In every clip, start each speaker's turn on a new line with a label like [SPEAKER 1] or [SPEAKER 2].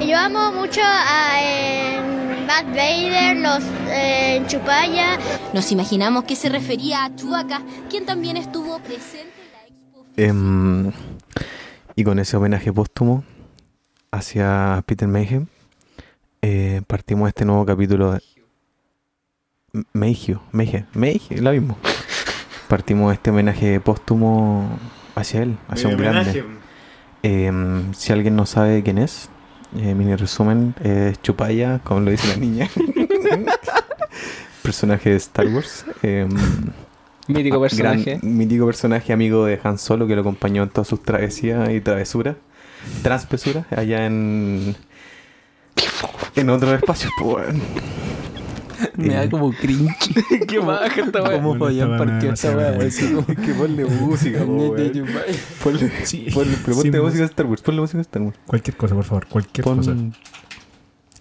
[SPEAKER 1] Yo amo mucho a eh, Bad Vader, los eh, Chupaya.
[SPEAKER 2] Nos imaginamos que se refería a Chewbacca, quien también estuvo presente en la expo.
[SPEAKER 3] Em, y con ese homenaje póstumo hacia Peter Mayhem, eh, partimos este nuevo capítulo de... M- Mayhew, Mayhem, Mayhew, la mismo. Partimos este homenaje póstumo hacia él, hacia un
[SPEAKER 4] Medio
[SPEAKER 3] grande.
[SPEAKER 4] homenaje.
[SPEAKER 3] Em, si alguien no sabe quién es, eh, mini resumen, es Chupaya, como lo dice la niña. Personaje de Star Wars. em,
[SPEAKER 5] Mítico
[SPEAKER 3] Ah,
[SPEAKER 5] personaje.
[SPEAKER 3] gran- mítico personaje, amigo de Han Solo, que lo acompañó en todas sus travesías y travesuras. Transpesuras, allá en. En otro espacio, pues, weón.
[SPEAKER 5] Me da
[SPEAKER 3] eh.
[SPEAKER 5] como cringe. Qué baja esta weá.
[SPEAKER 4] Como
[SPEAKER 5] Como
[SPEAKER 4] Fabián
[SPEAKER 5] Fabián
[SPEAKER 4] Bueno, esta weá
[SPEAKER 5] partió
[SPEAKER 4] partió esta
[SPEAKER 5] esta
[SPEAKER 4] demasiado
[SPEAKER 5] weá.
[SPEAKER 4] weá, así buena.
[SPEAKER 3] que ponle música, po, weón. Ponle,
[SPEAKER 4] Sí.
[SPEAKER 3] ponle- pero ponte
[SPEAKER 4] Sí,
[SPEAKER 3] música de Star Wars, ponle música de Star Wars.
[SPEAKER 4] Cualquier cosa, por favor, cualquier
[SPEAKER 3] Pon-
[SPEAKER 4] cosa.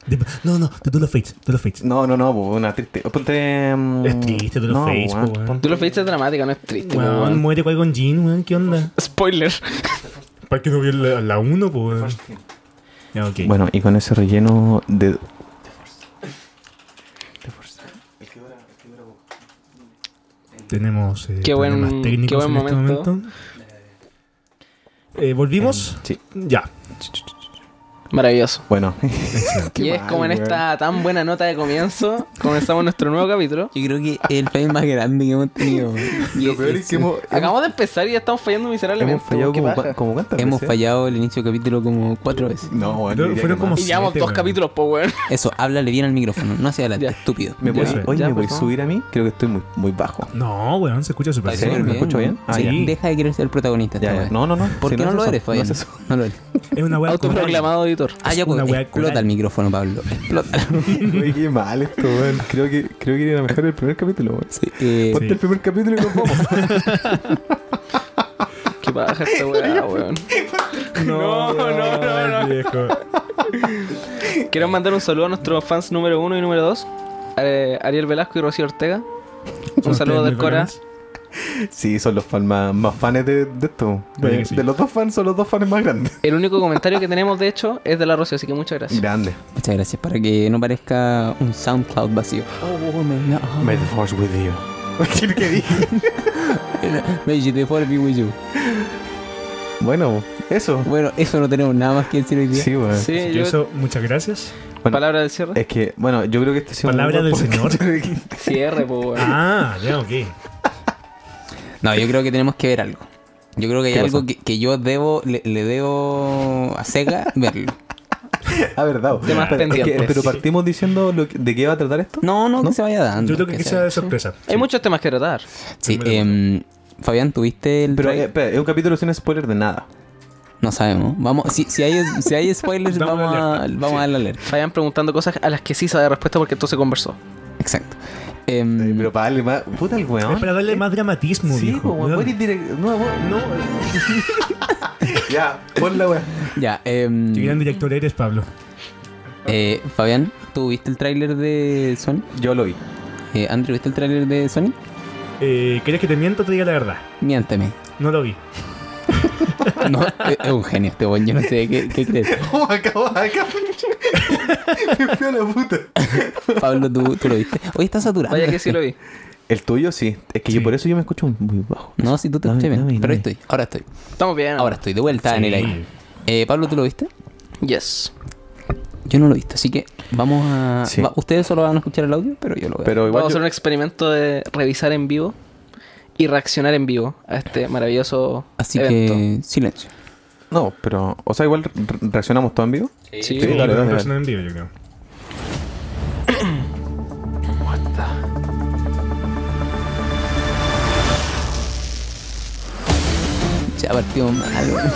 [SPEAKER 4] De- No, no, de Duel of Fates, Duel of Fates.
[SPEAKER 3] No, no, no, po, una triste. Ponte. mm,
[SPEAKER 4] Es triste, tú lo
[SPEAKER 3] no,
[SPEAKER 4] face, po,
[SPEAKER 3] weón,
[SPEAKER 4] weón.
[SPEAKER 3] ponte-
[SPEAKER 5] Tú lo viste dramática, no es triste.
[SPEAKER 4] Weón,
[SPEAKER 5] weón.
[SPEAKER 4] muere cual con Jean, weón, ¿qué onda?
[SPEAKER 5] Spoiler.
[SPEAKER 4] ¿Para que no vio la- la 1, pues? Ya, ok.
[SPEAKER 3] Bueno, y con ese relleno de.
[SPEAKER 4] Tenemos eh,
[SPEAKER 5] Qué buen-
[SPEAKER 4] problemas técnicos
[SPEAKER 5] qué buen
[SPEAKER 4] en este
[SPEAKER 5] momento.
[SPEAKER 4] momento. Eh, ¿Volvimos?
[SPEAKER 3] Sí,
[SPEAKER 4] Ya.
[SPEAKER 5] Maravilloso.
[SPEAKER 3] bueno.
[SPEAKER 5] y es como en esta tan buena nota de comienzo, comenzamos nuestro nuevo capítulo.
[SPEAKER 6] Yo creo que es el país más grande que hemos tenido. weón.
[SPEAKER 5] Y-
[SPEAKER 3] Lo peor es que hemos-
[SPEAKER 5] Acabamos de empezar y ya estamos fallando miserablemente.
[SPEAKER 3] Hemos fallado
[SPEAKER 5] ¿Qué
[SPEAKER 3] como,
[SPEAKER 5] paja?
[SPEAKER 3] cua- como cuántas
[SPEAKER 6] hemos
[SPEAKER 3] veces?
[SPEAKER 6] fallado el inicio del capítulo como cuatro veces.
[SPEAKER 3] No, bueno,
[SPEAKER 4] Creo que
[SPEAKER 3] diría
[SPEAKER 4] fueron
[SPEAKER 3] que
[SPEAKER 4] como
[SPEAKER 3] más.
[SPEAKER 5] Y llevamos
[SPEAKER 4] Siete,
[SPEAKER 5] dos
[SPEAKER 4] weón.
[SPEAKER 5] capítulos, po, weón.
[SPEAKER 6] Eso, háblale bien al micrófono, no hacia adelante,
[SPEAKER 5] Ya.
[SPEAKER 6] estúpido.
[SPEAKER 3] ¿Me
[SPEAKER 4] Ya,
[SPEAKER 3] podéis-
[SPEAKER 4] sí.
[SPEAKER 3] oye,
[SPEAKER 5] Ya,
[SPEAKER 3] ¿me
[SPEAKER 5] por
[SPEAKER 3] podéis
[SPEAKER 5] favor.
[SPEAKER 3] subir a mí? Creo que estoy muy, muy bajo.
[SPEAKER 4] No, weón, se escucha súper
[SPEAKER 6] Está
[SPEAKER 3] ¿Sí?
[SPEAKER 4] bien.
[SPEAKER 3] ¿Me escucho bien? Ah,
[SPEAKER 4] Sí.
[SPEAKER 3] ya.
[SPEAKER 4] De-
[SPEAKER 6] Deja de querer ser el protagonista.
[SPEAKER 3] Ya,
[SPEAKER 6] esta
[SPEAKER 3] ya.
[SPEAKER 6] weá.
[SPEAKER 3] No, no, no.
[SPEAKER 6] ¿Por
[SPEAKER 3] Sí,
[SPEAKER 6] qué no,
[SPEAKER 3] es
[SPEAKER 6] lo
[SPEAKER 3] eso,
[SPEAKER 6] eres, Fabián?
[SPEAKER 3] No
[SPEAKER 6] No,
[SPEAKER 3] es eso.
[SPEAKER 6] lo eres.
[SPEAKER 4] Es una weá
[SPEAKER 5] Autoproclamado editor.
[SPEAKER 6] Ah, ya, pues,
[SPEAKER 4] una weá
[SPEAKER 6] explota
[SPEAKER 4] coral.
[SPEAKER 6] el micrófono, Pablo. Explota.
[SPEAKER 3] Oye, qué mal esto, weón. Creo que, creo que era mejor el primer capítulo, weón.
[SPEAKER 6] Sí, eh,
[SPEAKER 3] Ponte el primer capítulo y nos vamos.
[SPEAKER 5] Qué paja esta weá, weón. No, no, no, no.
[SPEAKER 4] Ay, viejo.
[SPEAKER 5] Quiero mandar un saludo a nuestros fans número uno y número dos. eh, Ariel Velasco y Rocío Ortega. Un
[SPEAKER 4] Son
[SPEAKER 5] saludo
[SPEAKER 4] ustedes
[SPEAKER 5] del
[SPEAKER 4] muy
[SPEAKER 5] Cora.
[SPEAKER 4] bacanes.
[SPEAKER 3] Sí, son los fans más, más fans de, de esto. De,
[SPEAKER 4] Oye, que sí.
[SPEAKER 3] de los dos fans, son los dos fans más grandes.
[SPEAKER 5] El único comentario que tenemos, de hecho, es de la Rocío, así que muchas gracias.
[SPEAKER 3] Grande.
[SPEAKER 6] Muchas gracias, para que no parezca un SoundCloud vacío. Oh, man, no.
[SPEAKER 3] May the force with you. ¿Qué dije?
[SPEAKER 6] May the force be with you.
[SPEAKER 3] Bueno, eso.
[SPEAKER 6] Bueno, eso no tenemos nada más que decir hoy día.
[SPEAKER 3] Sí, weón.
[SPEAKER 5] Sí,
[SPEAKER 4] Y
[SPEAKER 5] yo,
[SPEAKER 4] eso, muchas gracias.
[SPEAKER 3] Bueno,
[SPEAKER 5] palabra del cierre.
[SPEAKER 3] Es que, bueno, yo creo que este ha sido un
[SPEAKER 4] Palabra
[SPEAKER 3] buen
[SPEAKER 4] del
[SPEAKER 3] podcast.
[SPEAKER 5] Cierre, po, weón.
[SPEAKER 4] Ah, ya, ok.
[SPEAKER 6] No, yo creo que tenemos que ver algo. Yo creo que hay
[SPEAKER 3] ¿Qué cosa?
[SPEAKER 6] algo que, que yo debo, le, le debo a Sega verlo.
[SPEAKER 3] Ah, verdad.
[SPEAKER 5] Temas
[SPEAKER 3] Pero, es que-
[SPEAKER 5] pendientes.
[SPEAKER 3] pero partimos diciendo lo que- de qué va a tratar esto.
[SPEAKER 6] No, no,
[SPEAKER 3] ¿No?
[SPEAKER 6] que se vaya dando.
[SPEAKER 4] Yo creo que, sea de sorpresa.
[SPEAKER 5] Hay muchos temas que tratar.
[SPEAKER 6] Sí, em, Fabián, ¿tuviste el
[SPEAKER 3] Pero eh,
[SPEAKER 6] tráiler?
[SPEAKER 3] espera, es un capítulo sin spoiler de nada.
[SPEAKER 6] No sabemos. Vamos, si, si hay, si hay spoilers,
[SPEAKER 4] Damos
[SPEAKER 6] vamos, a,
[SPEAKER 4] alerta.
[SPEAKER 6] vamos a dar la alerta.
[SPEAKER 5] Vayan preguntando cosas a las que sí sabe respuesta porque entonces conversó.
[SPEAKER 6] Exacto. Em,
[SPEAKER 3] Eh, Pero para darle más. Puta el weón.
[SPEAKER 4] Es para darle más dramatismo,
[SPEAKER 3] eh, Sí,
[SPEAKER 4] viejo.
[SPEAKER 3] po, weón.
[SPEAKER 4] weón.
[SPEAKER 3] Puedes direct- No, weón, no. ya, pon la weón.
[SPEAKER 6] ya, em,
[SPEAKER 4] Qué gran director eres, Pablo.
[SPEAKER 6] eh, Fabián, ¿tú viste el tráiler de Sonic?
[SPEAKER 3] Yo lo vi.
[SPEAKER 6] Eh, Andrew, ¿viste el tráiler de Sonic?
[SPEAKER 4] Eh, ¿Quieres que te mienta o te diga la verdad?
[SPEAKER 6] Miéntame.
[SPEAKER 4] No lo vi.
[SPEAKER 6] No, es es un genio este buen, yo no sé qué, qué crees.
[SPEAKER 3] ¿Cómo acabó acá? Me fui a la puta.
[SPEAKER 6] Pablo, tú, tú lo viste. Hoy está saturado.
[SPEAKER 5] Vaya que sí lo vi.
[SPEAKER 3] El tuyo sí. Es que yo
[SPEAKER 4] Sí.
[SPEAKER 3] por eso yo me escucho muy bajo.
[SPEAKER 6] No, si tú te
[SPEAKER 3] Dame,
[SPEAKER 6] escuchas bien.
[SPEAKER 3] dame,
[SPEAKER 6] pero ahí
[SPEAKER 3] dame.
[SPEAKER 6] estoy, ahora estoy.
[SPEAKER 5] Estamos bien.
[SPEAKER 6] Ahora estoy, de vuelta en el
[SPEAKER 4] Sí.
[SPEAKER 6] aire. Eh, Pablo, ¿tú lo viste?
[SPEAKER 5] Yes.
[SPEAKER 6] Yo no lo he visto, así que vamos a...
[SPEAKER 3] Sí.
[SPEAKER 6] va- ustedes solo van a escuchar el audio, pero yo lo veo.
[SPEAKER 3] Pero igual.
[SPEAKER 5] Vamos a hacer
[SPEAKER 3] yo-
[SPEAKER 5] un experimento de revisar en vivo y reaccionar en vivo a este maravilloso
[SPEAKER 6] así
[SPEAKER 5] evento.
[SPEAKER 6] que silencio.
[SPEAKER 3] No, pero. O sea, igual re- reaccionamos todo en vivo.
[SPEAKER 5] Sí,
[SPEAKER 3] Sí, dale,
[SPEAKER 4] la
[SPEAKER 3] dale,
[SPEAKER 4] persona en vivo, yo creo.
[SPEAKER 6] Ya partió mal. weón.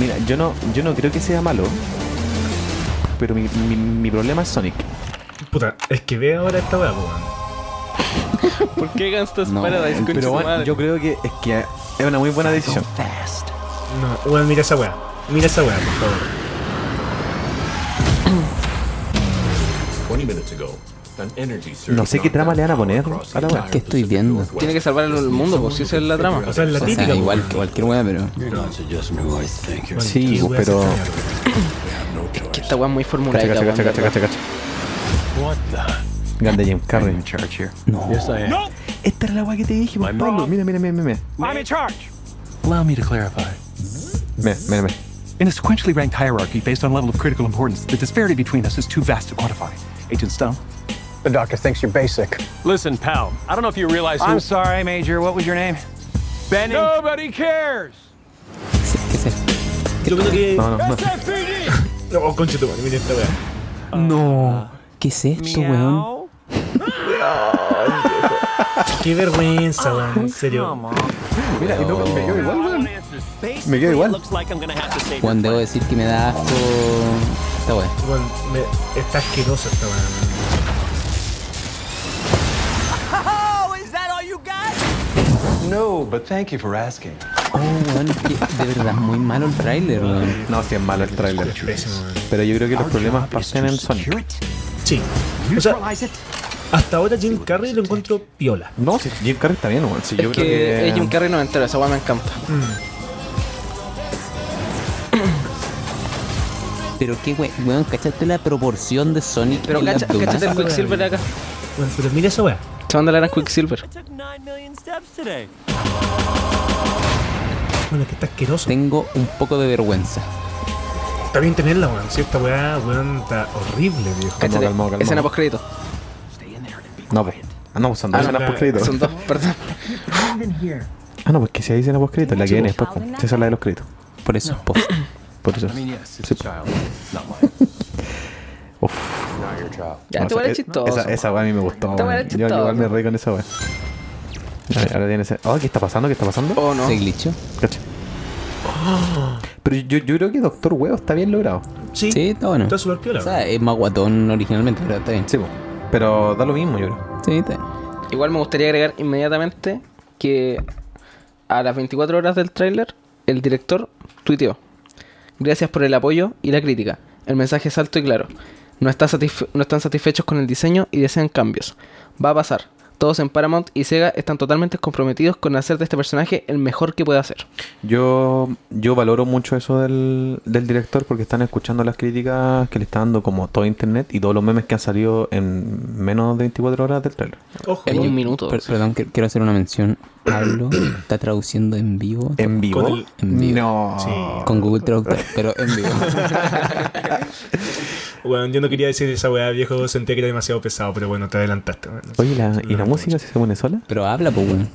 [SPEAKER 3] Mira, yo no, yo no creo que sea malo. Pero mi, mi, mi problema es Sonic.
[SPEAKER 4] Puta, es que ve ahora esta weá, po, weón.
[SPEAKER 5] ¿Por qué Gangsta's
[SPEAKER 6] No,
[SPEAKER 5] Paradise, concha
[SPEAKER 3] Pero
[SPEAKER 5] su
[SPEAKER 3] bueno,
[SPEAKER 5] madre?
[SPEAKER 3] yo creo que es que es una muy buena decisión.
[SPEAKER 4] No, weón, mira esa weá. Mira esa weá, por favor.
[SPEAKER 3] No sé qué trama le van a poner a la wea.
[SPEAKER 6] ¿Qué estoy viendo?
[SPEAKER 5] Tiene que salvar al mundo, pues si esa es la trama.
[SPEAKER 4] O sea, es la
[SPEAKER 6] O
[SPEAKER 4] típica.
[SPEAKER 6] sea,
[SPEAKER 4] po.
[SPEAKER 6] igual que cualquier weá, pero.
[SPEAKER 4] Bueno,
[SPEAKER 3] Sí,
[SPEAKER 4] ¿qué voy a
[SPEAKER 3] pero-
[SPEAKER 4] hacer?
[SPEAKER 5] Que esta weá es muy Fórmula
[SPEAKER 3] Cacha, cacha,
[SPEAKER 5] E.
[SPEAKER 3] cacha, cacha, cacha, cacha. Grande Jim Carrey.
[SPEAKER 6] No.
[SPEAKER 3] Esta era la weá que te dije, pues, Pablo. Mira, mira, mira, mira. mira.
[SPEAKER 7] I'm in charge.
[SPEAKER 8] Allow me to clarify.
[SPEAKER 3] Mira, mira, mira.
[SPEAKER 8] In a sequentially ranked hierarchy based on level of critical importance, the disparity between us is too vast to quantify. Agent Stone?
[SPEAKER 7] The doctor thinks you're basic.
[SPEAKER 9] Listen, pal, I don't know if you realize who
[SPEAKER 7] I'm sorry, Major. What was your name?
[SPEAKER 9] Benning.
[SPEAKER 7] Nobody cares.
[SPEAKER 6] Sí, ¿Qué es esto?
[SPEAKER 10] Yo creo que
[SPEAKER 3] No, no, no.
[SPEAKER 4] No, conche Oh, tu madre, mira esta wea.
[SPEAKER 6] ¿Qué es esto, weón?
[SPEAKER 4] Qué vergüenza, weón. En serio.
[SPEAKER 3] Mira, y no, me quedo igual, weón. Me quedo
[SPEAKER 10] it
[SPEAKER 3] igual.
[SPEAKER 10] looks like I'm gonna have to save
[SPEAKER 6] Juan, debo decir que me da asco. Esta weá.
[SPEAKER 4] Weón, me- está asquerosa esta wea. weón.
[SPEAKER 8] No, but thank you for asking.
[SPEAKER 6] Oh, weón, es que de verdad es muy malo el tráiler, weón.
[SPEAKER 3] No, sí es malo el trailer.
[SPEAKER 4] Pésimo, weón.
[SPEAKER 3] Pero yo creo que los problemas parten en Sonic.
[SPEAKER 4] Sí. O sea, hasta ahora Jim Carrey lo encuentro piola.
[SPEAKER 3] No, sí, Jim Carrey está bien, weón. Sí,
[SPEAKER 5] Es
[SPEAKER 3] yo creo
[SPEAKER 5] que es Jim
[SPEAKER 3] que. Mm,
[SPEAKER 5] Carrey no entero, esa weá me encanta.
[SPEAKER 6] Pero qué we- weón, ¿cachaste la proporción de Sonic
[SPEAKER 5] Pero
[SPEAKER 6] en la
[SPEAKER 5] cacha-
[SPEAKER 6] abdomen?
[SPEAKER 5] cachate el Quicksilver acá.
[SPEAKER 4] Bueno, pero mira esa wea.
[SPEAKER 5] Se manda la gran Quicksilver.
[SPEAKER 10] took 9 million steps today.
[SPEAKER 4] Bueno, es que está asqueroso.
[SPEAKER 6] Tengo un poco de vergüenza.
[SPEAKER 4] Está bien tenerla, weón. Sí, esta weá, weón, está horrible, viejo.
[SPEAKER 3] Calmao,
[SPEAKER 5] Cáchate,
[SPEAKER 3] calmao, calmao.
[SPEAKER 5] escena postcrédito.
[SPEAKER 3] No, pues. Ah, no, son dos
[SPEAKER 5] Ah, no,
[SPEAKER 3] escenas
[SPEAKER 4] la-
[SPEAKER 3] postcréditos.
[SPEAKER 5] Son dos, perdón.
[SPEAKER 3] Ah, no, pues que si hay escena postcréditos, la que viene después. pues. Esa es la de los créditos.
[SPEAKER 6] Por eso, po.
[SPEAKER 3] Por eso.
[SPEAKER 8] I mean, yes, it's a child, not mine.
[SPEAKER 3] Uf.
[SPEAKER 8] Not your child.
[SPEAKER 5] Ya, te
[SPEAKER 3] esa-
[SPEAKER 5] voy
[SPEAKER 3] e-
[SPEAKER 5] chistoso.
[SPEAKER 3] Esa, esa weá a mí me gustó.
[SPEAKER 5] Esta weá
[SPEAKER 3] weón.
[SPEAKER 5] era
[SPEAKER 3] Yo igual
[SPEAKER 5] chistosa.
[SPEAKER 3] me reí con esa weá. Ay, Ahora tiene ese. Oh, ¿qué está pasando? ¿Qué está pasando?
[SPEAKER 5] Oh, no.
[SPEAKER 6] ¿Se glitchó?
[SPEAKER 3] Cacha. Pero yo, yo creo que Doctor Huevo está bien logrado.
[SPEAKER 4] Sí,
[SPEAKER 6] Sí, está bueno.
[SPEAKER 4] está súper
[SPEAKER 6] O
[SPEAKER 4] piola. weón.
[SPEAKER 6] sea, es más guatón originalmente, pero está bien.
[SPEAKER 3] Sí, po. pero da lo mismo, yo creo.
[SPEAKER 6] Sí, está bien.
[SPEAKER 5] Igual me gustaría agregar inmediatamente que a las 24 horas del tráiler, el director tuiteó. Gracias por el apoyo y la crítica. El mensaje es alto y claro. No, está satisfe- no están satisfechos con el diseño y desean cambios. Va a pasar. Todos en Paramount y Sega están totalmente comprometidos con hacer de este personaje el mejor que pueda ser.
[SPEAKER 3] Yo, yo valoro mucho eso del, del director porque están escuchando las críticas que le está dando como todo internet y todos los memes que han salido en menos de 24 horas del trailer.
[SPEAKER 4] Ojo,
[SPEAKER 5] En
[SPEAKER 6] Oye,
[SPEAKER 5] un minuto.
[SPEAKER 6] per- perdón, que- quiero hacer una mención. Pablo está traduciendo en vivo.
[SPEAKER 3] ¿En vivo?
[SPEAKER 4] Con el-
[SPEAKER 6] En vivo.
[SPEAKER 3] No.
[SPEAKER 6] Con Google Traductor, pero en vivo.
[SPEAKER 4] weón, yo no quería decir esa weá, viejo. Sentía que era demasiado pesado, pero bueno, te adelantaste, weón.
[SPEAKER 3] Oye, ¿la- ¿y la
[SPEAKER 4] No,
[SPEAKER 3] música si se pone sola?
[SPEAKER 6] Pero habla, pues, weón.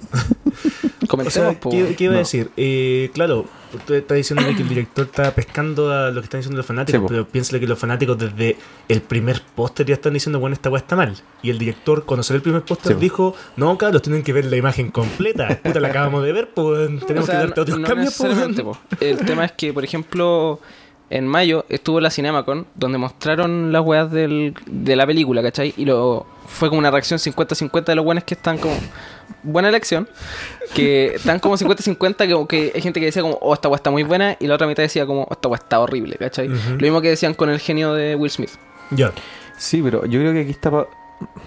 [SPEAKER 4] O sea,
[SPEAKER 5] Comencemos, po.
[SPEAKER 4] ¿qué, qué iba a decir? Eh, claro, usted está diciendo que el director está pescando a lo que están diciendo los fanáticos,
[SPEAKER 3] Sí, po.
[SPEAKER 4] pero piénsale que los fanáticos desde el primer póster ya están diciendo, bueno, esta weá está mal. Y el director, cuando salió el primer póster,
[SPEAKER 3] Sí, po.
[SPEAKER 4] dijo, no, cabros, tienen que ver la imagen completa. Puta, la acabamos de ver, pues
[SPEAKER 5] O
[SPEAKER 4] tenemos
[SPEAKER 5] sea,
[SPEAKER 4] que darte otros
[SPEAKER 5] no
[SPEAKER 4] cambios, pues.
[SPEAKER 5] necesariamente, po. El tema es que, por ejemplo, en mayo estuvo la Cinemacon, donde mostraron las weas del- de la película, ¿cachai? Y lo, fue como una reacción 50-50 de los buenos que están como. Buena elección. Que están como 50-50, que, que hay gente que decía como, oh, esta wea está muy buena, y la otra mitad decía como, oh, esta wea está horrible, ¿cachai?
[SPEAKER 4] Ujú.
[SPEAKER 5] Lo mismo que decían con el genio de Will Smith.
[SPEAKER 4] Ya,
[SPEAKER 3] Sí, pero yo creo que aquí está... pa-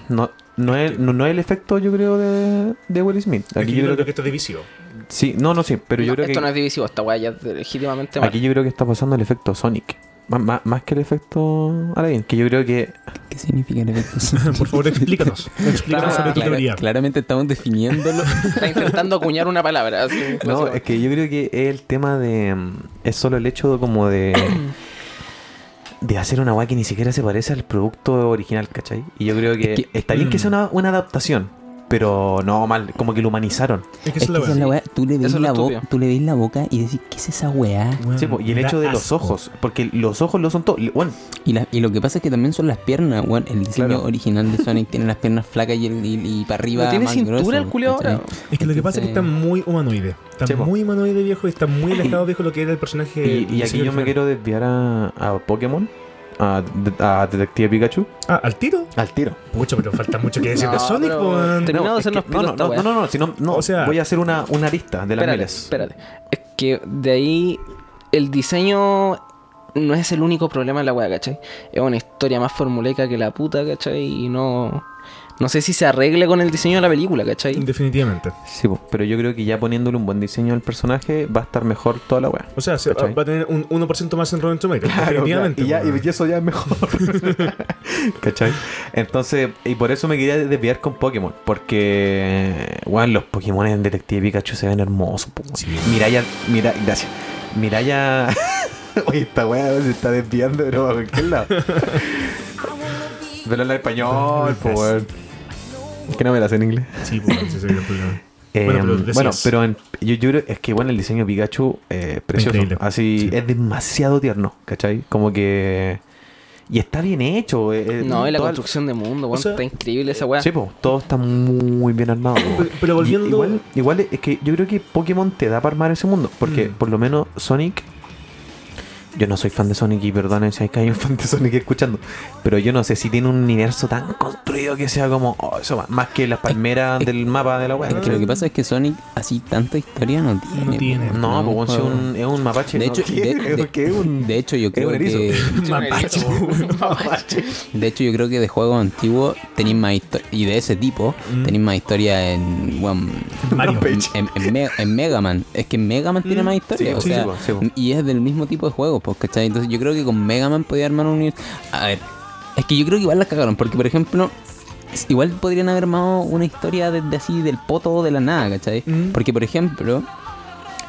[SPEAKER 3] No, no, es, no, no es el efecto, yo creo, de, de Will Smith.
[SPEAKER 4] aquí
[SPEAKER 3] Aquí yo creo que...
[SPEAKER 4] esto es divisivo.
[SPEAKER 3] Sí, no, no, este sí, pero yo
[SPEAKER 5] No,
[SPEAKER 3] creo
[SPEAKER 5] esto
[SPEAKER 3] que...
[SPEAKER 5] no es divisivo, esta wea ya es legítimamente mala.
[SPEAKER 3] Aquí yo creo que está pasando el efecto Sonic. Má- má- Más, que el efecto Aladdin, que yo creo que...
[SPEAKER 6] ¿Qué significa el efecto?
[SPEAKER 4] Por favor, explícanos. Explícanos sobre tu
[SPEAKER 6] Clara-
[SPEAKER 4] teoría.
[SPEAKER 6] claramente estamos definiéndolo.
[SPEAKER 5] Está intentando acuñar una palabra. así,
[SPEAKER 3] No,
[SPEAKER 5] básicamente.
[SPEAKER 3] es que yo creo que es el tema de... mm, Es solo el hecho de como de... De hacer una guay que ni siquiera se parece al producto original, ¿cachai? Y yo creo que,
[SPEAKER 6] Es que-
[SPEAKER 3] está bien que sea
[SPEAKER 4] mm.
[SPEAKER 3] una, una adaptación, pero no mal, como que lo humanizaron.
[SPEAKER 4] Es que
[SPEAKER 6] Es
[SPEAKER 4] esa
[SPEAKER 6] que esa es la weá. Tú le ves
[SPEAKER 5] Eso es lo
[SPEAKER 6] la, bo-
[SPEAKER 5] estúpido.
[SPEAKER 6] tú le ves la boca y decís, ¿qué es esa weá?
[SPEAKER 4] weón,
[SPEAKER 3] Sí, po, y el
[SPEAKER 4] da
[SPEAKER 3] hecho de los
[SPEAKER 4] Mm. asco.
[SPEAKER 3] ojos, porque los ojos lo son todo. Bueno,
[SPEAKER 6] Y, la- y lo que pasa es que también son las piernas, weón. El diseño
[SPEAKER 3] Claro.
[SPEAKER 6] original de Sonic tiene las piernas flacas y, el- y- y para arriba.
[SPEAKER 5] ¿No tiene
[SPEAKER 6] más
[SPEAKER 5] cintura
[SPEAKER 6] grueso,
[SPEAKER 5] el culiao
[SPEAKER 6] ¿cachai?
[SPEAKER 5] ahora?
[SPEAKER 4] Es que lo que pasa es que está muy humanoide. Está
[SPEAKER 3] Sí, po.
[SPEAKER 4] muy humanoide, viejo, y está muy alejado, viejo, lo que era el personaje.
[SPEAKER 3] y, y
[SPEAKER 4] del
[SPEAKER 3] aquí yo
[SPEAKER 4] señor
[SPEAKER 3] me quiero desviar a, a Pokémon, a, a Detective Pikachu,
[SPEAKER 4] Ah, ¿al tiro?
[SPEAKER 3] al tiro.
[SPEAKER 4] Mucho, pero falta mucho que decir de
[SPEAKER 5] No,
[SPEAKER 4] Sonic,
[SPEAKER 5] pero-
[SPEAKER 4] weón.
[SPEAKER 5] Terminado de
[SPEAKER 3] es que-
[SPEAKER 5] hacernos
[SPEAKER 3] no,
[SPEAKER 5] pico
[SPEAKER 3] no,
[SPEAKER 5] esta
[SPEAKER 3] no,
[SPEAKER 5] wea.
[SPEAKER 3] no, no, si no, no,
[SPEAKER 4] O sea-
[SPEAKER 3] voy a hacer una, una lista de las
[SPEAKER 5] espérate,
[SPEAKER 3] miles.
[SPEAKER 5] espérate. Es que de ahí el diseño no es el único problema de la weá, ¿cachai? Es una historia más formulaica que la puta, ¿cachai? Y no. No sé si se arregle con el diseño de la película, ¿cachai?
[SPEAKER 4] Definitivamente.
[SPEAKER 3] Sí, po, pero yo creo que ya poniéndole un buen diseño al personaje va a estar mejor toda la weá.
[SPEAKER 4] O sea, se-
[SPEAKER 3] ¿Cachai?
[SPEAKER 4] va a tener un 1% más en Rotten Tomatoes. definitivamente.
[SPEAKER 3] claro, y, ya,
[SPEAKER 4] weón.
[SPEAKER 3] y eso ya es mejor. ¿Cachai? Entonces, y por eso me quería desviar con Pokémon. Porque, weón, los Pokémon en Detective Pikachu se ven hermosos. po, weón. Miraya, mira, gracias. Miraya. Oye, esta weá se está desviando, pero ¿a cualquier lado? Pero en español, po, weón. Que no me la sé en inglés.
[SPEAKER 4] Sí, pues, ese sería el problema.
[SPEAKER 3] Eh,
[SPEAKER 4] Bueno, pero
[SPEAKER 3] bueno, pero,
[SPEAKER 4] decías.
[SPEAKER 3] en- yo, yo creo es que bueno el diseño de Pikachu eh, precioso.
[SPEAKER 4] Increíble.
[SPEAKER 3] Así es demasiado tierno, ¿cachai? Como que y está bien hecho. eh, eh,
[SPEAKER 5] No, y la
[SPEAKER 3] toda-
[SPEAKER 5] construcción de mundo, weón.
[SPEAKER 4] sea,
[SPEAKER 5] está increíble esa weá.
[SPEAKER 3] Sí, po, todo está muy bien armado. po.
[SPEAKER 4] Pero- pero
[SPEAKER 3] Y
[SPEAKER 4] volviendo-
[SPEAKER 3] Igual, igual es que yo creo que Pokémon te da para armar ese mundo. Porque
[SPEAKER 4] Mm.
[SPEAKER 3] por lo menos Sonic. Yo no soy fan de Sonic y perdonen si hay que hay un fan de Sonic escuchando. Pero yo no sé si tiene un universo tan construido que sea como. oh, eso más, más que las palmeras del mapa de la web.
[SPEAKER 6] Es que lo que pasa es que Sonic así tanta historia no tiene.
[SPEAKER 4] No tiene.
[SPEAKER 6] po.
[SPEAKER 3] No, pues bueno, si
[SPEAKER 6] juego.
[SPEAKER 3] un- es un mapache.
[SPEAKER 6] De
[SPEAKER 3] ¿no?
[SPEAKER 6] hecho,
[SPEAKER 3] ¿Qué?
[SPEAKER 6] de- de-
[SPEAKER 3] ¿Qué es un-
[SPEAKER 6] de hecho, yo
[SPEAKER 3] qué es
[SPEAKER 6] creo
[SPEAKER 3] un erizo?
[SPEAKER 6] que
[SPEAKER 4] Mapache.
[SPEAKER 6] De hecho, yo creo que de juegos antiguos tenéis más historia. Y de ese tipo, tenéis más historia en. bueno,
[SPEAKER 4] Mario.
[SPEAKER 6] en, en Me- en Mega Man. Es que en Mega Man tiene más historia.
[SPEAKER 3] Sí,
[SPEAKER 6] o
[SPEAKER 3] sí,
[SPEAKER 6] sea,
[SPEAKER 3] sí, sí, sí.
[SPEAKER 6] Y es del mismo tipo de juego, pues, ¿cachai? Entonces, yo creo que con Mega Man podía armar un. uni- A ver, es que yo creo que igual la cagaron. Porque, por ejemplo. s- Igual podrían haber armado una historia desde así del poto o de la nada, ¿cachai? Porque, por ejemplo,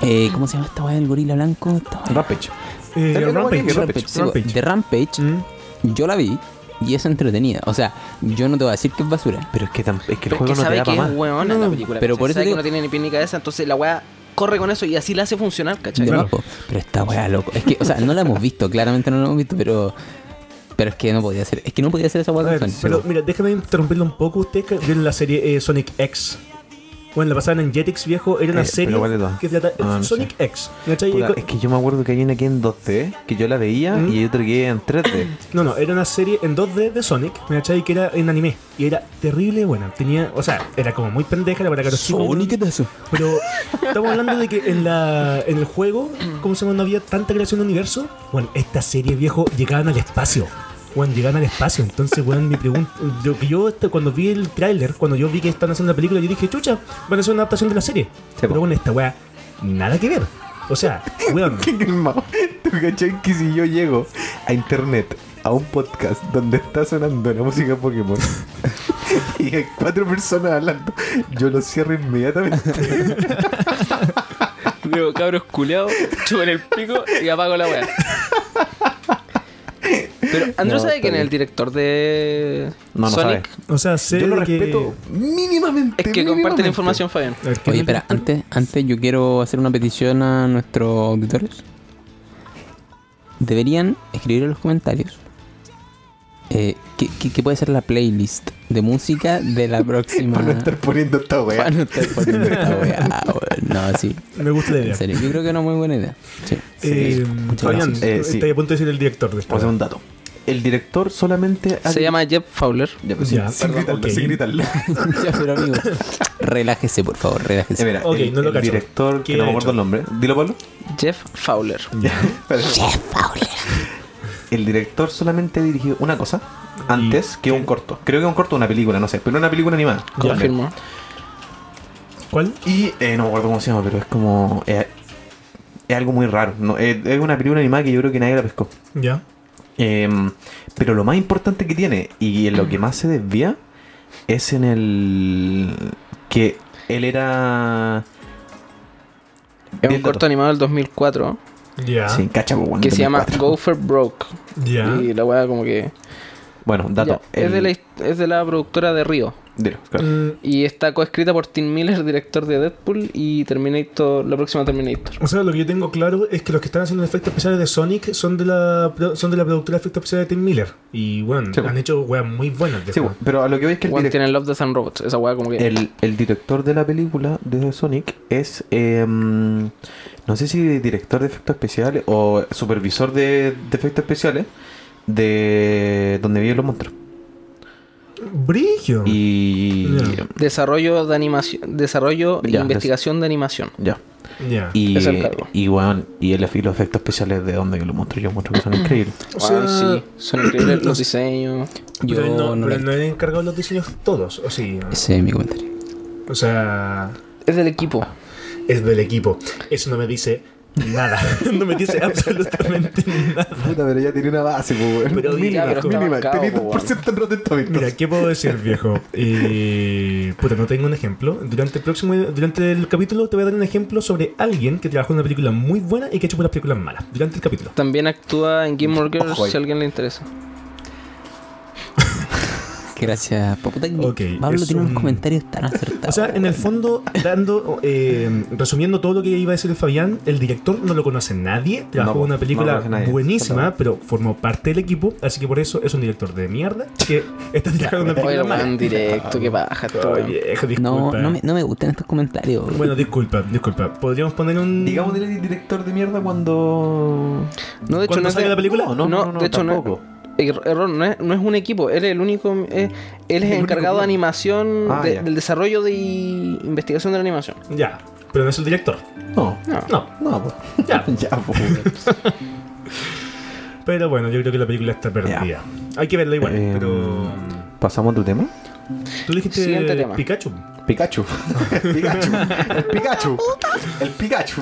[SPEAKER 6] eh, ¿cómo se llama esta weá del gorila blanco? Esta weá-
[SPEAKER 3] Rampage.
[SPEAKER 4] Eh,
[SPEAKER 3] Pero no,
[SPEAKER 4] Rampage.
[SPEAKER 3] Rampage,
[SPEAKER 6] Rampage, sí,
[SPEAKER 4] Rampage.
[SPEAKER 6] De Rampage,
[SPEAKER 4] Mm.
[SPEAKER 6] yo la vi y es entretenida. O sea, yo no te voy a decir que es basura.
[SPEAKER 3] Pero es que, tam- es que el
[SPEAKER 5] Pero es
[SPEAKER 3] juego
[SPEAKER 5] que
[SPEAKER 3] no te
[SPEAKER 5] sabe
[SPEAKER 3] da
[SPEAKER 5] que
[SPEAKER 3] para
[SPEAKER 5] es
[SPEAKER 3] más.
[SPEAKER 5] weona la película.
[SPEAKER 6] pero
[SPEAKER 5] ¿cachai?
[SPEAKER 6] por eso
[SPEAKER 5] Sabe que
[SPEAKER 6] digo-
[SPEAKER 5] no tiene ni pie ni cabeza, entonces la weá corre con eso y así la hace funcionar, ¿cachai?
[SPEAKER 6] De
[SPEAKER 4] Claro.
[SPEAKER 6] más, po. Pero esta weá, loco. Es que, o sea, no la hemos visto, claramente no la hemos visto, pero. Pero es que no podía ser. Es que no podía ser esa
[SPEAKER 4] A
[SPEAKER 6] weá
[SPEAKER 4] ver,
[SPEAKER 6] con
[SPEAKER 4] pero
[SPEAKER 6] Sonic.
[SPEAKER 4] mira, déjame interrumpirlo un poco. Ustedes que vieron la serie eh, Sonic X. Bueno, la pasaban en Jetix viejo, era una
[SPEAKER 3] Eh,
[SPEAKER 4] serie
[SPEAKER 3] pero ¿cuál de todas?
[SPEAKER 4] que trata
[SPEAKER 3] Ah, no
[SPEAKER 4] Sonic X. ¿cachai?
[SPEAKER 3] Puta, es que yo me acuerdo que hay una que en 2D, que yo la veía
[SPEAKER 4] ¿Mm?
[SPEAKER 3] y hay otra que en 3D.
[SPEAKER 4] No, no, era una serie en 2D de Sonic, ¿cachai? Que era en anime. Y era terrible buena. Tenía, o sea, era como muy pendeja, era para caros chicos.
[SPEAKER 6] Sonic, ¿qué es eso?
[SPEAKER 4] Pero estamos hablando de que en la en el juego,
[SPEAKER 6] Mm.
[SPEAKER 4] como se llama, no había tanta creación de universo. Bueno, esta serie viejo llegaban al espacio. Bueno, llegaban al espacio. Entonces, bueno, mi pregunta. Lo que yo este, cuando vi el tráiler, cuando yo vi que están haciendo la película, yo dije, chucha, van a hacer una adaptación de la serie. Pero bueno, esta weá, nada que ver. O sea, weón.
[SPEAKER 3] Calmao. ¿Tú cachai que si yo llego a internet, a un podcast donde está sonando la música Pokémon y hay cuatro personas hablando, yo lo cierro inmediatamente?
[SPEAKER 5] Digo, cabros culeados, chupo en el pico y apago la weá. Pero Andrew
[SPEAKER 3] No,
[SPEAKER 5] sabe
[SPEAKER 3] está
[SPEAKER 5] quién es
[SPEAKER 3] bien.
[SPEAKER 5] el director de
[SPEAKER 3] No, no
[SPEAKER 5] Sonic.
[SPEAKER 3] sabe.
[SPEAKER 4] O sea, sé
[SPEAKER 3] Yo lo
[SPEAKER 4] de que-
[SPEAKER 3] respeto mínimamente.
[SPEAKER 5] Es que comparte
[SPEAKER 3] mínimamente.
[SPEAKER 5] la información, Fabián.
[SPEAKER 4] A ver, ¿qué
[SPEAKER 6] Oye,
[SPEAKER 4] me-
[SPEAKER 6] espera, antes, antes yo quiero hacer una petición a nuestros auditores. Deberían escribir en los comentarios eh, ¿qué, qué, qué puede ser la playlist de música de la próxima.
[SPEAKER 3] Para no estar poniendo esta
[SPEAKER 6] Para
[SPEAKER 3] weá.
[SPEAKER 6] no estar poniendo esta weá, weón. No, sí.
[SPEAKER 4] Me gusta la idea.
[SPEAKER 6] En serio, yo creo que es una muy buena idea. Sí.
[SPEAKER 4] Eh, Fabián,
[SPEAKER 3] gracias. Eh, sí.
[SPEAKER 4] estoy a punto de decir el director de esta
[SPEAKER 3] Pasemos
[SPEAKER 4] weá.
[SPEAKER 3] un dato. El director solamente. ha-
[SPEAKER 5] Se llama Jeff Fowler.
[SPEAKER 3] Ya, pues,
[SPEAKER 4] Ya,
[SPEAKER 3] sin gritarlo,
[SPEAKER 4] perdón, ok.
[SPEAKER 3] sin gritarlo.
[SPEAKER 6] ya, pero amigo, relájese, por favor,
[SPEAKER 3] Eh,
[SPEAKER 6] relájese.
[SPEAKER 3] mira,
[SPEAKER 4] Ok,
[SPEAKER 3] el,
[SPEAKER 4] no lo
[SPEAKER 3] el
[SPEAKER 4] cacho.
[SPEAKER 3] director,
[SPEAKER 4] ¿Qué
[SPEAKER 3] que no
[SPEAKER 4] ha
[SPEAKER 3] me acuerdo
[SPEAKER 4] hecho?
[SPEAKER 3] el nombre. Dilo, Pablo.
[SPEAKER 5] Jeff Fowler.
[SPEAKER 3] El director solamente dirigió una cosa antes que un corto. Creo que un corto o una película, no sé. Pero una película animada. también.
[SPEAKER 5] Confirmo.
[SPEAKER 4] ¿Cuál?
[SPEAKER 3] Y eh, no me acuerdo cómo se llama, pero es como. eh, es algo muy raro. No, eh, es una película animada que yo creo que nadie la pescó.
[SPEAKER 4] Ya.
[SPEAKER 3] Em, pero lo más importante que tiene y en lo que más se desvía es en el que él era
[SPEAKER 5] Es
[SPEAKER 3] Bien
[SPEAKER 5] un
[SPEAKER 3] dato.
[SPEAKER 5] corto animado del 2004
[SPEAKER 4] Ya.
[SPEAKER 3] sí, cacha, pues, po, weón,
[SPEAKER 5] que se llama
[SPEAKER 3] 2004.
[SPEAKER 5] Go for Broke.
[SPEAKER 4] Ya.
[SPEAKER 5] Y la weá como que...
[SPEAKER 3] Bueno, dato.
[SPEAKER 5] Ya, es,
[SPEAKER 3] el-
[SPEAKER 5] de la, hist- es de la productora de Río.
[SPEAKER 3] dilo, claro.
[SPEAKER 4] Mm,
[SPEAKER 5] Y está coescrita por Tim Miller, director de Deadpool y Terminator, la próxima Terminator.
[SPEAKER 4] O sea, lo que yo tengo claro es que los que están haciendo efectos especiales de Sonic son de la pro- son de la productora de efectos especiales de Tim Miller. Y bueno,
[SPEAKER 3] Sí,
[SPEAKER 4] han
[SPEAKER 3] bueno.
[SPEAKER 4] hecho weas muy buenas.
[SPEAKER 3] Sí,
[SPEAKER 4] viejo.
[SPEAKER 3] pero a lo que veis que el,
[SPEAKER 5] One
[SPEAKER 3] direc-
[SPEAKER 5] tiene Love, Death and Robots. Esa weá como que...
[SPEAKER 3] el- el director de la película de Sonic es em, no sé si director de efectos especiales o supervisor de, de efectos especiales de donde viven los monstruos.
[SPEAKER 4] Brigio.
[SPEAKER 3] Y
[SPEAKER 4] Ah. Ya.
[SPEAKER 5] Desarrollo de animación... Desarrollo
[SPEAKER 3] Ya,
[SPEAKER 5] e investigación de animación.
[SPEAKER 3] ya.
[SPEAKER 4] Ya.
[SPEAKER 3] Y,
[SPEAKER 5] Es el cargo.
[SPEAKER 3] y, weón, y, el, y los efectos especiales de donde que lo muestro yo muestro que son increíbles.
[SPEAKER 4] O
[SPEAKER 5] Weón,
[SPEAKER 4] sea,
[SPEAKER 5] sí, son increíbles los diseños.
[SPEAKER 6] Yo
[SPEAKER 4] pero no,
[SPEAKER 6] no
[SPEAKER 4] pero
[SPEAKER 6] la-
[SPEAKER 4] no he encargado los diseños todos, o sí.
[SPEAKER 6] Ese es mi comentario.
[SPEAKER 4] O sea,
[SPEAKER 5] Es del equipo.
[SPEAKER 4] es del equipo. Eso no me dice nada. no me dice absolutamente nada.
[SPEAKER 3] Puta, pero ya tiene una base, pues,
[SPEAKER 4] Pero
[SPEAKER 5] Ya,
[SPEAKER 4] mínima,
[SPEAKER 5] pero está
[SPEAKER 4] mínima.
[SPEAKER 5] marcado, po, weón.
[SPEAKER 3] en Rotten Tomatoes.
[SPEAKER 4] Mira, ¿qué puedo decir, viejo? Eh, puta, no tengo un ejemplo. Durante el próximo, durante el capítulo te voy a dar un ejemplo sobre alguien que trabajó en una película muy buena y que ha hecho puras películas malas. Durante el capítulo.
[SPEAKER 5] También actúa en Game More Girls
[SPEAKER 3] Ojo ahí.
[SPEAKER 5] si a alguien le interesa.
[SPEAKER 6] Gracias, Paputa.
[SPEAKER 4] Ok,
[SPEAKER 6] Pablo
[SPEAKER 4] es
[SPEAKER 6] tiene
[SPEAKER 4] un-
[SPEAKER 6] unos comentarios tan acertados.
[SPEAKER 4] O sea, eh, en el fondo, dando, eh, resumiendo todo lo que iba a decir el Fabián, el director no lo conoce nadie, trabajó
[SPEAKER 3] No,
[SPEAKER 4] en una
[SPEAKER 3] no
[SPEAKER 4] película
[SPEAKER 3] lo conoce nadie,
[SPEAKER 4] buenísima, pero formó parte del equipo, así que por eso es un director de mierda que está trabajando en una
[SPEAKER 5] Oye,
[SPEAKER 4] película
[SPEAKER 5] el
[SPEAKER 4] mala.
[SPEAKER 5] weón directo, qué paja. este
[SPEAKER 4] Ay,
[SPEAKER 5] weón.
[SPEAKER 4] viejo,
[SPEAKER 6] no,
[SPEAKER 4] disculpa.
[SPEAKER 6] no me, no me gustan estos comentarios. güey.
[SPEAKER 4] Bueno, disculpa, disculpa. Podríamos poner un.
[SPEAKER 3] Digamos del director de mierda cuando.
[SPEAKER 5] No, de hecho,
[SPEAKER 4] ¿Cuándo
[SPEAKER 5] no es
[SPEAKER 4] salga la
[SPEAKER 5] de-
[SPEAKER 4] película?
[SPEAKER 3] No, no, no, no,
[SPEAKER 5] de hecho,
[SPEAKER 3] tampoco.
[SPEAKER 5] no. es- er- Error, no es, no es un equipo, él es el único. eh, él es
[SPEAKER 3] único
[SPEAKER 5] encargado de
[SPEAKER 3] que-
[SPEAKER 5] animación,
[SPEAKER 3] Ah,
[SPEAKER 5] de-
[SPEAKER 3] ya.
[SPEAKER 5] del desarrollo de investigación de la animación.
[SPEAKER 4] Ya, pero no es el director.
[SPEAKER 3] No,
[SPEAKER 5] No.
[SPEAKER 4] No,
[SPEAKER 3] no, pues.
[SPEAKER 4] ya.
[SPEAKER 3] Ya, pues.
[SPEAKER 4] Pero bueno, yo creo que la película está perdida.
[SPEAKER 3] Ya.
[SPEAKER 4] Hay que verla igual,
[SPEAKER 3] Eh,
[SPEAKER 4] pero.
[SPEAKER 3] ¿Pasamos a tu tema?
[SPEAKER 4] Tú
[SPEAKER 5] siguiente
[SPEAKER 4] dijiste
[SPEAKER 5] tema.
[SPEAKER 4] Pikachu.
[SPEAKER 3] Pikachu. Pikachu. El Pikachu. El Pikachu.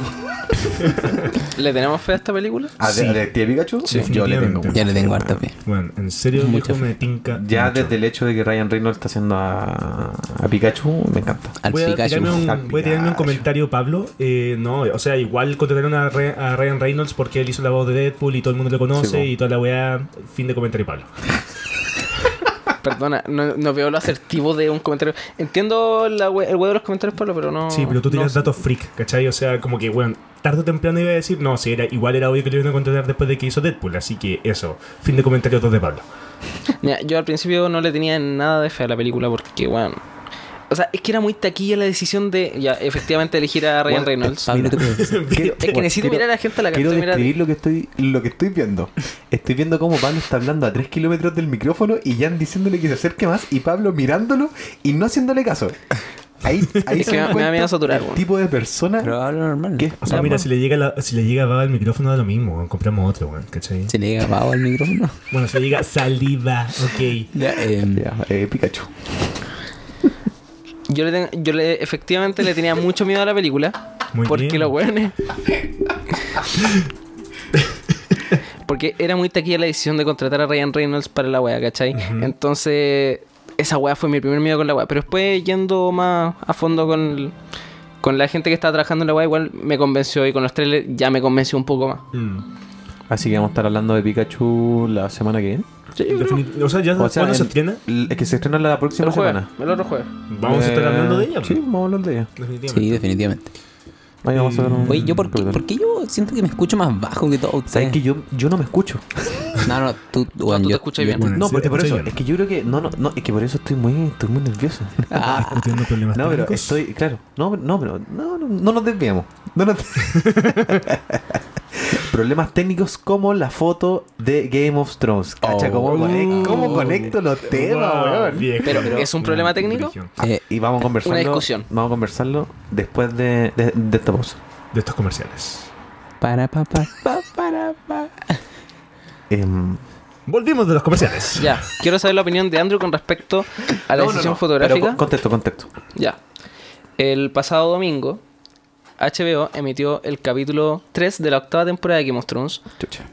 [SPEAKER 5] ¿Le tenemos fe a esta película?
[SPEAKER 3] ¿A
[SPEAKER 4] Sí.
[SPEAKER 3] Ah, de- a Detective Pikachu? Yo le tengo.
[SPEAKER 4] Definitivamente.
[SPEAKER 6] Ya le tengo harta fe.
[SPEAKER 4] Bueno, en serio,
[SPEAKER 6] Mucha
[SPEAKER 4] viejo, me tinca.
[SPEAKER 3] Ya
[SPEAKER 4] mucho.
[SPEAKER 3] desde el hecho de que Ryan Reynolds está haciendo a, a Pikachu, me encanta.
[SPEAKER 6] Al
[SPEAKER 4] Voy a,
[SPEAKER 6] Pikachu.
[SPEAKER 4] tirarme
[SPEAKER 3] Al
[SPEAKER 4] un, voy a tirarme un
[SPEAKER 3] Pikachu.
[SPEAKER 4] comentario, Pablo. Eh, no, o sea, igual contrataron a, Re- a Ryan Reynolds porque él hizo la voz de Deadpool y todo el mundo lo conoce
[SPEAKER 3] Sí, po.
[SPEAKER 4] y toda la weá. Fin de comentario, Pablo.
[SPEAKER 5] Perdona, no, no veo lo asertivo de un comentario. Entiendo la we- el huevo de los comentarios, Pablo, pero no.
[SPEAKER 4] Sí, pero tú
[SPEAKER 5] no
[SPEAKER 4] tiras
[SPEAKER 5] sé.
[SPEAKER 4] datos freak, ¿cachai? O sea, como que, bueno, tarde o temprano iba a decir, no, sí, era, igual era obvio que lo iban a contratar después de que hizo Deadpool. Así que eso, fin de comentario 2 de Pablo.
[SPEAKER 5] Mira, yo al principio no le tenía nada de fe a la película porque, bueno. O sea, es que era muy taquilla la decisión de, ya, efectivamente, elegir a Ryan
[SPEAKER 3] Bueno,
[SPEAKER 5] Reynolds.
[SPEAKER 6] Pablo, ¿qué te parece?
[SPEAKER 3] Quiero-
[SPEAKER 5] Es que necesito
[SPEAKER 3] quiero-
[SPEAKER 5] mirar a la gente a la cara.
[SPEAKER 3] Quiero
[SPEAKER 5] estoy mirando-
[SPEAKER 3] describir lo que estoy lo que estoy viendo. Estoy viendo cómo Pablo está hablando a 3 kilómetros del micrófono y Jan diciéndole que se acerque más y Pablo mirándolo y no haciéndole caso. Ahí, ahí
[SPEAKER 5] Es
[SPEAKER 3] se
[SPEAKER 5] que
[SPEAKER 3] dan
[SPEAKER 5] me da
[SPEAKER 3] cuenta
[SPEAKER 5] miedo saturar,
[SPEAKER 3] el
[SPEAKER 5] weón.
[SPEAKER 3] tipo de persona
[SPEAKER 6] Pero hablo normal.
[SPEAKER 3] que es
[SPEAKER 4] O sea,
[SPEAKER 3] normal.
[SPEAKER 4] mira, si le llega la, si le llega baba al micrófono da lo mismo, weón, compramos otro, weón, ¿cachai?
[SPEAKER 6] Se le grabado al micrófono.
[SPEAKER 4] Bueno, si le llega saliva, ok.
[SPEAKER 6] Ya, em,
[SPEAKER 3] Ya, eh, Pikachu.
[SPEAKER 5] Yo le, ten- yo le- efectivamente le tenía mucho miedo a la película.
[SPEAKER 4] Muy
[SPEAKER 5] porque
[SPEAKER 4] bien.
[SPEAKER 5] los weones. porque era muy taquilla la decisión de contratar a Ryan Reynolds para la wea, ¿cachai? Entonces, esa wea fue mi primer miedo con la wea. Pero después, yendo más a fondo con, con la gente que estaba trabajando en la wea, igual me convenció. Y con los trailers ya me convenció un poco más.
[SPEAKER 4] Mm.
[SPEAKER 3] Así que vamos a estar hablando de Pikachu la semana que viene.
[SPEAKER 4] Definit- O sea, ya cuando se
[SPEAKER 3] en-
[SPEAKER 4] estrena,
[SPEAKER 3] l- es que se estrena la próxima
[SPEAKER 5] El jueves,
[SPEAKER 3] semana.
[SPEAKER 5] el otro jueves.
[SPEAKER 4] vamos a estar
[SPEAKER 3] Eh,
[SPEAKER 4] hablando de ella.
[SPEAKER 3] Sí, vamos a hablar de ella.
[SPEAKER 4] Definitivamente.
[SPEAKER 6] sí, definitivamente.
[SPEAKER 3] Ahí vamos a ver un-
[SPEAKER 6] Oye, ¿yo por qué,
[SPEAKER 3] capítulo.
[SPEAKER 6] por qué yo siento que me escucho más bajo que todos
[SPEAKER 3] Sabes
[SPEAKER 6] ustedes?
[SPEAKER 3] que yo, yo no me escucho.
[SPEAKER 4] Ah,
[SPEAKER 6] No, no, tú, bueno,
[SPEAKER 5] tú te
[SPEAKER 6] yo-
[SPEAKER 5] escuchas
[SPEAKER 6] yo-
[SPEAKER 5] bien.
[SPEAKER 3] No,
[SPEAKER 4] Sí,
[SPEAKER 3] por, por
[SPEAKER 4] escucha
[SPEAKER 3] eso.
[SPEAKER 4] bien.
[SPEAKER 3] Es que yo creo que. No, no, no, es que por eso estoy muy, estoy muy nervioso.
[SPEAKER 6] Ah,
[SPEAKER 4] Discutiendo problemas
[SPEAKER 3] No, pero
[SPEAKER 4] técnicos.
[SPEAKER 3] estoy, claro, no, no, pero no, no, no nos desviamos. No nos- Problemas técnicos como la foto de Game of Thrones. Cacha, ¿cómo,
[SPEAKER 6] Oh.
[SPEAKER 3] conec- cómo conecto los temas,
[SPEAKER 4] Wow,
[SPEAKER 3] weón?
[SPEAKER 4] viejo,
[SPEAKER 5] Pero, ¿es un problema técnico?
[SPEAKER 4] Religión.
[SPEAKER 6] Eh,
[SPEAKER 3] Y vamos a conversarlo.
[SPEAKER 5] Una discusión.
[SPEAKER 3] Vamos a conversarlo después de, de, de esta pausa.
[SPEAKER 4] De estos comerciales.
[SPEAKER 6] para, pa, pa, pa, para, pa.
[SPEAKER 3] Em,
[SPEAKER 4] Volvimos de los comerciales.
[SPEAKER 5] Ya, quiero saber la opinión de Andrew con respecto a la
[SPEAKER 3] no, no,
[SPEAKER 5] decisión
[SPEAKER 3] no,
[SPEAKER 5] fotográfica.
[SPEAKER 3] pero con- contexto, contexto.
[SPEAKER 5] Ya. El pasado domingo, HBO emitió el capítulo 3 de la octava temporada de Game of Thrones,
[SPEAKER 3] Chucha.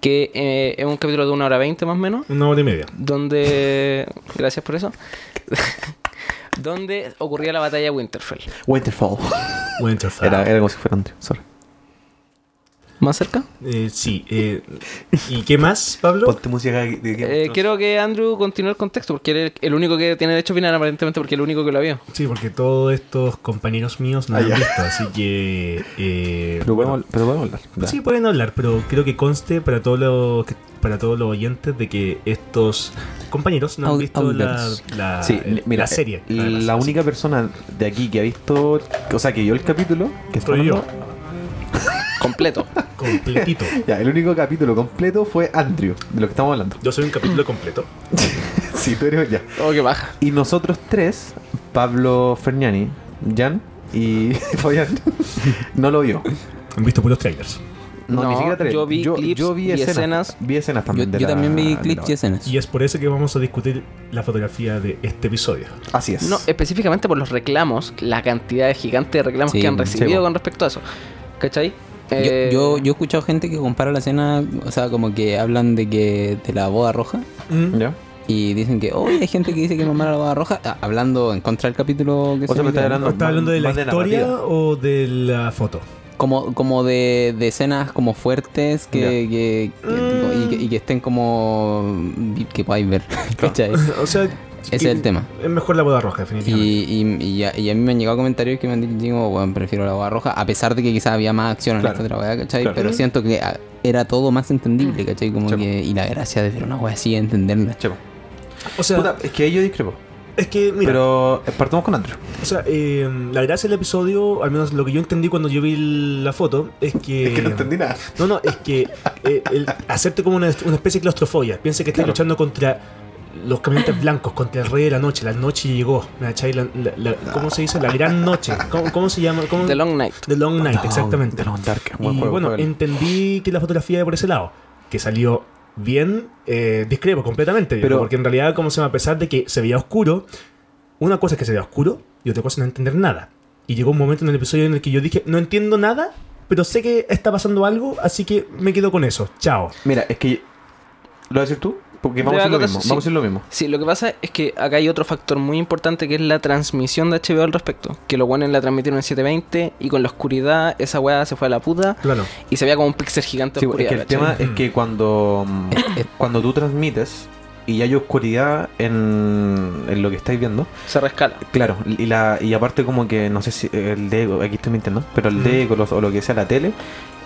[SPEAKER 5] que eh, es un capítulo de una hora 20 más o menos,
[SPEAKER 4] Una hora y media.
[SPEAKER 5] donde... Gracias por eso. donde ocurría la batalla de Winterfell.
[SPEAKER 3] Winterfall.
[SPEAKER 4] Winterfell.
[SPEAKER 3] Era, era como si fuera Andrew, sorry.
[SPEAKER 5] ¿Más cerca?
[SPEAKER 4] Eh, sí. eh, ¿Y qué más, Pablo?
[SPEAKER 3] Ponte música de Game of
[SPEAKER 5] Eh,
[SPEAKER 3] Thrones.
[SPEAKER 5] quiero que Andrew continúe el contexto, porque él es el único que tiene derecho a opinar aparentemente, porque es el único que lo vio.
[SPEAKER 4] Sí, porque todos estos compañeros míos no
[SPEAKER 3] Ah,
[SPEAKER 4] lo han
[SPEAKER 3] ya.
[SPEAKER 4] visto, así que... eh,
[SPEAKER 3] Pero podemos, pero podemos hablar. da.
[SPEAKER 4] Sí, pueden hablar, pero creo que conste para todos los que- para todos los oyentes de que estos compañeros no han
[SPEAKER 6] Au-
[SPEAKER 4] visto la,
[SPEAKER 6] auditores.
[SPEAKER 4] la,
[SPEAKER 3] Sí,
[SPEAKER 4] eh,
[SPEAKER 3] mira,
[SPEAKER 4] la serie. además,
[SPEAKER 3] La
[SPEAKER 4] así
[SPEAKER 3] única persona de aquí que ha visto, o sea, que vio el capítulo, que está
[SPEAKER 4] Soy yo.
[SPEAKER 3] hablando-
[SPEAKER 5] Completo.
[SPEAKER 4] que Completito.
[SPEAKER 3] Ya, el único capítulo completo fue Andrew, de lo que estamos hablando.
[SPEAKER 4] Yo soy un capítulo completo.
[SPEAKER 3] sí, tú eres ya.
[SPEAKER 5] Oh, que baja.
[SPEAKER 3] Y nosotros tres, Pablo Ferniani, Jan y Fabián no lo vio.
[SPEAKER 4] Han visto puros trailers.
[SPEAKER 3] No, ni
[SPEAKER 5] No,
[SPEAKER 3] siquiera tres.
[SPEAKER 5] yo vi clips y escenas.
[SPEAKER 3] Vi escenas
[SPEAKER 6] Yo,
[SPEAKER 3] también. de
[SPEAKER 6] yo
[SPEAKER 3] la-
[SPEAKER 6] también vi
[SPEAKER 3] de
[SPEAKER 6] clips
[SPEAKER 3] la-
[SPEAKER 6] y escenas.
[SPEAKER 4] Y es por eso que vamos a discutir la fotografía de este episodio.
[SPEAKER 3] Así es.
[SPEAKER 5] No, eh, específicamente por los reclamos, la cantidad de gigante de reclamos
[SPEAKER 6] Sí,
[SPEAKER 5] que han
[SPEAKER 6] sí,
[SPEAKER 5] recibido
[SPEAKER 3] po.
[SPEAKER 5] con respecto a eso. ¿Cachai?
[SPEAKER 6] Yo,
[SPEAKER 5] Eh,
[SPEAKER 6] yo, yo he escuchado gente que compara la escena, o sea, como que hablan de que de la boda roja
[SPEAKER 3] ¿Ya?
[SPEAKER 6] y dicen que, hoy hay gente que dice que mamá era la boda roja, ah, hablando en contra del capítulo que
[SPEAKER 3] O sea, me estás
[SPEAKER 6] emitió,
[SPEAKER 3] hablando,
[SPEAKER 4] ¿Estás hablando de la
[SPEAKER 3] más
[SPEAKER 4] historia
[SPEAKER 3] narrativa.
[SPEAKER 4] o de la foto?
[SPEAKER 6] Como, como de, de escenas como fuertes que,
[SPEAKER 3] Ya.
[SPEAKER 6] que- que- y, que, y que estén como que podáis ver. ¿cachai?
[SPEAKER 4] o sea,
[SPEAKER 6] Ese es el tema.
[SPEAKER 4] Es mejor la boda roja, definitivamente.
[SPEAKER 6] Y, y- y a, y a mí me han llegado comentarios que me han dicho, bueno, prefiero la boda roja, a pesar de que quizás había más acción en
[SPEAKER 3] Claro.
[SPEAKER 6] esta otra weá, ¿cachai?
[SPEAKER 3] Claro.
[SPEAKER 6] Pero siento que ah, era todo más entendible, ¿cachai? Como
[SPEAKER 3] Sí.
[SPEAKER 6] que, y la gracia de ver una weá así, entenderla.
[SPEAKER 3] Che, po.
[SPEAKER 4] O sea,
[SPEAKER 3] Puta, es que ahí yo discrepo.
[SPEAKER 4] es que, mira,
[SPEAKER 3] Pero eh, partamos con Andrew.
[SPEAKER 4] o sea, eh, la gracia del episodio, al menos lo que yo entendí cuando yo vi el- la foto, es que...
[SPEAKER 3] nada.
[SPEAKER 4] No, no, es que eh, el hacerte como una, una especie de claustrofobia. Piensa que estás
[SPEAKER 3] Claro.
[SPEAKER 4] luchando contra los caminantes blancos, contra el rey de la noche. La noche llegó. ¿me cachai? La- la- la- ¿Cómo se dice? La gran noche. ¿Cómo, cómo se llama? ¿Cómo?
[SPEAKER 5] The Long Night.
[SPEAKER 4] The Long Night, exactamente.
[SPEAKER 3] De los Dark.
[SPEAKER 4] Y
[SPEAKER 3] Buen juego,
[SPEAKER 4] bueno,
[SPEAKER 3] juegan.
[SPEAKER 4] entendí que la fotografía iba por ese lado, que salió bien, eh, discrepo completamente, yo
[SPEAKER 3] Pero-
[SPEAKER 4] creo, porque en realidad, como se llama, a pesar de que se veía oscuro, una cosa es que se vea oscuro y otra cosa es no entender nada. Y llegó un momento en el episodio en el que yo dije, no entiendo nada, pero sé que está pasando algo, así que me quedo con eso. Chao.
[SPEAKER 3] Mira, es que. ¿Lo vas a decir tú? Porque vamos a
[SPEAKER 5] Te
[SPEAKER 3] decir
[SPEAKER 5] voy
[SPEAKER 3] lo
[SPEAKER 5] a
[SPEAKER 3] mismo.
[SPEAKER 5] contar- sí.
[SPEAKER 3] Vamos a decir lo mismo.
[SPEAKER 5] Sí, lo que pasa es que acá hay otro factor muy importante que es la transmisión de HBO al respecto. Que los buenos la transmitieron en 720 y con la oscuridad esa weá se fue a la puta
[SPEAKER 4] Claro.
[SPEAKER 5] y se veía como un pixel gigante de
[SPEAKER 3] Sí, es
[SPEAKER 5] oscuridad.
[SPEAKER 3] que el tema
[SPEAKER 5] ¿cachai?
[SPEAKER 3] es que cuando, mm, cuando tú transmites y hay oscuridad en, en lo que estáis viendo,
[SPEAKER 5] Se rescala.
[SPEAKER 3] claro, y, la, y aparte como que, no sé si el deco, aquí estoy mintiendo, pero el deco los- o lo que sea la tele,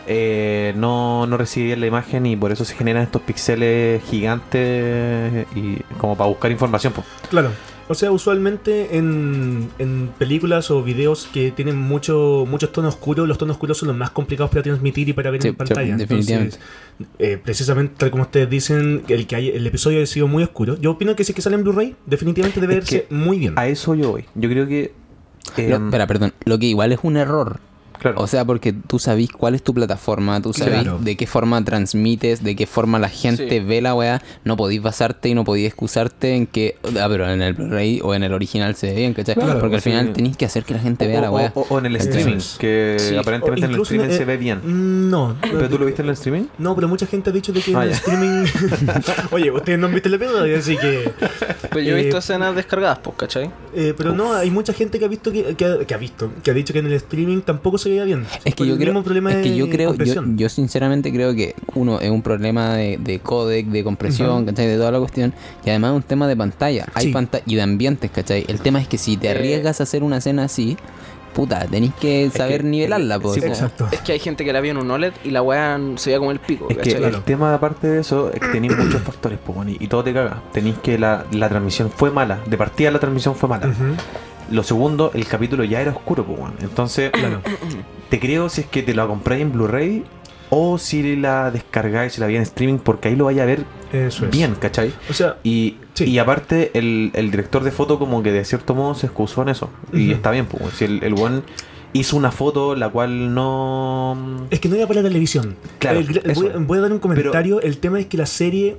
[SPEAKER 3] eh, no, no recibe bien la imagen y por eso se generan estos píxeles gigantes y como para buscar información. po.
[SPEAKER 4] Claro. O sea, usualmente en, en películas o videos que tienen mucho, muchos tonos oscuros, los tonos oscuros son los más complicados para transmitir y para ver
[SPEAKER 6] Sí,
[SPEAKER 4] en
[SPEAKER 6] sí,
[SPEAKER 4] pantalla.
[SPEAKER 6] definitivamente.
[SPEAKER 4] Entonces, eh, precisamente, tal como ustedes dicen, el, que hay, el episodio ha sido muy oscuro. Yo opino que si es que sale en Blu-ray, definitivamente debe
[SPEAKER 3] Es
[SPEAKER 4] verse
[SPEAKER 3] que
[SPEAKER 4] muy bien.
[SPEAKER 3] A eso yo voy. Yo creo que...
[SPEAKER 6] Lo-
[SPEAKER 3] em,
[SPEAKER 6] Mm. espera, perdón, lo que igual es un error.
[SPEAKER 3] claro.
[SPEAKER 6] O sea, porque tú sabís cuál es tu plataforma, tú sabís
[SPEAKER 4] Claro.
[SPEAKER 6] de qué forma transmites, de qué forma la gente
[SPEAKER 5] Sí.
[SPEAKER 6] ve la weá, no podís basarte y no podís excusarte en que, ah, pero en el Blu-ray o en el original se ve bien, ¿cachai?
[SPEAKER 4] Claro,
[SPEAKER 6] Porque al
[SPEAKER 3] sí.
[SPEAKER 6] final tenéis que hacer que la gente vea la
[SPEAKER 3] o,
[SPEAKER 6] weá.
[SPEAKER 3] o- o en el
[SPEAKER 6] Entonces-
[SPEAKER 3] streaming, que
[SPEAKER 5] Sí.
[SPEAKER 3] aparentemente
[SPEAKER 4] O
[SPEAKER 3] en el
[SPEAKER 4] incluso
[SPEAKER 3] streaming
[SPEAKER 4] eh,
[SPEAKER 3] se ve bien.
[SPEAKER 4] No.
[SPEAKER 3] ¿Pero tú lo viste en el streaming?
[SPEAKER 4] No, pero mucha gente ha dicho de que en
[SPEAKER 3] Ah,
[SPEAKER 4] el
[SPEAKER 3] ya.
[SPEAKER 4] streaming... Oye, ustedes no han visto el episodio, así que...
[SPEAKER 5] Pero yo he
[SPEAKER 4] Eh,
[SPEAKER 5] visto escenas descargadas, pues, ¿cachai?
[SPEAKER 4] eh, pero no, hay mucha gente que ha visto que, que ha- que ha visto, que ha dicho que en el streaming tampoco se veía bien.
[SPEAKER 6] Es que,
[SPEAKER 4] Por
[SPEAKER 6] yo
[SPEAKER 4] el
[SPEAKER 6] creo,
[SPEAKER 4] mismo problema
[SPEAKER 6] es que
[SPEAKER 4] de
[SPEAKER 6] yo creo, yo,
[SPEAKER 4] compresión.
[SPEAKER 6] yo sinceramente creo que uno es un problema de, de codec, de compresión, ¿cachai? De toda la cuestión. Y además es un tema de pantalla. Hay
[SPEAKER 4] Sí.
[SPEAKER 6] panta- y de ambientes, ¿cachai? El tema es que si te
[SPEAKER 5] Eh,
[SPEAKER 6] arriesgas a hacer una escena así, puta, tenéis que saber
[SPEAKER 3] que-
[SPEAKER 6] nivelarla, po,
[SPEAKER 3] sí,
[SPEAKER 6] o sea,
[SPEAKER 4] Exacto.
[SPEAKER 5] Es que hay gente que la vio en un OLED y la weá se veía como el pico,
[SPEAKER 3] Es que
[SPEAKER 5] ¿cachai?
[SPEAKER 4] Claro.
[SPEAKER 3] el tema, aparte de eso, es que tenéis muchos factores, po, weón, y, y todo te caga. Tenéis que la, la transmisión fue mala. De partida la transmisión fue mala.
[SPEAKER 4] Ujú.
[SPEAKER 3] Lo segundo, el capítulo ya era oscuro, po, weón. Entonces, te creo si es que te la compráis en Blu-ray o si la descargáis, si la vi en streaming, porque ahí lo vaya a ver
[SPEAKER 4] Eso es.
[SPEAKER 3] bien, ¿cachai?
[SPEAKER 4] O sea,
[SPEAKER 3] Y,
[SPEAKER 4] Sí.
[SPEAKER 3] y aparte, el, el director de foto, como que de cierto modo se excusó en eso. Y
[SPEAKER 4] Ujú.
[SPEAKER 3] está bien, pues. Si el, el weón hizo una foto la cual no.
[SPEAKER 4] es que no era para la televisión.
[SPEAKER 3] Claro,
[SPEAKER 4] El gra-
[SPEAKER 3] eso
[SPEAKER 4] voy,
[SPEAKER 3] es.
[SPEAKER 4] voy a dar un comentario. el tema es que la serie,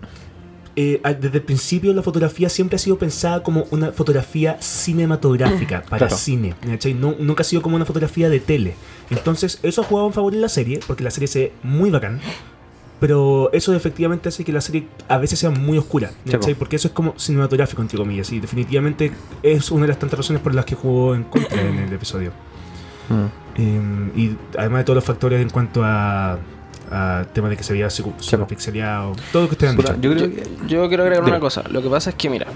[SPEAKER 4] eh, a- desde el principio, la fotografía siempre ha sido pensada como una fotografía cinematográfica para
[SPEAKER 3] Claro.
[SPEAKER 4] cine. ¿cachai? No- nunca ha sido como una fotografía de tele. Entonces, eso ha jugado en favor de la serie, porque la serie se ve muy bacán. Pero eso efectivamente hace que la serie a veces sea muy oscura, ¿cachai?
[SPEAKER 3] Chepo.
[SPEAKER 4] Porque eso es como cinematográfico, entre comillas, y definitivamente es una de las tantas razones por las que jugó en contra en el episodio.
[SPEAKER 3] Mm.
[SPEAKER 4] Eh, y además de todos los factores en cuanto a, a tema de que se veía secu- superpixeleado, todo lo que ustedes han
[SPEAKER 3] Puta,
[SPEAKER 4] dicho.
[SPEAKER 3] yo creo
[SPEAKER 5] Yo-
[SPEAKER 3] que.
[SPEAKER 5] Yo quiero agregar
[SPEAKER 3] Dime.
[SPEAKER 5] una cosa. Lo que pasa es que, mira,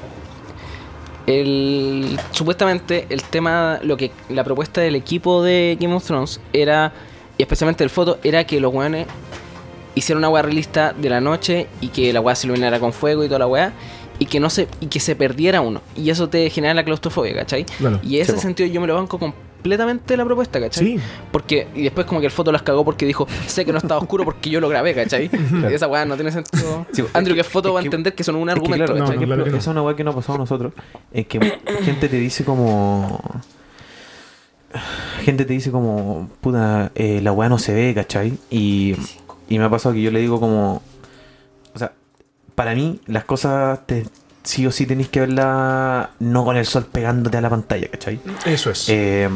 [SPEAKER 5] el, supuestamente el tema, lo que la propuesta del equipo de Game of Thrones era, y especialmente el foto, era que los weones hicieran una weá realista de la noche y que la weá se iluminara con fuego y toda la weá. Y que, no se, y que se perdiera uno. Y eso te genera la claustrofobia, ¿cachai?
[SPEAKER 4] Claro.
[SPEAKER 5] Y en ese
[SPEAKER 3] Sí, po.
[SPEAKER 5] sentido yo me lo banco completamente la propuesta, ¿cachai?
[SPEAKER 4] Sí,
[SPEAKER 5] Porque, y después como que el foto las cagó porque dijo, sé que no estaba oscuro porque yo lo grabé, ¿cachai? Y esa weá no tiene sentido.
[SPEAKER 3] Sí, es
[SPEAKER 5] Andrew,
[SPEAKER 3] que-
[SPEAKER 5] que foto
[SPEAKER 3] es
[SPEAKER 5] va a
[SPEAKER 3] que-
[SPEAKER 5] entender que son un
[SPEAKER 3] Es que,
[SPEAKER 5] argumento,
[SPEAKER 3] claro,
[SPEAKER 4] No,
[SPEAKER 5] ¿cachai?
[SPEAKER 3] por
[SPEAKER 4] no, claro
[SPEAKER 3] ejemplo,
[SPEAKER 4] que no.
[SPEAKER 3] esa es una weá que nos ha pasado a nosotros. Es que gente te dice como. gente te dice como, puta, eh, la weá no se ve, ¿cachai? Y, y me ha pasado que yo le digo como, o sea, para mí las cosas te, sí o sí tenéis que verla no con el sol pegándote a la pantalla, ¿cachai?
[SPEAKER 4] Eso es.
[SPEAKER 3] Eh,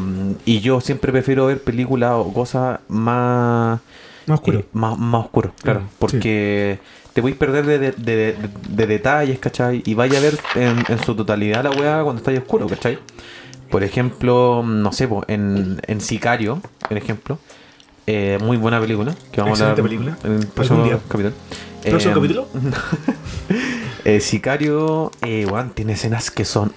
[SPEAKER 3] y yo siempre prefiero ver películas o cosas más...
[SPEAKER 4] Más oscuro.
[SPEAKER 3] eh, más, más oscuro, claro.
[SPEAKER 4] Mm,
[SPEAKER 3] porque te podéis perder de, de- de- de- de detalles, ¿cachai? Y vaya a ver en, en su totalidad la weá cuando está ahí oscuro, ¿cachai? Por ejemplo, no sé, po, en, en Sicario, por ejemplo. eh, muy buena película. Que vamos a
[SPEAKER 4] Excelente
[SPEAKER 3] hablar
[SPEAKER 4] película.
[SPEAKER 3] En el
[SPEAKER 4] Algún
[SPEAKER 3] próximo
[SPEAKER 4] día.
[SPEAKER 3] capítulo.
[SPEAKER 4] ¿Próximo
[SPEAKER 3] Eh,
[SPEAKER 4] capítulo?
[SPEAKER 3] eh, Sicario, eh, weón, tiene escenas que son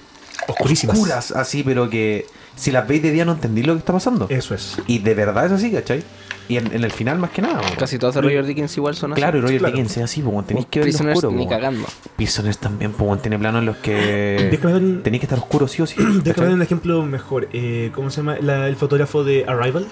[SPEAKER 4] Oscurísimas.
[SPEAKER 3] oscuras así, pero que si las veis de día no entendís lo que está pasando.
[SPEAKER 4] Eso es.
[SPEAKER 3] Y de verdad es así, ¿cachai? Y en, en el final más que nada. weón.
[SPEAKER 5] Casi todas de Roger Dickens igual son así.
[SPEAKER 3] Claro, y Roger
[SPEAKER 4] Claro.
[SPEAKER 3] Dickens es así, pues, tenéis que verlo
[SPEAKER 5] Prisoners
[SPEAKER 3] oscuro.
[SPEAKER 5] ni
[SPEAKER 3] po.
[SPEAKER 5] cagando.
[SPEAKER 3] Prisoners también, pues, tiene planos en los que
[SPEAKER 4] Déjame dar un-
[SPEAKER 3] tenéis Eh, que estar oscuro sí o sí. ¿cachai?
[SPEAKER 4] Déjame dar un ejemplo mejor. Eh, ¿Cómo se llama? La- el fotógrafo de Arrival.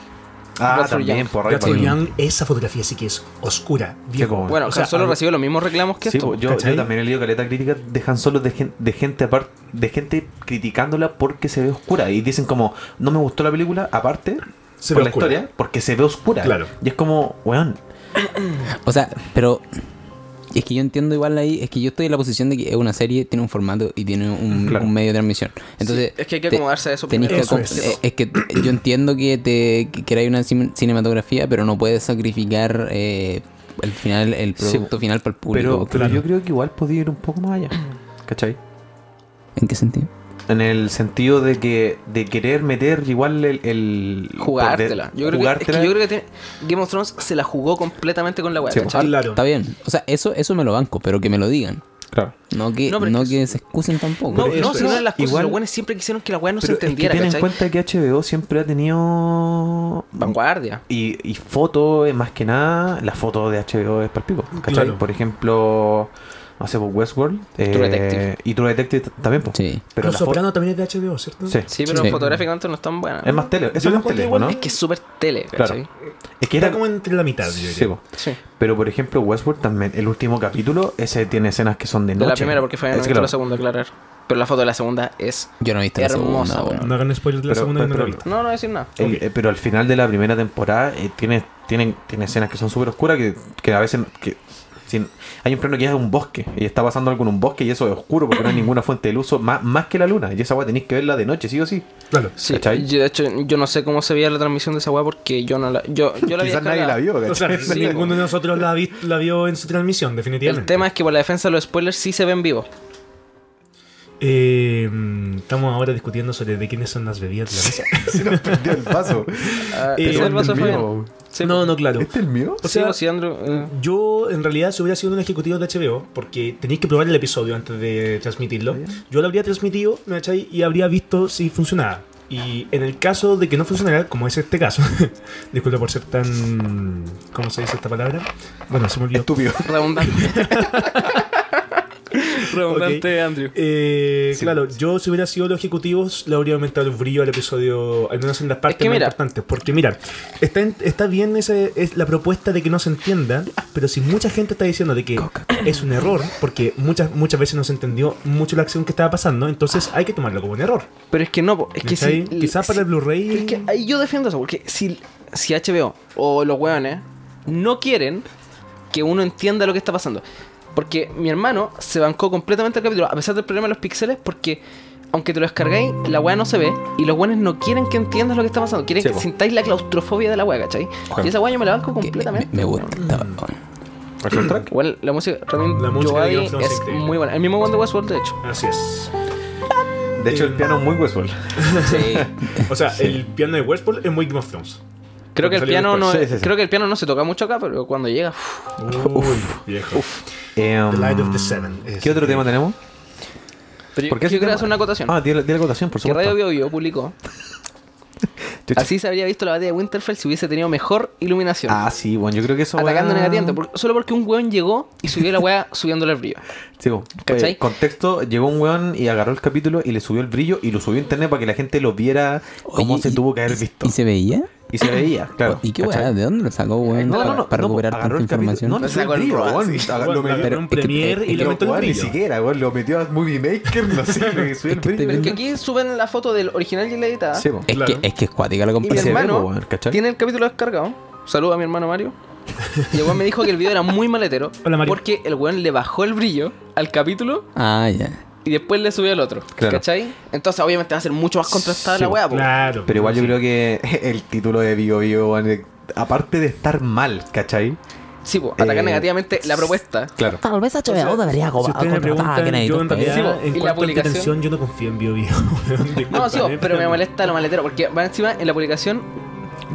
[SPEAKER 3] Ah,
[SPEAKER 5] Guthrie
[SPEAKER 3] también,
[SPEAKER 5] Young.
[SPEAKER 3] por
[SPEAKER 4] Gatsby
[SPEAKER 3] Roger
[SPEAKER 4] Young, esa fotografía sí que es oscura, viejo.
[SPEAKER 3] como-
[SPEAKER 5] Bueno,
[SPEAKER 4] O sea,
[SPEAKER 5] Han Solo
[SPEAKER 4] algo-
[SPEAKER 5] recibió los mismos reclamos que
[SPEAKER 3] Sí,
[SPEAKER 5] esto.
[SPEAKER 3] po, yo,
[SPEAKER 4] ¿cachai?
[SPEAKER 3] yo también he leído caleta crítica de Han Solo de, gen- de gente aparte de gente criticándola porque se ve oscura y dicen como no me gustó la película aparte
[SPEAKER 4] Se
[SPEAKER 3] por
[SPEAKER 4] ve
[SPEAKER 3] la
[SPEAKER 4] oscura.
[SPEAKER 3] historia porque se ve oscura
[SPEAKER 4] Claro.
[SPEAKER 3] y es como weón
[SPEAKER 6] O sea, pero es que yo entiendo igual ahí, es que yo estoy en la posición de que es una serie, tiene un formato y tiene un,
[SPEAKER 3] Claro.
[SPEAKER 6] un medio de transmisión. Entonces,
[SPEAKER 5] Sí, es que hay que
[SPEAKER 6] te-
[SPEAKER 5] acomodarse a eso
[SPEAKER 6] tenés
[SPEAKER 5] primero.
[SPEAKER 6] que acom-
[SPEAKER 4] Eso es.
[SPEAKER 6] eh, es. que yo entiendo que te que queráis una cin- cinematografía, pero no puedes sacrificar eh, el final el
[SPEAKER 3] Sí,
[SPEAKER 6] producto final para el
[SPEAKER 3] pero,
[SPEAKER 6] público.
[SPEAKER 3] pero yo creo que igual podía ir un poco más allá ¿cachai?
[SPEAKER 6] ¿En qué sentido?
[SPEAKER 3] En el sentido de que de querer meter igual el, el
[SPEAKER 5] Jugártela.
[SPEAKER 3] por de-
[SPEAKER 5] Yo creo, que, es que
[SPEAKER 3] jugártela.
[SPEAKER 5] yo creo que tiene- Game of Thrones se la jugó completamente con la weá.
[SPEAKER 3] Sí,
[SPEAKER 5] ¿cachai?
[SPEAKER 4] Claro.
[SPEAKER 6] Está bien. O sea, eso eso me lo banco, pero que me lo digan.
[SPEAKER 3] Claro.
[SPEAKER 6] No que
[SPEAKER 5] No,
[SPEAKER 6] no,
[SPEAKER 5] pero es que
[SPEAKER 6] que se excusen tampoco.
[SPEAKER 5] No,
[SPEAKER 4] Por
[SPEAKER 5] no,
[SPEAKER 4] eso
[SPEAKER 5] si no
[SPEAKER 4] es.
[SPEAKER 5] eran las cosas,
[SPEAKER 3] Igual-
[SPEAKER 5] los buenos siempre quisieron que la weá no se
[SPEAKER 3] Pero es que
[SPEAKER 5] entendiera,
[SPEAKER 3] ten en
[SPEAKER 5] ¿cachai?
[SPEAKER 3] cuenta que HBO siempre ha tenido
[SPEAKER 5] Vanguardia.
[SPEAKER 3] Y, y foto, eh, más que nada, la foto de HBO es para pico. ¿Cachai?
[SPEAKER 4] Claro.
[SPEAKER 3] Por ejemplo, no sé, pues, Westworld. eh,
[SPEAKER 5] True Detective.
[SPEAKER 3] Y True Detective t- también, pues.
[SPEAKER 6] Sí.
[SPEAKER 3] Pero
[SPEAKER 4] Los
[SPEAKER 3] la foto.
[SPEAKER 4] Soprano también es de HBO, ¿cierto?
[SPEAKER 3] Sí.
[SPEAKER 5] Sí, pero
[SPEAKER 6] Sí.
[SPEAKER 5] fotográficamente no es tan buena.
[SPEAKER 3] Es más tele. Eso
[SPEAKER 4] Yo
[SPEAKER 3] es
[SPEAKER 4] la
[SPEAKER 3] más tele,
[SPEAKER 4] encuentro
[SPEAKER 3] ¿no?
[SPEAKER 5] Es que es súper tele,
[SPEAKER 3] Claro.
[SPEAKER 5] ¿cachai?
[SPEAKER 3] Es que
[SPEAKER 4] Está
[SPEAKER 3] era.
[SPEAKER 4] como entre la mitad, yo
[SPEAKER 3] Sí,
[SPEAKER 4] diría.
[SPEAKER 3] po.
[SPEAKER 5] Sí. pues.
[SPEAKER 3] Pero por ejemplo, Westworld también, el último capítulo, ese tiene escenas que son de
[SPEAKER 5] De
[SPEAKER 3] noche.
[SPEAKER 5] la primera, porque fue
[SPEAKER 3] Es
[SPEAKER 5] no
[SPEAKER 3] claro.
[SPEAKER 5] la segunda, aclarar. Pero la foto de la segunda es.
[SPEAKER 6] Yo no he visto la
[SPEAKER 5] Hermosa,
[SPEAKER 6] segunda,
[SPEAKER 5] weón.
[SPEAKER 6] weón.
[SPEAKER 4] No hagan spoilers de la
[SPEAKER 3] Pero-
[SPEAKER 4] segunda
[SPEAKER 3] pero-
[SPEAKER 4] y no la he
[SPEAKER 3] pero-
[SPEAKER 4] visto.
[SPEAKER 5] No, no voy a decir nada.
[SPEAKER 3] Eh, eh, pero al final de la primera temporada eh, tiene, tienen, tiene escenas que son súper oscuras que, que a veces... no- Que, sin- hay un plano que es un bosque y está pasando algo en un bosque y eso es oscuro porque no hay ninguna fuente de luz o- más, más que la luna. Y esa weá tenéis que verla de noche, sí o sí.
[SPEAKER 4] Claro.
[SPEAKER 5] Sí,
[SPEAKER 3] ¿Cachai?
[SPEAKER 5] yo, de hecho, yo no sé cómo se veía la transmisión de esa weá porque yo no la. Yo, yo la había
[SPEAKER 3] Quizás nadie
[SPEAKER 5] descargado.
[SPEAKER 3] la vio, ¿cachai?
[SPEAKER 4] O sea,
[SPEAKER 5] Sí,
[SPEAKER 4] ninguno
[SPEAKER 5] po.
[SPEAKER 4] de nosotros la, vi- la vio en su transmisión, definitivamente.
[SPEAKER 5] El tema es que por la defensa de los spoilers sí se ven vivos.
[SPEAKER 4] Eh, mm, estamos ahora discutiendo sobre de quiénes son las bebidas de la mesa.
[SPEAKER 3] Se nos perdió el vaso.
[SPEAKER 5] Ah,
[SPEAKER 4] Eh,
[SPEAKER 5] ese
[SPEAKER 4] pero
[SPEAKER 5] el vaso
[SPEAKER 3] el
[SPEAKER 5] fue
[SPEAKER 3] mío. ¿Este
[SPEAKER 5] bien. Sí, pues.
[SPEAKER 4] no, no, claro.
[SPEAKER 3] es el mío?
[SPEAKER 4] O
[SPEAKER 5] sí,
[SPEAKER 4] sea,
[SPEAKER 5] pues, sí, Andrew. eh,
[SPEAKER 4] yo en realidad si hubiera sido un ejecutivo de HBO, porque tenéis que probar el episodio antes de transmitirlo, yo lo habría transmitido, ¿me cachai? Y habría visto si funcionaba. Y en el caso de que no funcionara, como es este caso, disculpa por ser tan... ¿Cómo se dice esta palabra? Bueno, se me olvidó.
[SPEAKER 3] Estúpido.
[SPEAKER 5] redundante. redundante, Andrew.
[SPEAKER 4] Eh, Claro, yo si hubiera sido los ejecutivos, le habría aumentado el brillo al episodio, al menos en las partes
[SPEAKER 5] que
[SPEAKER 4] más
[SPEAKER 5] mira-
[SPEAKER 4] importantes. Porque mira, está, en- está bien ese, es la propuesta de que no se entienda, pero si mucha gente está diciendo de que es un error, porque muchas, muchas veces no se entendió mucho la acción que estaba pasando, entonces hay que tomarlo como un error.
[SPEAKER 5] Pero es que no, po, es que si,
[SPEAKER 4] ¿cachai? Quizás para
[SPEAKER 5] si-
[SPEAKER 4] el Blu-ray...
[SPEAKER 5] Es que ahí yo defiendo eso, porque si, si HBO o los weones no quieren que uno entienda lo que está pasando. Porque mi hermano se bancó completamente el capítulo, a pesar del problema de los píxeles, porque aunque te lo descargáis, la weá no se ve, y los weones no quieren que entiendas lo que está pasando, quieren
[SPEAKER 3] Sí,
[SPEAKER 5] que
[SPEAKER 3] po.
[SPEAKER 5] sintáis la claustrofobia de la weá, ¿cachai? Y esa weá yo me la banco
[SPEAKER 6] Que me,
[SPEAKER 5] completamente.
[SPEAKER 6] me gusta esta- weón.
[SPEAKER 5] Bueno, la música también
[SPEAKER 4] La música de Game of Thrones es
[SPEAKER 5] es
[SPEAKER 4] increíble.
[SPEAKER 5] muy buena. El mismo cuando Westworld, de hecho.
[SPEAKER 4] Así es.
[SPEAKER 3] De hecho, el piano es muy Westworld.
[SPEAKER 4] O sea, el piano de Westworld es muy Game of Thrones.
[SPEAKER 5] Creo que, el
[SPEAKER 4] Salió
[SPEAKER 5] piano no,
[SPEAKER 4] después.
[SPEAKER 3] Sí, sí, sí.
[SPEAKER 5] creo que el piano no se toca mucho acá, pero cuando llega, uff,
[SPEAKER 4] Uy, viejo.
[SPEAKER 3] Em,
[SPEAKER 4] The Light of the Seven. es
[SPEAKER 3] ¿Qué otro tema
[SPEAKER 4] increíble.
[SPEAKER 3] tenemos?
[SPEAKER 5] Pero
[SPEAKER 3] ¿Por qué
[SPEAKER 5] yo- yo
[SPEAKER 3] ese
[SPEAKER 5] quiero
[SPEAKER 3] tema?
[SPEAKER 5] hacer una acotación.
[SPEAKER 3] Ah, di la, di la acotación, por
[SPEAKER 5] que
[SPEAKER 3] supuesto.
[SPEAKER 5] Radio Bio Bio publicó.
[SPEAKER 3] Chucha.
[SPEAKER 5] Así se habría visto la batalla de Winterfell si hubiese tenido mejor iluminación.
[SPEAKER 3] Ah, sí, bueno, yo creo que eso
[SPEAKER 5] atacando
[SPEAKER 3] weá-
[SPEAKER 5] negativo. pues, solo porque un weón llegó y subió la weá subiéndole el brillo.
[SPEAKER 3] Sí, po.
[SPEAKER 5] ¿Cachai?
[SPEAKER 3] Eh, contexto, llegó un weón y agarró el capítulo y le subió el brillo y lo subió a internet para que la gente lo viera cómo
[SPEAKER 6] Oye,
[SPEAKER 3] se
[SPEAKER 6] y-
[SPEAKER 3] tuvo que haber visto.
[SPEAKER 6] ¿Y se veía?
[SPEAKER 3] Y se veía, claro.
[SPEAKER 6] ¿Y qué
[SPEAKER 3] ¿cachai?
[SPEAKER 6] weá? ¿De dónde lo sacó, weón?
[SPEAKER 3] No,
[SPEAKER 6] para,
[SPEAKER 3] no, no.
[SPEAKER 6] para
[SPEAKER 3] no,
[SPEAKER 6] recuperar
[SPEAKER 3] agarró
[SPEAKER 6] tanta
[SPEAKER 3] el capítulo-
[SPEAKER 6] información.
[SPEAKER 3] No, no
[SPEAKER 5] Lo sacó el robot, sí.
[SPEAKER 3] lo
[SPEAKER 4] Bueno,
[SPEAKER 3] metió-
[SPEAKER 4] agarró un
[SPEAKER 6] es que-
[SPEAKER 4] Premiere
[SPEAKER 6] es
[SPEAKER 4] y
[SPEAKER 6] que
[SPEAKER 4] le
[SPEAKER 3] Pero,
[SPEAKER 4] aumentó el
[SPEAKER 3] weón, ni
[SPEAKER 4] brillo.
[SPEAKER 3] siquiera, weón, lo metió a Movie Maker, no sé, lo que subió el
[SPEAKER 6] Es que te
[SPEAKER 3] brillo.
[SPEAKER 5] Que aquí suben la foto del original y la editada.
[SPEAKER 3] Sí, po.
[SPEAKER 6] Es,
[SPEAKER 4] Claro.
[SPEAKER 6] que, es que es cuática la
[SPEAKER 5] Y mi
[SPEAKER 3] se ve,
[SPEAKER 6] comparación.
[SPEAKER 5] hermano
[SPEAKER 3] po, weón, ¿cachai?
[SPEAKER 5] tiene el capítulo descargado. Saludo a mi hermano Mario. Y el weón me dijo que el video era muy maletero.
[SPEAKER 4] Hola, Mario.
[SPEAKER 5] Porque el weón le bajó el brillo al capítulo
[SPEAKER 6] Ah, ya.
[SPEAKER 5] y después le subió al otro.
[SPEAKER 3] Claro.
[SPEAKER 5] ¿Cachai? Entonces, obviamente va a ser mucho más contrastada
[SPEAKER 3] Sí,
[SPEAKER 5] la weá, po.
[SPEAKER 4] Claro.
[SPEAKER 3] Pero igual yo creo que el título de Bio Bio, weón, eh, aparte de estar mal, ¿cachai?
[SPEAKER 5] Sí, po, atacar
[SPEAKER 3] Eh,
[SPEAKER 5] negativamente la propuesta.
[SPEAKER 3] Claro.
[SPEAKER 6] Tal vez HBO debería
[SPEAKER 4] Si ustedes me preguntan, yo en realidad,
[SPEAKER 5] Sí, po, y
[SPEAKER 4] en
[SPEAKER 5] la
[SPEAKER 4] cuanto a
[SPEAKER 5] publicación.
[SPEAKER 4] entretención, yo no confío en BioBio.
[SPEAKER 5] No, sí, po, pero me molesta lo maletero. Porque va encima en la publicación,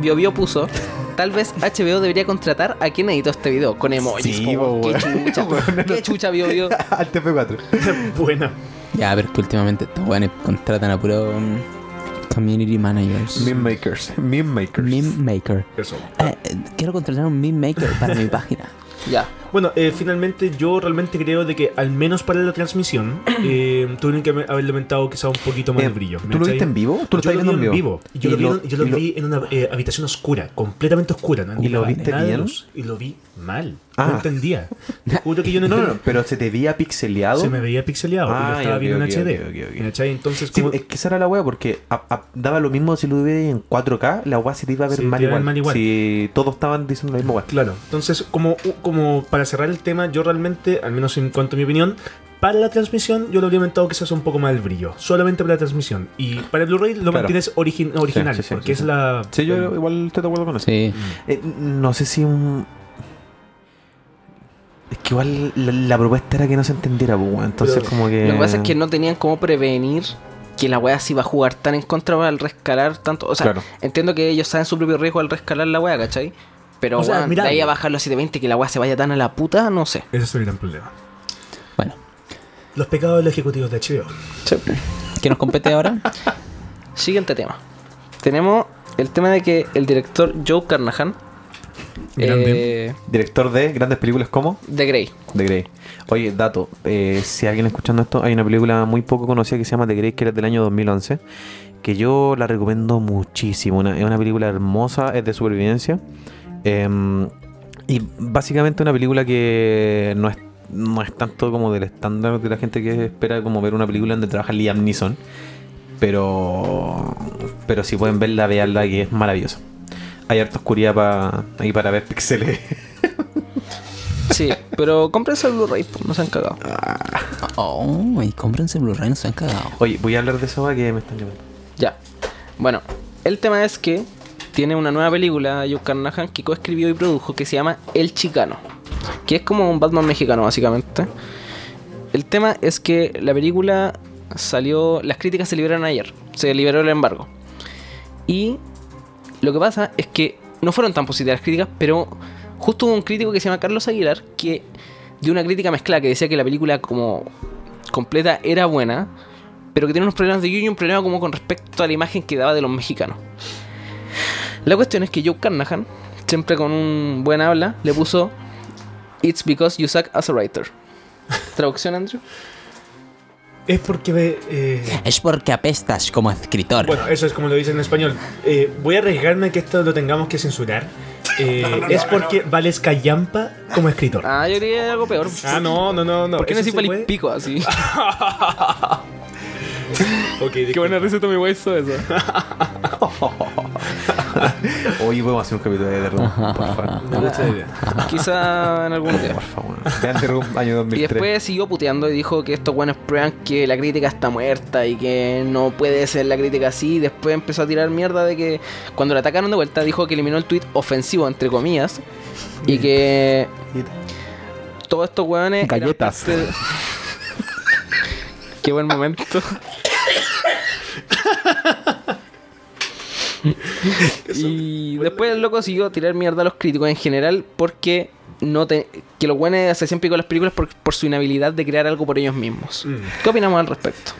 [SPEAKER 5] BioBio puso. Tal vez HBO debería contratar a quien editó este video con emojis.
[SPEAKER 3] Sí, po,
[SPEAKER 5] po, qué
[SPEAKER 3] weón.
[SPEAKER 5] chucha.
[SPEAKER 3] Weón,
[SPEAKER 5] qué chucha BioBio.
[SPEAKER 3] Al TF4.
[SPEAKER 4] Buena.
[SPEAKER 6] Ya, pero es que últimamente estos weones contratan a puro um, community managers.
[SPEAKER 3] Meme Makers. Meme Makers.
[SPEAKER 6] Meme maker.
[SPEAKER 4] Eso.
[SPEAKER 6] Eh, eh, quiero contratar un meme maker para mi página.
[SPEAKER 5] Ya.
[SPEAKER 4] Bueno, eh, finalmente yo realmente creo de que al menos para la transmisión eh, tuvieron que haber lamentado quizá un poquito más
[SPEAKER 3] Eh,
[SPEAKER 4] el brillo.
[SPEAKER 3] ¿tú
[SPEAKER 4] ¿me
[SPEAKER 3] lo
[SPEAKER 4] cachai?
[SPEAKER 3] viste en vivo? ¿Tú lo
[SPEAKER 4] yo
[SPEAKER 3] estás
[SPEAKER 4] vi
[SPEAKER 3] viendo en vivo?
[SPEAKER 4] Y yo
[SPEAKER 3] Y
[SPEAKER 4] lo, vi,
[SPEAKER 3] lo-
[SPEAKER 4] en- yo lo
[SPEAKER 3] y lo-
[SPEAKER 4] vi en una eh, habitación oscura, completamente oscura. ¿no?
[SPEAKER 6] ¿Y lo
[SPEAKER 4] Nada de
[SPEAKER 3] viste bien?
[SPEAKER 4] luz, Y lo vi mal.
[SPEAKER 3] Ah.
[SPEAKER 4] No entendía. Te juro que yo no
[SPEAKER 3] No, no,
[SPEAKER 4] entendía.
[SPEAKER 3] no, pero se te veía pixeleado.
[SPEAKER 4] Se me veía pixeleado y
[SPEAKER 3] Ah,
[SPEAKER 4] lo estaba
[SPEAKER 3] ya,
[SPEAKER 4] viendo
[SPEAKER 3] ok,
[SPEAKER 4] en
[SPEAKER 3] ok,
[SPEAKER 4] HD.
[SPEAKER 3] ok, ok, ok.
[SPEAKER 4] ¿me cachai? Entonces,
[SPEAKER 3] Sí,
[SPEAKER 4] como
[SPEAKER 3] es que esa era la wea, porque a- a- daba lo mismo si lo hubiera en 4K, la wea se te iba a ver
[SPEAKER 4] Se
[SPEAKER 3] mal,
[SPEAKER 4] te iba a
[SPEAKER 3] igual,
[SPEAKER 4] ver mal igual.
[SPEAKER 3] Si todos estaban diciendo la misma wea.
[SPEAKER 4] Claro, entonces como, como para cerrar el tema, yo realmente, al menos en cuanto a mi opinión, para la transmisión yo lo habría aumentado quizás un poco más el brillo, solamente para la transmisión. Y para el Blu-ray lo
[SPEAKER 3] Claro.
[SPEAKER 4] mantienes origi- original,
[SPEAKER 3] Sí, sí, sí,
[SPEAKER 4] porque
[SPEAKER 3] sí,
[SPEAKER 4] es
[SPEAKER 3] sí.
[SPEAKER 4] la...
[SPEAKER 3] Sí, yo igual estoy de acuerdo con eso.
[SPEAKER 6] Sí.
[SPEAKER 3] Eh, no sé si un. Es que igual la, la propuesta era que no se entendiera, pues, weón. Entonces,
[SPEAKER 4] Pero-
[SPEAKER 3] como que.
[SPEAKER 5] Lo que pasa es que no tenían cómo prevenir que la weá se iba a jugar tan en contra al rescalar tanto. O sea,
[SPEAKER 3] Claro.
[SPEAKER 5] entiendo que ellos saben su propio riesgo al rescalar la weá, ¿cachai? Pero
[SPEAKER 4] O sea,
[SPEAKER 5] weón, de
[SPEAKER 4] mirable.
[SPEAKER 5] ahí a bajarlo a 720 que la weá se vaya tan a la puta, no sé.
[SPEAKER 4] Ese es el gran problema.
[SPEAKER 6] Bueno,
[SPEAKER 4] Los pecados de los ejecutivos de HBO.
[SPEAKER 6] ¿qué nos compete ahora?
[SPEAKER 5] Siguiente tema. Tenemos el tema de que el director Joe Carnahan
[SPEAKER 4] Grande.
[SPEAKER 5] eh,
[SPEAKER 3] Director de grandes películas como
[SPEAKER 5] de Grey.
[SPEAKER 3] The Grey. Oye, dato. eh, si alguien escuchando esto, hay una película muy poco conocida que se llama The Grey, que era del año 2011. Que yo la recomiendo muchísimo. Una- es una película hermosa, es de supervivencia. Em, y básicamente una película que no es, no es tanto como del estándar de la gente que espera como ver una película donde trabaja Liam Neeson. Pero, pero si pueden verla, veanla que es maravillosa. Hay harta oscuridad pa- ahí para ver píxeles.
[SPEAKER 5] Sí, pero cómprense el Blu-ray, pues, no se han cagado.
[SPEAKER 6] Oh, y cómprense Blu-ray, no se han cagado.
[SPEAKER 3] Oye, voy a hablar de eso que me están llamando.
[SPEAKER 5] Ya. Bueno, el tema es que tiene una nueva película, Joe Carnahan, que coescribió y produjo, que se llama El Chicano. Que es como un Batman mexicano, básicamente. El tema es que la película salió. Las críticas se liberaron ayer. Se liberó el embargo. Y lo que pasa es que no fueron tan positivas las críticas, pero justo hubo un crítico que se llama Carlos Aguilar que dio una crítica mezclada que decía que la película como completa era buena, pero que tiene unos problemas de guion y un problema como con respecto a la imagen que daba de los mexicanos. La cuestión es que Joe Carnahan, siempre con un buen habla, le puso It's because you suck as a writer. Traducción, Andrew.
[SPEAKER 4] Es porque... ve, eh,
[SPEAKER 6] Es porque apestas como escritor.
[SPEAKER 4] Bueno, eso es como lo dicen en español. Eh, voy a arriesgarme que esto lo tengamos que censurar. Eh, es porque vales callampa como escritor.
[SPEAKER 5] Ah, yo diría algo peor.
[SPEAKER 4] Ah, no, no, no, no.
[SPEAKER 5] ¿Por qué no
[SPEAKER 4] eso
[SPEAKER 5] decís
[SPEAKER 4] se
[SPEAKER 5] vale
[SPEAKER 4] puede.
[SPEAKER 5] pico así?
[SPEAKER 4] Ok, disculpa.
[SPEAKER 5] receta mi wey eso.
[SPEAKER 3] Hoy podemos hacer un capítulo de The Room, por favor.
[SPEAKER 4] Me gusta la idea.
[SPEAKER 5] Quizá en algún día.
[SPEAKER 3] Por favor. Vean The Room año
[SPEAKER 5] Y
[SPEAKER 3] 2003.
[SPEAKER 5] después siguió puteando y dijo que estos buenos prueban que la crítica está muerta y que no puede ser la crítica así. Después empezó a tirar mierda de que cuando la atacaron de vuelta dijo que eliminó el tweet ofensivo, entre comillas, y que todos estos hueones... eran
[SPEAKER 3] Galletas.
[SPEAKER 5] parte de- Qué buen momento. y después el loco siguió a tirar mierda a los críticos en general porque no te, que los buenos se hacían pico de las películas por, por su inhabilidad de crear algo por ellos mismos. ¿Qué opinamos al respecto?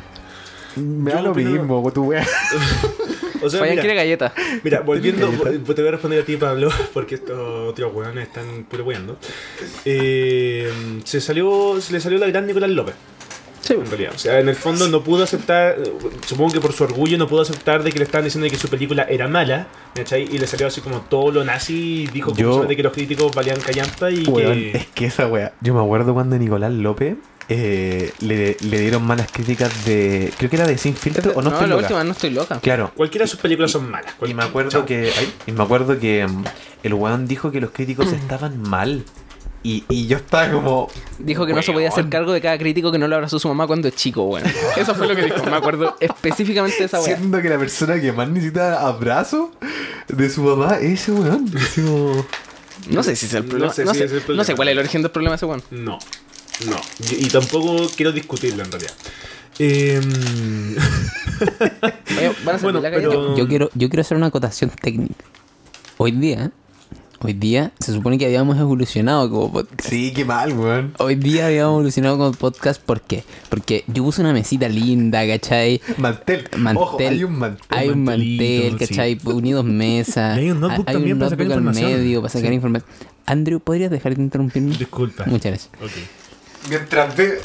[SPEAKER 3] Me da
[SPEAKER 4] Yo
[SPEAKER 3] lo
[SPEAKER 4] opino-
[SPEAKER 3] mismo, tu wea.
[SPEAKER 4] O sea,
[SPEAKER 5] Fabián
[SPEAKER 4] mira,
[SPEAKER 5] quiere galleta.
[SPEAKER 4] Mira, volviendo, vo- te voy a responder a ti, Pablo, porque estos tíos hueones están puro hueando. Eh, se salió, se le salió la gran Nicolás López.
[SPEAKER 5] Sí.
[SPEAKER 4] en realidad. O sea, en el fondo no pudo aceptar, supongo que por su orgullo no pudo aceptar de que le estaban diciendo de que su película era mala, ¿cachai? Y le salió así como todo lo nazi y dijo
[SPEAKER 3] Yo-
[SPEAKER 4] como de que los críticos valían callampa y
[SPEAKER 3] Weón,
[SPEAKER 4] que...
[SPEAKER 3] es que esa weá. Yo me acuerdo cuando Nicolás López eh, le, le dieron malas críticas de. Creo que era de Sin Filtro o No, Estoy
[SPEAKER 5] la
[SPEAKER 3] Loca.
[SPEAKER 5] última, no estoy loca.
[SPEAKER 3] Claro.
[SPEAKER 4] Cualquiera de sus películas son malas.
[SPEAKER 3] Y me acuerdo que. ay, y me acuerdo que mm, el weón dijo que los
[SPEAKER 5] Mm.
[SPEAKER 3] críticos estaban mal. Y, y yo estaba como.
[SPEAKER 5] Dijo que no se podía hacer cargo de cada crítico que no lo abrazó su mamá cuando es chico, bueno. Eso fue lo que dijo. Me acuerdo específicamente de esa weá.
[SPEAKER 3] Siendo que la persona que más necesita abrazo de su mamá es ese weón. Así como-
[SPEAKER 5] No sé si es el problema. No
[SPEAKER 4] No sé si
[SPEAKER 5] sé, no
[SPEAKER 4] es
[SPEAKER 5] sé,
[SPEAKER 4] el problema.
[SPEAKER 5] cuál es el origen del problema de ese weón.
[SPEAKER 4] No, no. Y, y tampoco quiero discutirlo en realidad. Em,
[SPEAKER 5] Oye, Van a salir
[SPEAKER 4] bueno,
[SPEAKER 5] la galleta.
[SPEAKER 4] pero...
[SPEAKER 6] Yo quiero, yo quiero hacer una acotación técnica. Hoy día, hoy día se supone que habíamos evolucionado como podcast.
[SPEAKER 3] Sí, qué mal, weón.
[SPEAKER 6] Hoy día habíamos evolucionado como podcast, ¿por qué? Porque yo puse una mesita linda, ¿cachai?
[SPEAKER 3] Mantel.
[SPEAKER 6] Mantel.
[SPEAKER 3] Ojo, hay un mantel.
[SPEAKER 6] Hay un mantel,
[SPEAKER 4] mantelito,
[SPEAKER 6] ¿cachai? Unidos mesas.
[SPEAKER 4] Y hay un notebook también para sacar información.
[SPEAKER 6] al medio para sacar información. Andrew, ¿podrías dejar de interrumpirme?
[SPEAKER 4] Disculpa.
[SPEAKER 6] Muchas gracias.
[SPEAKER 4] Ok.
[SPEAKER 3] Mientras ve.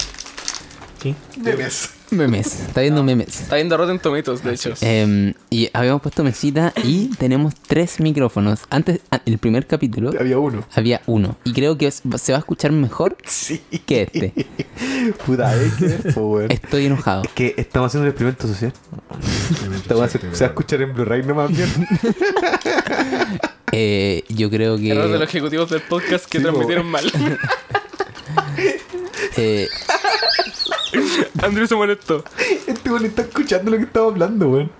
[SPEAKER 4] ¿Qué?
[SPEAKER 3] Memes.
[SPEAKER 6] Memes. Está viendo memes.
[SPEAKER 5] Está viendo Rotten Tomatoes, de hecho.
[SPEAKER 6] Em, y habíamos puesto mesita y tenemos tres micrófonos. Antes, a- el primer capítulo
[SPEAKER 3] Había uno.
[SPEAKER 6] había uno. Y creo que es- se va a escuchar mejor
[SPEAKER 3] Sí.
[SPEAKER 6] que este.
[SPEAKER 3] Puta, hay que ver, po, weón.
[SPEAKER 6] Estoy enojado.
[SPEAKER 3] Es que estamos haciendo un experimento social. Esta weá se, se va a escuchar en Blu-ray nomás bien.
[SPEAKER 6] Eh, yo creo que...
[SPEAKER 5] Error de los ejecutivos del podcast que
[SPEAKER 3] Sí, po.
[SPEAKER 5] transmitieron mal.
[SPEAKER 6] eh,
[SPEAKER 5] Andrew se molestó.
[SPEAKER 3] Este weón está escuchando lo que estamos hablando, weón.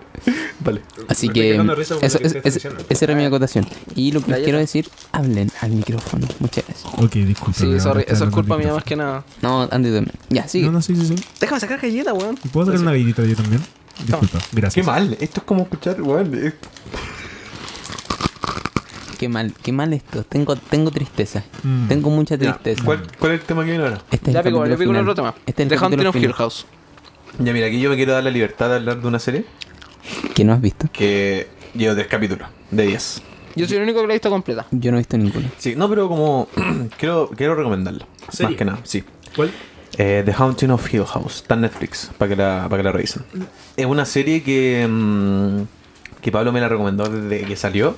[SPEAKER 3] Vale.
[SPEAKER 6] Así
[SPEAKER 4] Me
[SPEAKER 6] que
[SPEAKER 4] estoy cagando de risa
[SPEAKER 6] eso-
[SPEAKER 4] porque
[SPEAKER 6] eso-
[SPEAKER 4] lo que
[SPEAKER 6] eso-
[SPEAKER 4] estoy diciendo.
[SPEAKER 6] esa era mi acotación. Y lo que les
[SPEAKER 5] Galleta.
[SPEAKER 6] quiero decir, hablen al micrófono. Muchas gracias.
[SPEAKER 4] Ok, disculpa.
[SPEAKER 5] Sí, sorry, eso es culpa mía más que nada.
[SPEAKER 6] No, Andy también. Ya, sigue.
[SPEAKER 4] No, no, sí, sí, sí.
[SPEAKER 5] Déjame sacar galleta, weón.
[SPEAKER 4] ¿Puedo sacar una gallita yo también? Disculpa,
[SPEAKER 3] Qué
[SPEAKER 4] gracias.
[SPEAKER 3] mal. Esto es como escuchar, weón. Es-
[SPEAKER 6] Qué mal, qué mal esto. Tengo, tengo tristeza.
[SPEAKER 4] Mm.
[SPEAKER 6] Tengo mucha
[SPEAKER 3] Ya,
[SPEAKER 6] tristeza.
[SPEAKER 3] ¿cuál, ¿Cuál es el tema que viene ahora?
[SPEAKER 6] Este es
[SPEAKER 5] Ya
[SPEAKER 6] el
[SPEAKER 5] pico,
[SPEAKER 6] capítulo
[SPEAKER 5] ya pico el
[SPEAKER 6] final.
[SPEAKER 5] otro tema.
[SPEAKER 6] Este es el
[SPEAKER 5] The Haunting
[SPEAKER 6] capítulo
[SPEAKER 5] of Hill
[SPEAKER 6] final
[SPEAKER 5] House.
[SPEAKER 3] Ya, mira, aquí yo me quiero dar la libertad de hablar de una serie
[SPEAKER 6] que no has visto.
[SPEAKER 3] que llevo tres capítulos de 10.
[SPEAKER 5] Yo soy el único que la he visto completa.
[SPEAKER 6] Yo no he visto ninguno.
[SPEAKER 3] Sí, no, pero como. quiero, quiero recomendarla.
[SPEAKER 4] ¿Serie?
[SPEAKER 3] Más que nada, sí.
[SPEAKER 4] ¿Cuál?
[SPEAKER 3] Eh, The Haunting of Hill House, está en Netflix, para que la, para que la revisen. Es una serie que, mm, que Pablo me la recomendó desde que salió.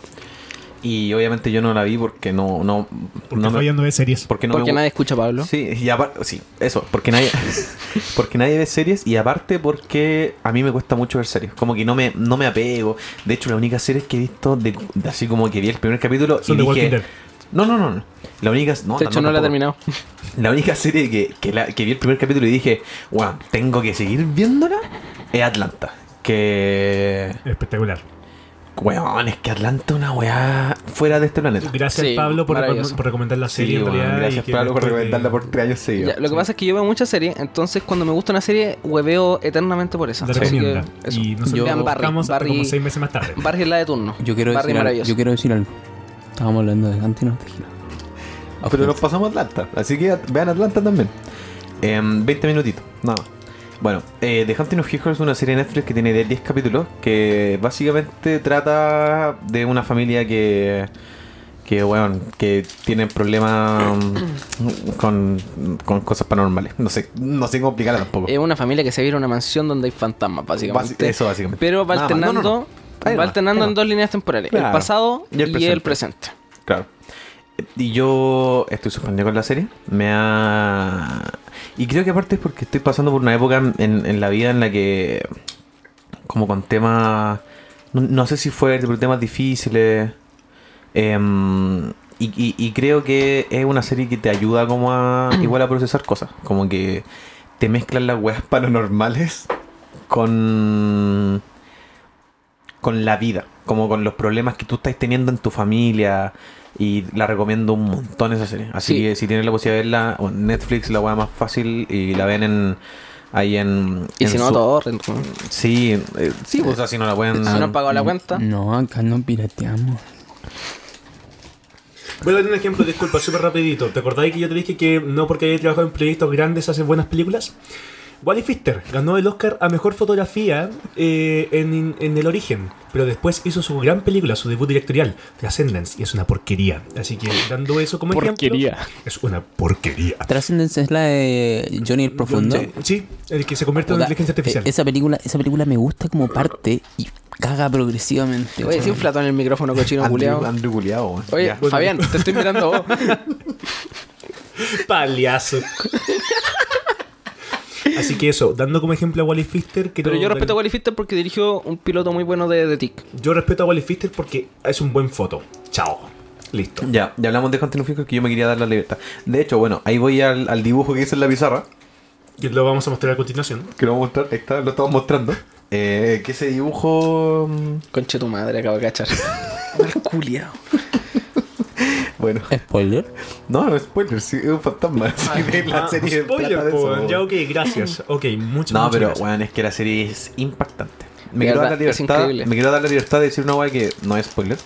[SPEAKER 3] Y obviamente yo no la vi porque no. no
[SPEAKER 4] Porque
[SPEAKER 3] no me-
[SPEAKER 4] fallando de series.
[SPEAKER 3] porque no
[SPEAKER 5] Porque
[SPEAKER 3] me,
[SPEAKER 5] nadie escucha a Pablo.
[SPEAKER 3] Sí, y aparte, sí, eso, porque nadie, porque nadie ve series y aparte porque a mí me cuesta mucho ver series, como que no me, no me apego. De hecho, la única serie que he visto, de, de así como que vi el primer capítulo
[SPEAKER 4] Son
[SPEAKER 3] y
[SPEAKER 4] de
[SPEAKER 3] dije,
[SPEAKER 4] Walking Dead.
[SPEAKER 3] no, no, no, no. La única, no,
[SPEAKER 5] De hecho, no la he
[SPEAKER 3] tampoco.
[SPEAKER 5] terminado.
[SPEAKER 3] La única serie que, que la- que vi el primer capítulo y dije, wow, tengo que seguir viéndola, es Atlanta. Que.
[SPEAKER 4] Espectacular.
[SPEAKER 3] Weón, es que Atlanta es una weá fuera de este planeta.
[SPEAKER 4] Gracias,
[SPEAKER 5] Sí,
[SPEAKER 4] Pablo, por,
[SPEAKER 5] maravilloso.
[SPEAKER 4] por recomendar la serie.
[SPEAKER 3] Sí,
[SPEAKER 4] en
[SPEAKER 3] weón,
[SPEAKER 4] realidad, y
[SPEAKER 3] gracias,
[SPEAKER 4] que
[SPEAKER 3] Pablo, por
[SPEAKER 4] después de-
[SPEAKER 3] recomendarlo por tres años
[SPEAKER 5] Ya,
[SPEAKER 3] seguidos.
[SPEAKER 5] lo que pasa es que yo veo muchas series, entonces cuando me gusta una serie, hueveo eternamente por esa.
[SPEAKER 4] La
[SPEAKER 5] Así
[SPEAKER 4] recomienda.
[SPEAKER 5] que eso.
[SPEAKER 4] Y nosotros la
[SPEAKER 5] Yo- Vean Barry,
[SPEAKER 4] buscamos hasta
[SPEAKER 5] Barry-
[SPEAKER 4] como seis meses más tarde.
[SPEAKER 5] Barry es la de turno.
[SPEAKER 6] Yo quiero
[SPEAKER 5] Barry
[SPEAKER 6] decir algo.
[SPEAKER 5] maravilloso.
[SPEAKER 6] Yo quiero decir algo. Estábamos hablando de Dante, no te giro.
[SPEAKER 3] Pero nos pasamos a Atlanta, así que at- vean Atlanta también. Em, 20 minutitos, nada. más. Bueno, eh, The Haunting of Hill House es una serie de Netflix que tiene 10 capítulos que básicamente trata de una familia que que bueno, que tienen problemas mm, con, con cosas paranormales. No sé, no sé cómo explicarla tampoco.
[SPEAKER 5] Es una familia que se vive en una mansión donde hay fantasmas, básicamente.
[SPEAKER 3] Basi- eso básicamente.
[SPEAKER 5] Pero va
[SPEAKER 3] Nada más. No,
[SPEAKER 5] alternando,
[SPEAKER 3] no, no. Ahí
[SPEAKER 5] va
[SPEAKER 3] nomás,
[SPEAKER 5] alternando
[SPEAKER 3] ahí nomás.
[SPEAKER 5] en dos líneas temporales. El
[SPEAKER 3] Claro.
[SPEAKER 5] pasado
[SPEAKER 3] Y el
[SPEAKER 5] y el presente.
[SPEAKER 3] Claro. Y yo estoy suspendido con la serie. Me ha. Y creo que aparte es porque estoy pasando por una época en, en la vida en la que. Como con temas. No, no sé si fuerte, pero temas difíciles. Em, y, y- y creo que es una serie que te ayuda como a. Igual a procesar cosas. Como que te mezclan las weas paranormales con con la vida, como con los problemas que tú estás teniendo en tu familia. Y la recomiendo un montón esa serie. Así
[SPEAKER 5] Sí.
[SPEAKER 3] que si tienen la posibilidad de verla, o en Netflix la weá más fácil y la ven en, ahí en.
[SPEAKER 5] Y
[SPEAKER 3] en
[SPEAKER 5] si no,
[SPEAKER 3] su-
[SPEAKER 5] todo. rent-
[SPEAKER 3] Sí, eh, sí, pues, o sea, si no la pueden.
[SPEAKER 5] Si no han pagado la cuenta.
[SPEAKER 6] No, acá no pirateamos.
[SPEAKER 4] Voy a dar un ejemplo, disculpa, súper rapidito. ¿Te acordáis que yo te dije que no porque hayas trabajado en proyectos grandes haces buenas películas? Wally Pfister ganó el Oscar a Mejor Fotografía eh, en, en el origen, pero después hizo su gran película, su debut directorial, The Ascendance, y es una porquería. Así que dando eso como
[SPEAKER 5] Porquería.
[SPEAKER 4] ejemplo... Es una porquería.
[SPEAKER 6] Transcendence es la de Johnny el Profundo.
[SPEAKER 4] Sí, el que se convierte en
[SPEAKER 6] Puta,
[SPEAKER 4] inteligencia artificial.
[SPEAKER 6] eh, Esa película, esa película me gusta como parte y caga progresivamente.
[SPEAKER 5] Oye,
[SPEAKER 6] weón.
[SPEAKER 5] sí, un flatón en el micrófono cochino
[SPEAKER 3] Andrew,
[SPEAKER 5] culiado.
[SPEAKER 3] Andrew culiao, weón.
[SPEAKER 5] Oye,
[SPEAKER 3] Ya.
[SPEAKER 5] Fabián, te estoy mirando a vos.
[SPEAKER 4] Paliazo. Así que eso, dando como ejemplo a Wally Pfister...
[SPEAKER 5] Pero yo respeto a Wally Pfister porque dirigió un piloto muy bueno de, de TIC.
[SPEAKER 4] Yo respeto a Wally Pfister porque es un buen foto. Chao. Listo.
[SPEAKER 3] Ya, ya hablamos de Hunter Fico que yo me quería dar la libertad. De hecho, bueno, ahí voy al, al dibujo que hice en la pizarra,
[SPEAKER 4] Y lo vamos a mostrar a continuación.
[SPEAKER 3] que lo voy a mostrar, ahí está, lo estamos mostrando. Eh, que ese dibujo. mm,
[SPEAKER 5] Conche tu madre, acabo de cachar. Mal culiao.
[SPEAKER 3] Bueno,
[SPEAKER 6] Spoiler.
[SPEAKER 3] no, no es spoiler, sí, es un fantasma. sí, de la
[SPEAKER 4] Ah,
[SPEAKER 3] serie de
[SPEAKER 4] spoiler,
[SPEAKER 3] plata de
[SPEAKER 4] po,
[SPEAKER 3] eso,
[SPEAKER 4] weón. Ya,
[SPEAKER 3] weón.
[SPEAKER 4] ok, gracias. Ok, muchas
[SPEAKER 3] No,
[SPEAKER 4] muchas
[SPEAKER 3] pero
[SPEAKER 4] gracias.
[SPEAKER 3] bueno, es que la serie es impactante. Me
[SPEAKER 5] De
[SPEAKER 3] quiero, dar la
[SPEAKER 5] verdad, es
[SPEAKER 3] libertad,
[SPEAKER 5] increíble.
[SPEAKER 3] me quiero dar la libertad de decir una weá que no es spoiler,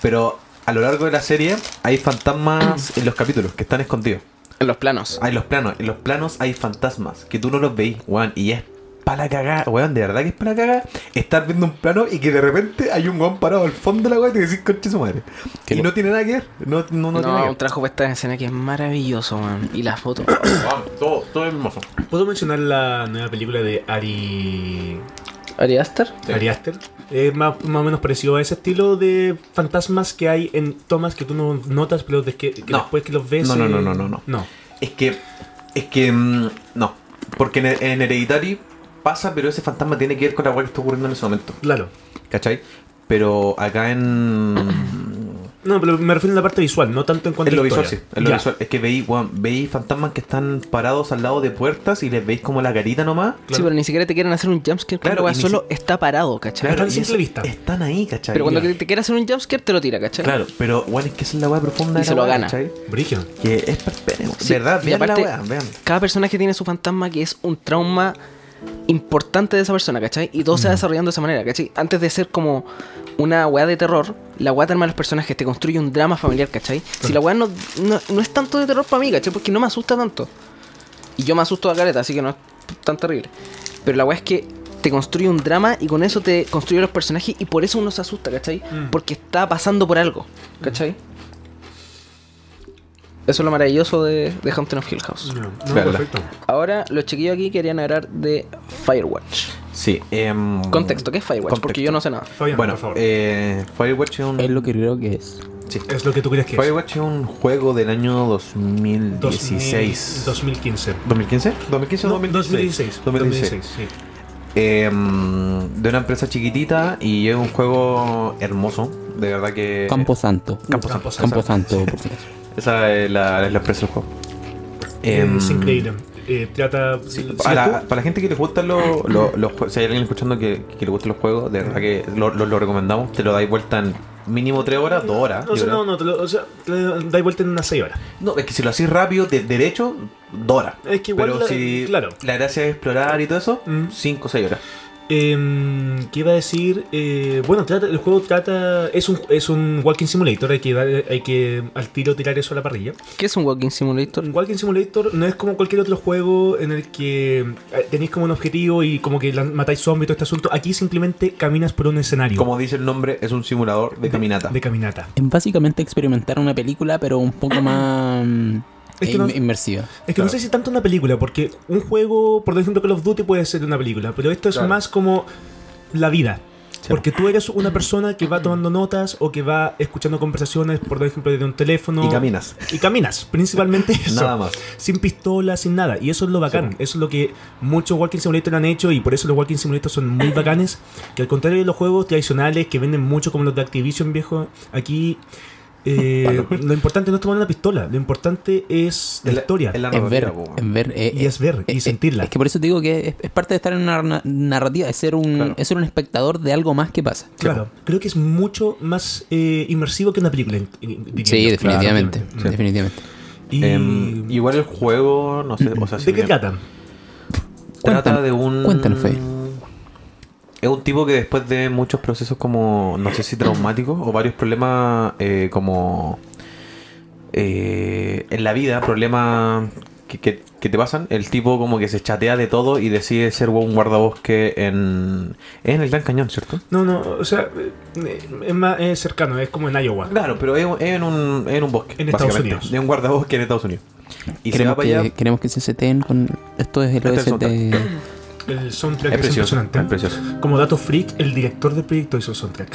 [SPEAKER 3] pero a lo largo de la serie hay fantasmas en los capítulos que están escondidos.
[SPEAKER 5] En los planos.
[SPEAKER 3] Hay los planos, en los planos hay fantasmas que tú no los veis, weón, y es para cagar, weón, de verdad que es para cagar estar viendo un plano y que de repente hay un weón parado al fondo de la weá y te decís, conche su madre.
[SPEAKER 6] Qué
[SPEAKER 3] y
[SPEAKER 6] lo-
[SPEAKER 3] no tiene nada que ver, no, no, no, tiene
[SPEAKER 5] No,
[SPEAKER 3] nada
[SPEAKER 5] un
[SPEAKER 3] que ver.
[SPEAKER 5] trabajo para esta escena que es maravilloso, man. Y las fotos.
[SPEAKER 3] Weón, todo, todo es hermoso.
[SPEAKER 4] ¿Puedo mencionar la nueva película de Ari.
[SPEAKER 5] Ari Aster.
[SPEAKER 4] Ari Aster? Es más, más o menos parecido a ese estilo de fantasmas que hay en tomas que tú no notas, pero de que, que
[SPEAKER 3] No.
[SPEAKER 4] después que los ves.
[SPEAKER 3] No, no,
[SPEAKER 4] eh,
[SPEAKER 3] no, no, no, no.
[SPEAKER 4] No.
[SPEAKER 3] Es que, es que, mm, no, porque en, en Hereditary pasa, pero ese fantasma tiene que ver con la weá que está ocurriendo en ese momento,
[SPEAKER 4] Claro.
[SPEAKER 3] ¿cachai? Pero acá en...
[SPEAKER 4] No, pero me refiero a la parte visual, no tanto en cuanto
[SPEAKER 3] Es lo
[SPEAKER 4] a
[SPEAKER 3] visual,
[SPEAKER 4] historia.
[SPEAKER 3] sí, en lo
[SPEAKER 4] Ya.
[SPEAKER 3] visual. Es que veis, weón, veis fantasmas que están parados al lado de puertas y les veis como la carita nomás.
[SPEAKER 5] Sí, pero ni siquiera te quieren hacer un jumpscare.
[SPEAKER 3] Claro,
[SPEAKER 5] Claro,
[SPEAKER 3] y ni
[SPEAKER 5] solo está parado,
[SPEAKER 4] Claro.
[SPEAKER 5] ¿cachai?
[SPEAKER 4] tan
[SPEAKER 3] y
[SPEAKER 4] simple
[SPEAKER 3] es-
[SPEAKER 4] vista.
[SPEAKER 3] Están ahí, ¿cachai?
[SPEAKER 5] Pero cuando
[SPEAKER 3] Ya.
[SPEAKER 5] te te quiere hacer un jumpscare, te lo tira, ¿cachai?
[SPEAKER 3] Claro, pero weón, es que esa es la weá profunda
[SPEAKER 5] Y
[SPEAKER 3] de
[SPEAKER 5] se
[SPEAKER 3] la
[SPEAKER 5] lo
[SPEAKER 3] weá,
[SPEAKER 5] gana.
[SPEAKER 3] ¿cachai?
[SPEAKER 4] Brígido.
[SPEAKER 3] Que es perpétuo.
[SPEAKER 5] Sí,
[SPEAKER 3] De verdad,
[SPEAKER 5] y
[SPEAKER 3] vean
[SPEAKER 5] aparte,
[SPEAKER 3] la weá, vean.
[SPEAKER 5] Cada personaje tiene su fantasma que es un trauma importante de esa persona, ¿cachai? Y todo
[SPEAKER 3] Mm.
[SPEAKER 5] se va desarrollando de esa manera, ¿cachai? Antes de ser como una weá de terror, la weá te arma a los personajes, te construye un drama familiar, ¿cachai? Si la weá no, no, no es tanto de terror para mí, ¿cachai? Porque no me asusta tanto. Y yo me asusto a careta, así que no es tan terrible. Pero la weá es que te construye un drama y con eso te construye los personajes y por eso uno se asusta, ¿cachai? Porque está pasando por algo, ¿cachai? Eso es lo maravilloso de, de Haunting of Hill House.
[SPEAKER 4] No, no,
[SPEAKER 3] Verla.
[SPEAKER 4] perfecto.
[SPEAKER 5] Ahora, los chiquillos aquí querían hablar de Firewatch.
[SPEAKER 3] Sí, em,
[SPEAKER 5] Contexto, ¿qué es Firewatch?
[SPEAKER 3] contexto.
[SPEAKER 5] Porque yo no sé nada.
[SPEAKER 4] Fabián,
[SPEAKER 3] bueno,
[SPEAKER 4] por favor.
[SPEAKER 3] eh, Firewatch es un.
[SPEAKER 6] Es lo que creo que es.
[SPEAKER 3] sí.
[SPEAKER 4] es lo que tú crees que es.
[SPEAKER 3] Firewatch es un juego del año 2016.
[SPEAKER 4] 2015.
[SPEAKER 3] ¿2015? ¿2015 o
[SPEAKER 4] No,
[SPEAKER 3] 2016?
[SPEAKER 4] 2016.
[SPEAKER 3] 2016. Eh, de una empresa chiquitita y es un juego hermoso. De verdad que.
[SPEAKER 6] Camposanto.
[SPEAKER 4] Camposanto.
[SPEAKER 6] Camposanto, por si acaso.
[SPEAKER 3] Esa es la, es la empresa del juego. Em,
[SPEAKER 4] es increíble. Eh, trata.
[SPEAKER 3] sí,
[SPEAKER 4] ¿sí
[SPEAKER 3] para,
[SPEAKER 4] tú?
[SPEAKER 3] para la gente que le gustan los, los, los jue- si hay alguien escuchando que, que le gustan los juegos, de verdad que lo, lo, lo recomendamos. Te lo dais vuelta en mínimo 3 horas, 2 horas.
[SPEAKER 4] O
[SPEAKER 3] yo
[SPEAKER 4] sea,
[SPEAKER 3] creo.
[SPEAKER 4] no, no, te lo- o sea, te dais vuelta en unas 6 horas.
[SPEAKER 3] No, es que si lo hacís rápido, de derecho, 2 horas.
[SPEAKER 4] Es que igual
[SPEAKER 3] Pero
[SPEAKER 4] la-
[SPEAKER 3] si
[SPEAKER 4] claro.
[SPEAKER 3] la gracia es explorar y todo eso,
[SPEAKER 4] Mm.
[SPEAKER 3] 5 o 6 horas.
[SPEAKER 4] Em, ¿Qué iba a decir? Eh, bueno, trata- el juego trata. Es un, es un walking simulator, hay que, dar- hay que al tiro tirar eso a la parrilla.
[SPEAKER 5] ¿Qué es un Walking Simulator?
[SPEAKER 4] Un walking simulator no es como cualquier otro juego en el que eh, tenéis como un objetivo y como que la- matáis zombies y todo este asunto. Aquí simplemente caminas por un escenario.
[SPEAKER 3] Como dice el nombre, es un simulador de caminata.
[SPEAKER 4] De caminata.
[SPEAKER 6] Es básicamente experimentar una película, pero un poco más mm,
[SPEAKER 4] Es que no-
[SPEAKER 6] in- inmersiva.
[SPEAKER 4] Es que no sé si tanto una película, porque un juego, por ejemplo, Call of Duty puede ser una película, pero esto es
[SPEAKER 3] Claro.
[SPEAKER 4] más como la vida.
[SPEAKER 3] Sí.
[SPEAKER 4] Porque tú eres una persona que va tomando notas o que va escuchando conversaciones, por ejemplo, desde un teléfono.
[SPEAKER 3] Y caminas.
[SPEAKER 4] Y caminas, principalmente eso.
[SPEAKER 3] Nada más.
[SPEAKER 4] Sin pistola, sin nada. Y eso es lo bacán.
[SPEAKER 3] Sí.
[SPEAKER 4] Eso es lo que muchos Walking Simulator han hecho y por eso los Walking Simulator son muy bacanes. Que al contrario de los juegos tradicionales que venden mucho como los de Activision, viejo, aquí eh, lo importante no es tomar una pistola. Lo importante es la,
[SPEAKER 3] Es
[SPEAKER 4] historia.
[SPEAKER 3] es la
[SPEAKER 6] Es ver,
[SPEAKER 3] narrativa, po,
[SPEAKER 6] es ver, eh,
[SPEAKER 4] Y es ver, y
[SPEAKER 6] eh, eh,
[SPEAKER 4] sentirla.
[SPEAKER 6] Es que por eso te digo que es, es parte de estar en una na- narrativa, es ser, un,
[SPEAKER 3] Claro.
[SPEAKER 6] es ser un espectador de algo más que pasa.
[SPEAKER 4] Claro, creo que es mucho más eh, inmersivo que una película. in- in- diría
[SPEAKER 6] Sí,
[SPEAKER 4] yo.
[SPEAKER 6] definitivamente.
[SPEAKER 4] Claro,
[SPEAKER 6] definitivamente.
[SPEAKER 4] Y-
[SPEAKER 3] Em, igual el juego, no sé, o sea, si
[SPEAKER 4] ¿De qué
[SPEAKER 3] bien-
[SPEAKER 4] trata?
[SPEAKER 3] Trata
[SPEAKER 6] Cuéntanos,
[SPEAKER 3] de un.
[SPEAKER 6] cuéntanos, Fede.
[SPEAKER 3] Es un tipo que después de muchos procesos como, no sé si traumáticos o varios problemas eh, como. eh, en la vida, problemas que, que- que te pasan, el tipo como que se chatea de todo y decide ser un guardabosque en, en el Gran Cañón, ¿cierto?
[SPEAKER 4] No, no, o sea, eh, es más es cercano, es como en Iowa.
[SPEAKER 3] Claro, pero es, es en, un, es en un bosque.
[SPEAKER 4] En Estados
[SPEAKER 3] básicamente.
[SPEAKER 4] Unidos.
[SPEAKER 3] Es un guardabosque en Estados Unidos. Y se va
[SPEAKER 6] queremos,
[SPEAKER 3] para allá.
[SPEAKER 6] que, queremos que se seteen con. Esto es el
[SPEAKER 3] Este es
[SPEAKER 6] OST.
[SPEAKER 4] El soundtrack
[SPEAKER 3] Es
[SPEAKER 4] es,
[SPEAKER 3] precioso,
[SPEAKER 4] impresionante.
[SPEAKER 3] es precioso.
[SPEAKER 4] Como dato freak, el director del proyecto hizo el soundtrack.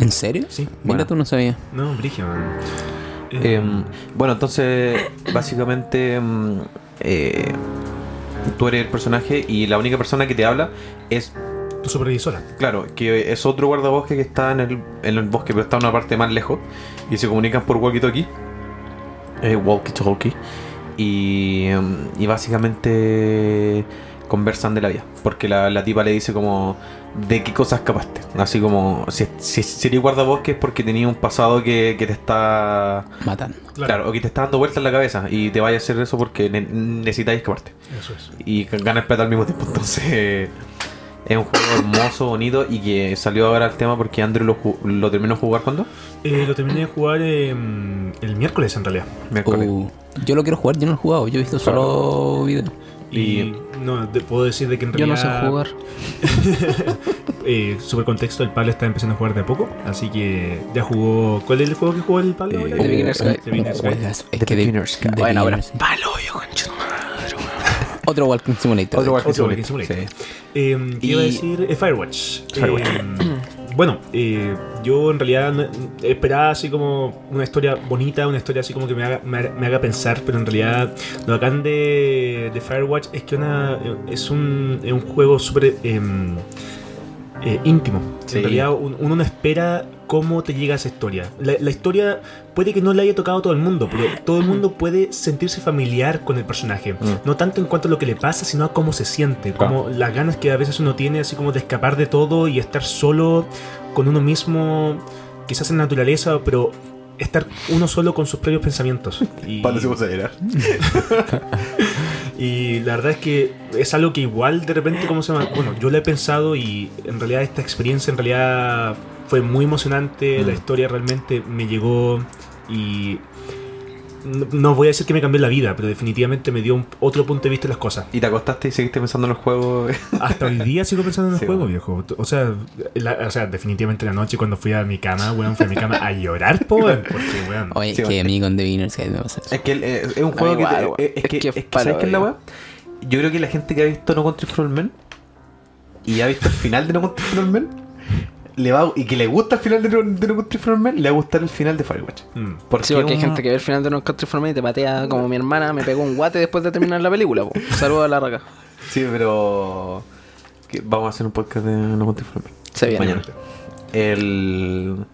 [SPEAKER 6] ¿En serio?
[SPEAKER 4] Sí.
[SPEAKER 6] Mira,
[SPEAKER 3] Bueno.
[SPEAKER 6] tú no sabías.
[SPEAKER 4] No, Brigio.
[SPEAKER 3] Eh, bueno, entonces, básicamente, mm, eh, tú eres el personaje y la única persona que te habla es,
[SPEAKER 4] tu supervisora.
[SPEAKER 3] claro, que es otro guardabosque que está en el, en el bosque, pero está en una parte más lejos y se comunican por walkie-talkie. eh, walkie-talkie. Y, mm, y básicamente conversan de la vida, porque la, la tipa le dice como de qué cosas escapaste. Así como, si, si, si eres guardabosque es porque tenías un pasado que, que te está...
[SPEAKER 6] Matando.
[SPEAKER 4] Claro.
[SPEAKER 3] Claro. o que te está dando vueltas en la cabeza y te vaya a hacer eso porque ne- necesitáis escaparte.
[SPEAKER 4] Eso es.
[SPEAKER 3] Y g- ganas plata al mismo tiempo. Entonces, es un juego hermoso, bonito y que salió ahora el tema porque Andrew lo, ju- lo terminó de jugar cuando?
[SPEAKER 4] Eh, lo terminé de jugar eh, el miércoles en realidad.
[SPEAKER 3] Miércoles.
[SPEAKER 6] Uh, yo lo quiero jugar, yo no lo he jugado, yo he visto solo videos.
[SPEAKER 4] Y,
[SPEAKER 3] Y-
[SPEAKER 4] no, te puedo decir de que en
[SPEAKER 5] Yo no
[SPEAKER 4] realidad.
[SPEAKER 5] sé jugar.
[SPEAKER 4] eh, super contexto, el Pablo está empezando a jugar de a poco. Así que ya jugó. ¿Cuál es el juego que jugó el Pablo?
[SPEAKER 3] Eh,
[SPEAKER 4] ahora?
[SPEAKER 5] The
[SPEAKER 3] oh,
[SPEAKER 5] Beginner's Guide.
[SPEAKER 4] The Beginner's Guide.
[SPEAKER 6] Juegas, es
[SPEAKER 3] The
[SPEAKER 6] que de-
[SPEAKER 3] Beginner's Guide.
[SPEAKER 6] de
[SPEAKER 5] Bueno, ahora,
[SPEAKER 6] Beginner's.
[SPEAKER 5] palo yo, conchetumadre, weón.
[SPEAKER 6] Otro Walking Simulator.
[SPEAKER 3] Otro Walking
[SPEAKER 4] Otro Walking
[SPEAKER 3] Simulator,
[SPEAKER 4] Simulator.
[SPEAKER 3] sí.
[SPEAKER 4] Eh, ¿qué
[SPEAKER 3] Y-
[SPEAKER 4] iba a decir? Eh, Firewatch.
[SPEAKER 3] Firewatch.
[SPEAKER 4] Eh, bueno, eh, yo en realidad no- esperaba así como una historia bonita, una historia así como que me haga, me haga- me haga pensar, pero en realidad lo bacán de, de Firewatch es que una, es, un, es un juego súper em, eh, íntimo.
[SPEAKER 3] Sí.
[SPEAKER 4] En realidad un- uno no espera cómo te llega esa historia. La, la historia puede que no le haya tocado a todo el mundo, pero todo el mundo puede sentirse familiar con el personaje.
[SPEAKER 3] Mm.
[SPEAKER 4] No tanto en cuanto a lo que le pasa, sino a cómo se siente,
[SPEAKER 3] Claro.
[SPEAKER 4] como las ganas que a veces uno tiene así como de escapar de todo y estar solo con uno mismo, quizás en la naturaleza, pero estar uno solo con sus propios pensamientos. Y-
[SPEAKER 3] a llorar.
[SPEAKER 4] y la verdad es que es algo que igual de repente, ¿cómo se llama? Bueno, yo lo he pensado y en realidad esta experiencia en realidad fue muy emocionante, la historia realmente me llegó y no, no voy a decir que me cambió la vida, pero definitivamente me dio un- otro punto de vista de las cosas.
[SPEAKER 3] Y te acostaste y seguiste pensando en el juego.
[SPEAKER 4] Hasta hoy día sigo pensando en el
[SPEAKER 3] Sí,
[SPEAKER 4] juego,
[SPEAKER 3] bueno.
[SPEAKER 4] viejo. O sea, la- o sea, definitivamente la noche cuando fui a mi cama, weón, fui a mi cama a llorar, po, weón, porque, weón,
[SPEAKER 6] Oye,
[SPEAKER 3] Sí,
[SPEAKER 6] que
[SPEAKER 3] bueno.
[SPEAKER 6] a mí con The Beginner's Guide me pasa eso.
[SPEAKER 3] es que el- eh, es un juego
[SPEAKER 5] igual, weón.
[SPEAKER 3] que, te- eh, es,
[SPEAKER 5] Es
[SPEAKER 3] que,
[SPEAKER 5] que
[SPEAKER 3] es que,
[SPEAKER 5] palo,
[SPEAKER 3] ¿sabes qué es la
[SPEAKER 5] weón.
[SPEAKER 3] weá? Yo creo que la gente que ha visto No Country for Old Men y ha visto el final de No Country for Old Men le va, a- y que le gusta el final de No, de No Country for Old Men, le va a gustar el final de Firewatch.
[SPEAKER 4] Mm.
[SPEAKER 5] Sí, porque hay
[SPEAKER 3] un-
[SPEAKER 5] gente que ve el final de No Country for Men y te patea como mi hermana me pegó un guate después de terminar la película. po. Saludos a la raca.
[SPEAKER 3] Sí, pero. que vamos a hacer un podcast de No Country for Old Men.
[SPEAKER 5] Se viene.
[SPEAKER 3] Mañana. El.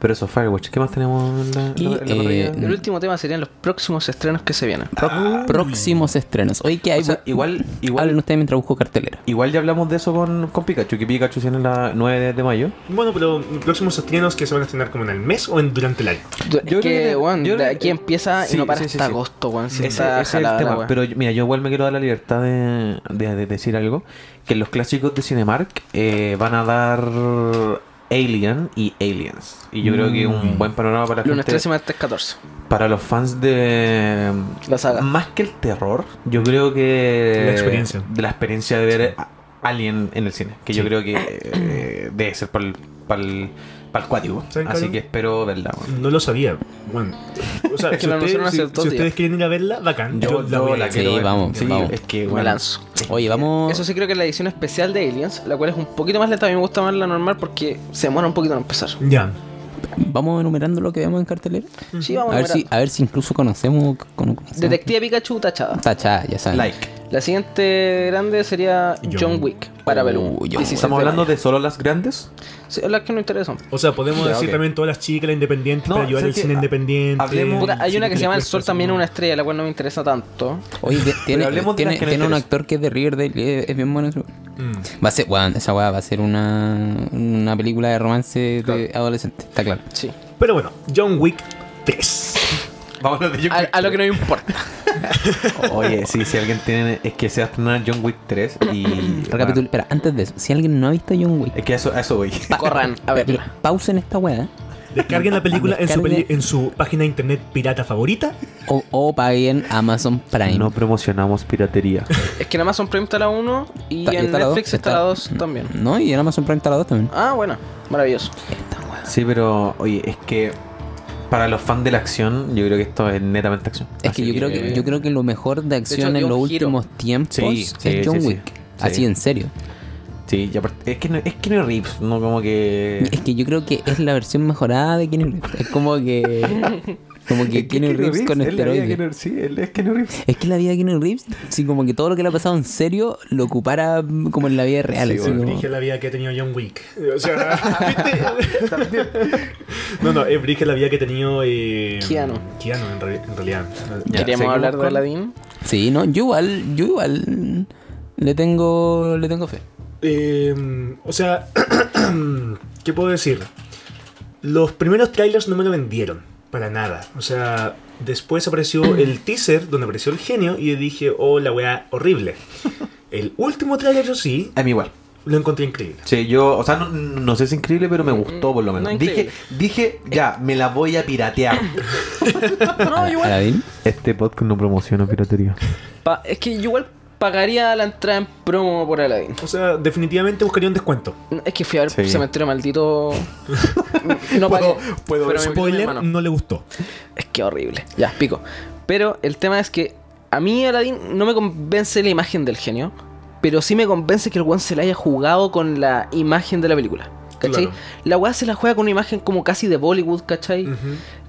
[SPEAKER 3] Pero eso, Firewatch. ¿Qué más tenemos en la, en
[SPEAKER 6] Y,
[SPEAKER 3] la- en la parrilla?
[SPEAKER 6] eh,
[SPEAKER 5] El último tema serían los próximos estrenos que se
[SPEAKER 3] Ah,
[SPEAKER 5] vienen.
[SPEAKER 6] Próximos estrenos. Oye, que hay.
[SPEAKER 3] O sea, igual, igual,
[SPEAKER 6] Hablen ustedes mientras busco cartelera.
[SPEAKER 3] igual ya hablamos de eso con, con Pikachu, que Pikachu viene la 9 de- de mayo.
[SPEAKER 4] Bueno, pero próximos estrenos que se van a estrenar como en el mes o en durante el año.
[SPEAKER 5] Yo
[SPEAKER 3] creo
[SPEAKER 5] que,
[SPEAKER 3] que-
[SPEAKER 5] weón,
[SPEAKER 3] yo
[SPEAKER 5] de
[SPEAKER 3] creo-
[SPEAKER 5] aquí empieza
[SPEAKER 3] sí,
[SPEAKER 5] y no para
[SPEAKER 3] sí, sí,
[SPEAKER 5] hasta
[SPEAKER 3] sí.
[SPEAKER 5] agosto, weón. si
[SPEAKER 3] Ese,
[SPEAKER 5] está
[SPEAKER 3] ese es el
[SPEAKER 5] jalada la
[SPEAKER 3] tema.
[SPEAKER 5] weá.
[SPEAKER 3] pero yo- mira, yo igual me quiero dar la libertad de, de- de decir algo. Que los clásicos de Cinemark eh, van a dar Alien y Aliens. Y yo creo que un buen panorama para la
[SPEAKER 5] Lunes
[SPEAKER 3] gente-
[SPEAKER 5] 13 y martes 14.
[SPEAKER 3] para los fans de
[SPEAKER 5] La saga.
[SPEAKER 3] Más que el terror, yo creo que
[SPEAKER 4] La experiencia.
[SPEAKER 3] de la experiencia de ver a Alien en el cine, que yo creo que eh, debe ser para el para el, para el cuático.
[SPEAKER 4] ¿Saben,
[SPEAKER 3] Así
[SPEAKER 4] cabrón?
[SPEAKER 3] que espero verla. weón.
[SPEAKER 4] No lo sabía. Bueno, o sea,
[SPEAKER 5] Es que
[SPEAKER 4] si, ustedes,
[SPEAKER 5] la anunciaron hace
[SPEAKER 4] si-
[SPEAKER 5] dos
[SPEAKER 4] si
[SPEAKER 5] días.
[SPEAKER 4] ustedes quieren ir a verla, bacán.
[SPEAKER 3] Yo, yo
[SPEAKER 4] voy a
[SPEAKER 3] la
[SPEAKER 4] ir.
[SPEAKER 6] Sí,
[SPEAKER 3] quiero ver.
[SPEAKER 6] vamos,
[SPEAKER 3] Sí,
[SPEAKER 6] vamos.
[SPEAKER 3] Es que
[SPEAKER 5] Me
[SPEAKER 3] bueno,
[SPEAKER 5] lanzo.
[SPEAKER 6] Oye, vamos.
[SPEAKER 5] Eso sí creo que es la edición especial de Aliens, la cual es un poquito más lenta. A mí me gusta más la normal porque se demora un poquito en empezar.
[SPEAKER 4] Ya.
[SPEAKER 6] Vamos enumerando lo que vemos en cartelera.
[SPEAKER 3] Mm.
[SPEAKER 5] Sí, vamos
[SPEAKER 6] A ver, si,
[SPEAKER 5] numerando.
[SPEAKER 6] a ver si incluso conocemos. cono- conocemos.
[SPEAKER 5] Detective Pikachu tachada.
[SPEAKER 6] Tachá, ya saben.
[SPEAKER 3] like.
[SPEAKER 5] La siguiente grande sería
[SPEAKER 4] John-
[SPEAKER 5] John Wick para
[SPEAKER 6] Oh,
[SPEAKER 5] Belú.
[SPEAKER 6] John Wick.
[SPEAKER 3] Estamos hablando de solo las grandes.
[SPEAKER 5] Sí, las que no interesan.
[SPEAKER 4] O sea, podemos
[SPEAKER 3] Ya,
[SPEAKER 4] decir
[SPEAKER 3] ok.
[SPEAKER 4] también todas las chicas, las independientes,
[SPEAKER 3] No,
[SPEAKER 4] para ayudar al
[SPEAKER 3] ¿sabes qué?
[SPEAKER 4] cine
[SPEAKER 3] Ha-
[SPEAKER 4] independiente.
[SPEAKER 3] hablemos-
[SPEAKER 5] Puta, hay
[SPEAKER 4] Sí,
[SPEAKER 5] una que se llama El
[SPEAKER 4] películas,
[SPEAKER 5] Sol
[SPEAKER 4] así
[SPEAKER 5] también
[SPEAKER 4] como-
[SPEAKER 5] una estrella, la cual no me interesa tanto.
[SPEAKER 6] Oye, que tiene,
[SPEAKER 3] hablemos de
[SPEAKER 6] tiene,
[SPEAKER 3] las que no
[SPEAKER 6] tiene un
[SPEAKER 3] interesan.
[SPEAKER 6] actor que es de Riverdale, es, es bien bueno. ese-
[SPEAKER 4] Mm.
[SPEAKER 6] Va a ser, weón, esa weá va a ser una, una película de romance de adolescente, está claro.
[SPEAKER 5] Sí.
[SPEAKER 4] Pero bueno, John Wick 3.
[SPEAKER 3] Vamos a hablar de John
[SPEAKER 5] A,
[SPEAKER 3] Wick
[SPEAKER 5] a lo que no
[SPEAKER 3] tres.
[SPEAKER 5] me importa.
[SPEAKER 3] Oye, sí, si alguien tiene. Es que se va a estrenar John Wick 3 y.
[SPEAKER 6] Recapitul,
[SPEAKER 3] bueno,
[SPEAKER 6] espera, antes de eso, si alguien no ha visto John Wick,
[SPEAKER 3] es que a eso, a eso voy.
[SPEAKER 5] Corran a verla.
[SPEAKER 6] pausen esta weá
[SPEAKER 4] Descarguen la película en su, peli-
[SPEAKER 6] Descarguen.
[SPEAKER 4] en su página de internet pirata favorita.
[SPEAKER 6] O, o paguen Amazon Prime.
[SPEAKER 3] No promocionamos piratería.
[SPEAKER 5] Es que en Amazon Prime está la 1 y
[SPEAKER 6] Está-
[SPEAKER 5] en
[SPEAKER 6] está mm. la dos,
[SPEAKER 5] Netflix está, la 2 también.
[SPEAKER 6] No, y en Amazon Prime está la 2 también.
[SPEAKER 5] Ah, bueno, maravilloso.
[SPEAKER 3] Sí, pero oye, es que para los fans de la acción, yo creo que esto es netamente acción.
[SPEAKER 6] Es que
[SPEAKER 3] Así
[SPEAKER 6] yo creo que yo creo que lo mejor de acción
[SPEAKER 5] dio
[SPEAKER 6] en los
[SPEAKER 5] un giro.
[SPEAKER 6] últimos tiempos
[SPEAKER 3] Sí, sí,
[SPEAKER 6] es John
[SPEAKER 3] sí, sí.
[SPEAKER 6] Wick.
[SPEAKER 3] Sí.
[SPEAKER 6] Así en serio.
[SPEAKER 3] Sí, y aparte- es que no es que no es Reeves, no como que
[SPEAKER 6] Es que yo creo que es la versión mejorada de Keanu Reeves. Es como que como que Keanu Reeves con
[SPEAKER 3] es la vida
[SPEAKER 6] esteroides.
[SPEAKER 3] que no- sí, él es Keanu Reeves.
[SPEAKER 6] Es que la vida de Keanu Reeves, sí, como que todo lo que le ha pasado en serio lo ocupara mm, como en la vida real.
[SPEAKER 3] Sí,
[SPEAKER 6] así
[SPEAKER 3] bueno,
[SPEAKER 6] como-
[SPEAKER 4] Brige la vida que ha tenido John Wick. O sea, ¿viste? no, no, es brige la vida que ha tenido. Eh,
[SPEAKER 5] Keanu.
[SPEAKER 4] Keanu, en, re- en realidad.
[SPEAKER 5] Queríamos
[SPEAKER 3] seguimos
[SPEAKER 5] hablar de
[SPEAKER 3] con-
[SPEAKER 5] Aladdin.
[SPEAKER 6] Sí, no, yo igual, yo igual mm, le tengo le tengo fe.
[SPEAKER 4] Eh, o sea, ¿qué puedo decir? Los primeros trailers no me lo vendieron, para nada. O sea, después apareció el teaser donde apareció el genio y yo dije, oh, la weá horrible. El último trailer, yo sí,
[SPEAKER 3] A mí igual.
[SPEAKER 4] lo encontré increíble.
[SPEAKER 3] Sí, yo, o sea, no, no sé si es increíble, pero me gustó por lo menos.
[SPEAKER 5] Mm, no
[SPEAKER 3] dije,
[SPEAKER 5] increíble.
[SPEAKER 3] dije, ya, me la voy a piratear.
[SPEAKER 6] Aladdin.
[SPEAKER 3] este podcast no promociona piratería.
[SPEAKER 5] Pa- es que yo igual pagaría la entrada en promo por Aladdin.
[SPEAKER 4] O sea, definitivamente buscaría un descuento.
[SPEAKER 5] Es que fui a ver
[SPEAKER 3] Sí.
[SPEAKER 5] Cementerio Maldito. No
[SPEAKER 4] Puedo-
[SPEAKER 5] pagué.
[SPEAKER 4] puedo-
[SPEAKER 5] pero me invitó mi
[SPEAKER 4] spoiler,
[SPEAKER 5] hermano.
[SPEAKER 4] no le gustó.
[SPEAKER 5] Es que horrible. Ya, pico. Pero el tema es que a mí Aladdin no me convence la imagen del genio, pero sí me convence que el weón se la haya jugado con la imagen de la película. ¿Cachai?
[SPEAKER 4] Claro.
[SPEAKER 5] La weá se la juega con una imagen como casi de Bollywood, ¿cachai?
[SPEAKER 4] Ujú.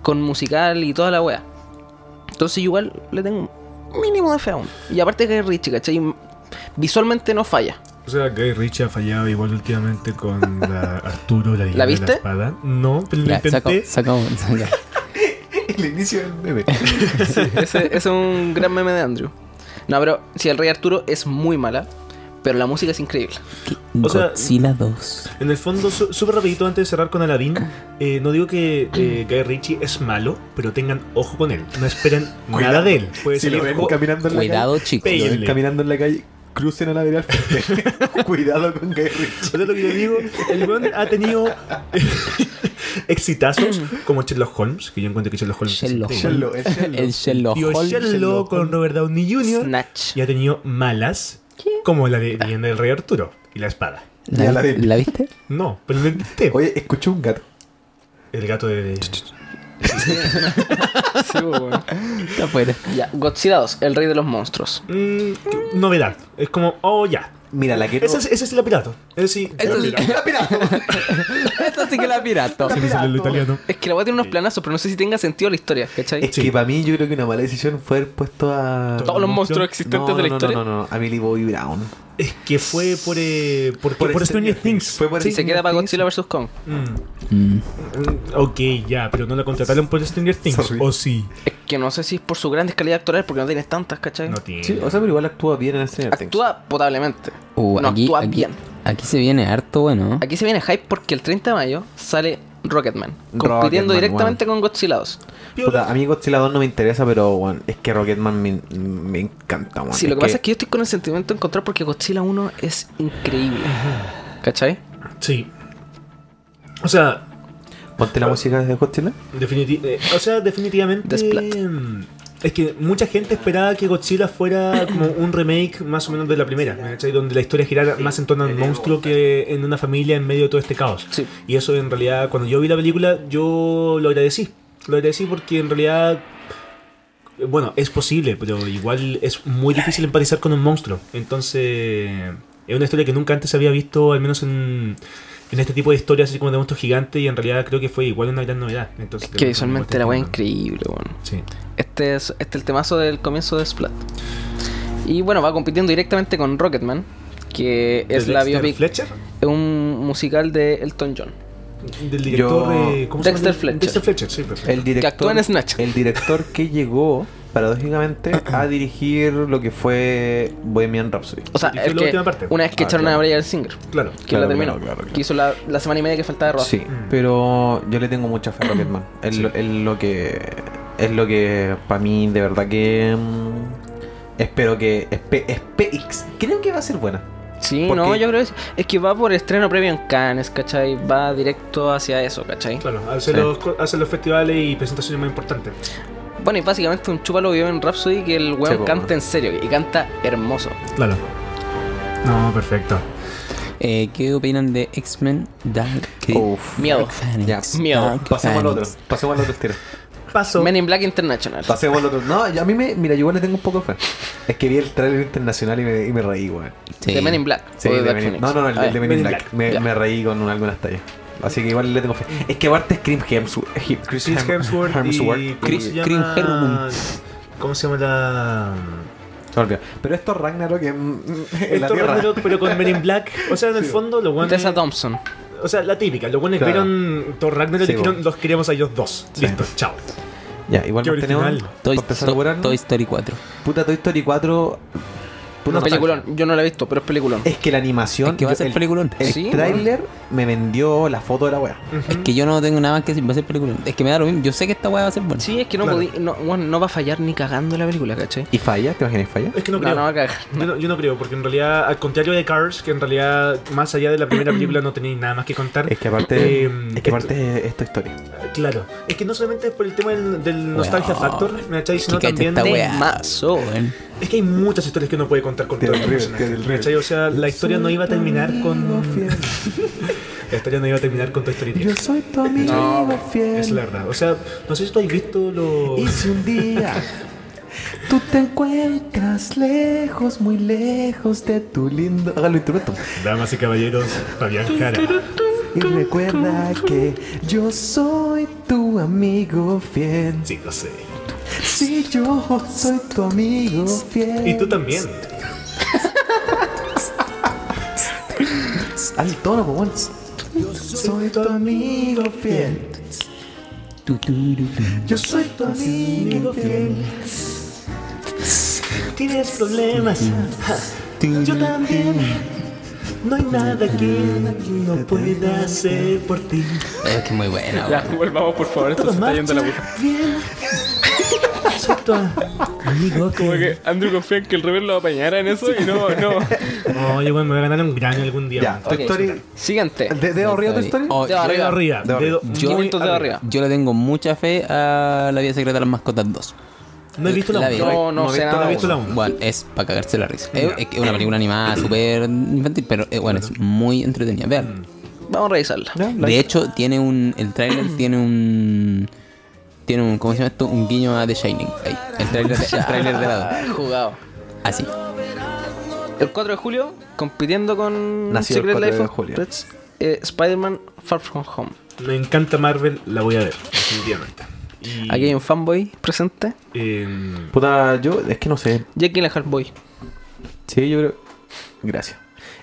[SPEAKER 5] Con musical y toda la weá. Entonces yo igual le tengo un mínimo de fe aún. Y aparte que es Richie, ¿cachai? Visualmente no falla.
[SPEAKER 4] O sea, Guy Ritchie ha fallado igual últimamente con la Arturo, la, Divina
[SPEAKER 5] ¿La
[SPEAKER 4] de
[SPEAKER 5] viste?
[SPEAKER 4] espada. No, pero lo
[SPEAKER 6] Ya, saco,
[SPEAKER 4] intenté.
[SPEAKER 6] saco, saca.
[SPEAKER 3] El inicio del bebé.
[SPEAKER 5] Ese, ese es un gran meme de Andrew. No, pero si el Rey Arturo es muy mala, pero la música es increíble.
[SPEAKER 4] O sea-
[SPEAKER 6] Godzilla 2.
[SPEAKER 4] En el fondo, su- súper rapidito antes de cerrar con Aladdin,
[SPEAKER 3] Ah.
[SPEAKER 4] eh, no digo que eh, Guy Ritchie es malo, pero tengan ojo con él. No esperen nada de él. Puede
[SPEAKER 3] Si
[SPEAKER 4] ser
[SPEAKER 3] lo ven
[SPEAKER 4] jo-
[SPEAKER 3] caminando en la
[SPEAKER 6] Cuidado,
[SPEAKER 3] calle,
[SPEAKER 6] chicos.
[SPEAKER 3] si lo ven
[SPEAKER 4] Pele.
[SPEAKER 3] caminando en la calle, crucen a la vereda al frente. Cuidado con Guy Ritchie.
[SPEAKER 4] O sea, lo que yo digo, el weón ha tenido exitazos como Sherlock Holmes, que yo encuentro que Sherlock Holmes
[SPEAKER 6] Sherlock
[SPEAKER 4] es
[SPEAKER 6] Holmes.
[SPEAKER 3] Ah. Sherlock, es Sherlock.
[SPEAKER 6] El Sherlock
[SPEAKER 4] Digo,
[SPEAKER 6] Holmes.
[SPEAKER 4] Sherlock con Robert Downey Jr.
[SPEAKER 5] Snatch.
[SPEAKER 4] y ha tenido malas como la de Leyenda del Rey Arturo y la espada.
[SPEAKER 6] ¿La,
[SPEAKER 3] Ya la vi.
[SPEAKER 6] la viste?
[SPEAKER 4] No, pero lo intenté.
[SPEAKER 3] Oye, escuché un gato.
[SPEAKER 4] El gato de...
[SPEAKER 6] Está afuera.
[SPEAKER 5] Ya, Godzilla 2, el rey de los monstruos.
[SPEAKER 4] Mm, novedad. Es como, oh, ya.
[SPEAKER 3] Mira, la quiero.
[SPEAKER 4] Ese es, ese es la pirata. Es sí, la pirata.
[SPEAKER 3] ¡La pirato!
[SPEAKER 6] Esta sí que la pirato.
[SPEAKER 4] Sí, me salió lo italiano.
[SPEAKER 5] Es que la voy a tener unos planazos, pero no sé si tenga sentido la historia, ¿cachai?
[SPEAKER 3] Es que para mí yo creo que una mala decisión fue haber puesto a.
[SPEAKER 5] Todos los monstruos
[SPEAKER 3] No,
[SPEAKER 5] existentes
[SPEAKER 3] no,
[SPEAKER 5] de
[SPEAKER 3] no,
[SPEAKER 5] la
[SPEAKER 3] no,
[SPEAKER 5] historia.
[SPEAKER 3] no, no, a Millie Bobby Brown.
[SPEAKER 4] Es que fue por... Eh, por, por, Stranger Things.
[SPEAKER 3] Fue por
[SPEAKER 5] Si se queda para Godzilla vs. Kong.
[SPEAKER 6] Mm.
[SPEAKER 4] Mm, Ok, ya, pero no la contrataron por Stranger Things.
[SPEAKER 3] Sorry.
[SPEAKER 4] O sí.
[SPEAKER 5] Es que no sé si es por su gran calidad actoral, porque no tiene tantas, ¿cachai?
[SPEAKER 4] No tiene.
[SPEAKER 3] Sí, o sea, pero igual actúa bien en Stranger Things.
[SPEAKER 5] Actúa potablemente.
[SPEAKER 6] Uh,
[SPEAKER 5] no,
[SPEAKER 6] aquí,
[SPEAKER 5] actúa
[SPEAKER 6] aquí-
[SPEAKER 5] bien.
[SPEAKER 6] aquí se viene harto bueno.
[SPEAKER 5] Aquí se viene hype porque el 30 de mayo sale Rocketman,
[SPEAKER 3] Rocketman,
[SPEAKER 5] compitiendo directamente con Godzilla 2.
[SPEAKER 3] Puta, a mí Godzilla 2 no me interesa, pero bueno, es que Rocketman me, me encanta, bueno.
[SPEAKER 5] Sí, lo que pasa es que yo estoy con el sentimiento encontrado porque Godzilla 1 es increíble. ¿Cachai?
[SPEAKER 4] Sí. O sea,
[SPEAKER 3] Ponte la música de Godzilla.
[SPEAKER 4] definiti- eh, o sea definitivamente...
[SPEAKER 5] Desplat.
[SPEAKER 4] mm, Es que mucha gente esperaba que Godzilla fuera como un remake más o menos de la primera, ¿cachai? donde la historia girara más en torno al monstruo que en una familia en medio de todo este caos.
[SPEAKER 5] Sí.
[SPEAKER 4] Y eso en realidad, cuando yo vi la película, yo lo agradecí. Lo agradecí porque en realidad, eh, bueno, es posible, pero igual es muy difícil empatizar con un monstruo. Entonces, es una historia que nunca antes había visto, al menos en, en este tipo de historias, así como de monstruos gigantes, y en realidad creo que fue igual una gran novedad. Entonces,
[SPEAKER 5] Que visualmente la wea es
[SPEAKER 4] buena
[SPEAKER 5] increíble, weón.
[SPEAKER 4] Sí.
[SPEAKER 5] Este es, este es el temazo del comienzo de Splat. Y bueno, va compitiendo directamente con Rocketman, que es
[SPEAKER 4] ¿De
[SPEAKER 5] la
[SPEAKER 4] Dexter
[SPEAKER 5] biopic.
[SPEAKER 4] Fletcher?
[SPEAKER 5] Es un musical de Elton John.
[SPEAKER 4] Del director.
[SPEAKER 3] Yo-
[SPEAKER 4] eh, ¿Cómo se llama?
[SPEAKER 5] Dexter Fletcher.
[SPEAKER 4] Dexter Fletcher, sí, perfecto.
[SPEAKER 3] El director,
[SPEAKER 5] actúa en Snatch.
[SPEAKER 3] El director que llegó, paradójicamente, a dirigir lo que fue Bohemian Rhapsody.
[SPEAKER 5] O sea,
[SPEAKER 4] Y fue
[SPEAKER 5] es
[SPEAKER 4] la
[SPEAKER 5] que
[SPEAKER 4] última parte.
[SPEAKER 5] una vez que
[SPEAKER 3] Ah,
[SPEAKER 5] echaron
[SPEAKER 3] claro.
[SPEAKER 5] a Brian Singer,
[SPEAKER 4] Claro.
[SPEAKER 5] que
[SPEAKER 3] Claro,
[SPEAKER 5] la terminó,
[SPEAKER 3] claro, claro, claro.
[SPEAKER 5] que hizo la, la semana y media que faltaba de rodaje.
[SPEAKER 3] Sí,
[SPEAKER 4] Mm.
[SPEAKER 3] pero yo le tengo mucha fe a Rocketman. Es,
[SPEAKER 4] Sí.
[SPEAKER 3] lo, es lo que. Es lo que para mí, de verdad que. mm, espero que. espe- espe- ex- creo que va a ser buena.
[SPEAKER 5] Sí,
[SPEAKER 3] Porque-
[SPEAKER 5] no, yo creo que es, es que va por estreno previo en Cannes, ¿cachai? Va directo hacia eso, ¿cachai?
[SPEAKER 4] Claro, hace,
[SPEAKER 5] Sí.
[SPEAKER 4] los, hace los festivales y presentaciones más importantes.
[SPEAKER 5] Bueno, y básicamente un chupa lo vio en Rhapsody que el weón
[SPEAKER 4] Sí, po.
[SPEAKER 5] canta en serio y canta hermoso.
[SPEAKER 4] Claro. No, perfecto.
[SPEAKER 6] Eh, ¿Qué opinan de X-Men Dark
[SPEAKER 3] Oh,
[SPEAKER 6] Uf,
[SPEAKER 5] Miedo. Miedo. Pasemos al otro,
[SPEAKER 3] pasemos al otro estilo.
[SPEAKER 4] Paso.
[SPEAKER 5] Men in Black International.
[SPEAKER 3] Pasemos al otro. No, yo- a mí me. Mira, yo igual le tengo un poco de fe. Es que vi el tráiler internacional y me, y me reí, weón.
[SPEAKER 6] Sí. ¿De Men
[SPEAKER 5] in Black?
[SPEAKER 3] Sí,
[SPEAKER 5] ¿O de
[SPEAKER 3] de
[SPEAKER 5] Dark
[SPEAKER 3] Men in-
[SPEAKER 5] Phoenix?
[SPEAKER 3] No, no, no, el,
[SPEAKER 5] Ah,
[SPEAKER 3] el de Men in Black. Me,
[SPEAKER 5] Ya.
[SPEAKER 3] me reí con un- algunas tallas. Así que igual le tengo fe. Es que aparte es Scream Hemsworth. Chris
[SPEAKER 4] Chris Hemsworth y... ¿cómo
[SPEAKER 3] Chris
[SPEAKER 4] se
[SPEAKER 3] Chris
[SPEAKER 4] llama?
[SPEAKER 3] Hemsworth.
[SPEAKER 4] ¿Cómo se llama la...?
[SPEAKER 3] Se me olvidó. Pero esto es Ragnarok en, en la
[SPEAKER 4] Esto
[SPEAKER 3] Tierra.
[SPEAKER 4] Ragnarok, pero con Men in Black. O sea, en el fondo, los guanes.
[SPEAKER 5] Tessa Thompson.
[SPEAKER 4] O sea, la típica. Los guanes
[SPEAKER 3] Claro.
[SPEAKER 4] vieron Thor Ragnarok
[SPEAKER 3] Sí,
[SPEAKER 4] y dijeron, los queremos a ellos dos. Listo, chao.
[SPEAKER 3] Ya, igual
[SPEAKER 4] Qué
[SPEAKER 3] nos tenemos.
[SPEAKER 4] original.
[SPEAKER 6] Toy,
[SPEAKER 3] para empezar a
[SPEAKER 6] Toy-
[SPEAKER 3] apurarnos.
[SPEAKER 6] Toy Story 4.
[SPEAKER 3] Puta, Toy Story 4.
[SPEAKER 5] Una
[SPEAKER 3] Puta,
[SPEAKER 5] peliculón. Yo no la he visto, pero es peliculón.
[SPEAKER 3] Es que la animación.
[SPEAKER 6] Es que va a
[SPEAKER 3] yo-
[SPEAKER 6] ser
[SPEAKER 3] el,
[SPEAKER 6] peliculón.
[SPEAKER 3] El
[SPEAKER 5] Sí,
[SPEAKER 3] tráiler me vendió la foto de la wea.
[SPEAKER 6] Es que yo no tengo nada más que decir, va a ser película. Es que me da lo mismo. Yo sé que esta weá va a ser buena.
[SPEAKER 5] Sí, es que no,
[SPEAKER 4] Claro.
[SPEAKER 5] podí- no, weón, no va a fallar ni cagando la película, ¿cachai?
[SPEAKER 3] ¿Y falla? ¿Te imaginas falla?
[SPEAKER 4] Es que no
[SPEAKER 5] No,
[SPEAKER 4] creo.
[SPEAKER 5] no va a cagar.
[SPEAKER 4] Yo, no, yo no creo, porque en realidad, al contrario de Cars, que en realidad, más allá de la primera película, no tenéis nada más que contar.
[SPEAKER 3] Es que aparte.
[SPEAKER 4] Eh,
[SPEAKER 3] es que aparte es- es tu historia.
[SPEAKER 4] Claro. Es que no solamente es por el tema del, del nostalgia factor, ¿me cachai?
[SPEAKER 6] Que
[SPEAKER 4] Sino
[SPEAKER 6] cacha
[SPEAKER 4] también.
[SPEAKER 6] esta weá.
[SPEAKER 5] Mazo.
[SPEAKER 6] weón.
[SPEAKER 4] Es que hay muchas historias que no puede contar con
[SPEAKER 3] Del
[SPEAKER 4] todo el
[SPEAKER 3] río,
[SPEAKER 4] personaje.
[SPEAKER 3] del
[SPEAKER 4] ¿me
[SPEAKER 3] río.
[SPEAKER 4] cachai? O sea, la historia no iba a terminar con. La historia no iba a terminar con Toy Story 10.
[SPEAKER 3] soy tu amigo fiel.
[SPEAKER 4] Es la verdad. O sea, no sé si tú has visto lo.
[SPEAKER 3] si un día tú te encuentras lejos, muy lejos de tu lindo. Hágalo instrumento.
[SPEAKER 4] Damas y caballeros, Fabián Jara.
[SPEAKER 3] Y recuerda que yo soy tu amigo fiel.
[SPEAKER 4] Sí, lo sé.
[SPEAKER 3] Si yo soy tu amigo fiel.
[SPEAKER 4] Y tú también.
[SPEAKER 3] Al tono, po, weón. Soy tu amigo fiel.
[SPEAKER 6] Tu, tu, ru, ru.
[SPEAKER 3] Yo soy tu amigo fiel.
[SPEAKER 4] Tienes problemas.
[SPEAKER 6] Tu,
[SPEAKER 4] Yo también. No hay nada que no pueda hacer por ti.
[SPEAKER 6] Es que es muy buena,
[SPEAKER 5] Ya,
[SPEAKER 6] weón.
[SPEAKER 5] volvamos, por favor. Esto
[SPEAKER 4] Todo
[SPEAKER 5] se está yendo a la
[SPEAKER 4] marcha
[SPEAKER 5] puta.
[SPEAKER 4] bien. Soy tu amigo
[SPEAKER 5] Como
[SPEAKER 4] fiel.
[SPEAKER 5] que Andrew confía en que el rebel lo va a apañar en eso y no, no.
[SPEAKER 4] Oye, bueno, me voy a ganar un gran algún día.
[SPEAKER 3] Ya,
[SPEAKER 4] man.
[SPEAKER 3] Toy
[SPEAKER 5] Ok.
[SPEAKER 3] Story.
[SPEAKER 5] Siguiente.
[SPEAKER 3] ¿De, de arriba Toy Story?
[SPEAKER 6] Oh,
[SPEAKER 5] Dedo
[SPEAKER 4] Dedo
[SPEAKER 5] arriba.
[SPEAKER 4] arriba.
[SPEAKER 3] Dedo
[SPEAKER 4] dedo
[SPEAKER 6] yo-
[SPEAKER 4] muy
[SPEAKER 5] Quinto dedo arriba.
[SPEAKER 6] yo le tengo mucha fe a La vida secreta de las mascotas 2.
[SPEAKER 4] No he visto la
[SPEAKER 6] La
[SPEAKER 4] uno.
[SPEAKER 6] vi.
[SPEAKER 5] No, no,
[SPEAKER 3] No he
[SPEAKER 5] sé
[SPEAKER 3] visto
[SPEAKER 5] nada.
[SPEAKER 4] No he
[SPEAKER 5] de
[SPEAKER 4] visto la
[SPEAKER 5] eso.
[SPEAKER 4] 1.
[SPEAKER 6] Bueno, es para cagarse la risa.
[SPEAKER 4] Ya.
[SPEAKER 6] Es, es que es una película animada súper infantil, pero eh, bueno, es muy entretenida. Vean.
[SPEAKER 3] Mm.
[SPEAKER 5] Vamos a revisarla.
[SPEAKER 6] De hecho, tiene un. El tráiler tiene un. Tiene un. ¿Cómo se llama esto? Un guiño a The Shining. Ahí. El tráiler de, el tráiler de la dos.
[SPEAKER 5] Jugado.
[SPEAKER 6] Así.
[SPEAKER 5] El 4 de julio, compitiendo con
[SPEAKER 3] Nació el
[SPEAKER 5] Secret
[SPEAKER 3] 4
[SPEAKER 5] Life
[SPEAKER 3] de
[SPEAKER 5] of
[SPEAKER 3] julio.
[SPEAKER 5] Pets, eh, Spider-Man Far From Home.
[SPEAKER 4] Me encanta Marvel, la voy a ver, definitivamente. Y,
[SPEAKER 5] Aquí hay un fanboy presente.
[SPEAKER 4] em,
[SPEAKER 3] Puta, yo. Es que no sé.
[SPEAKER 5] Jackie and the Hardboy.
[SPEAKER 3] Sí, yo creo. Gracias.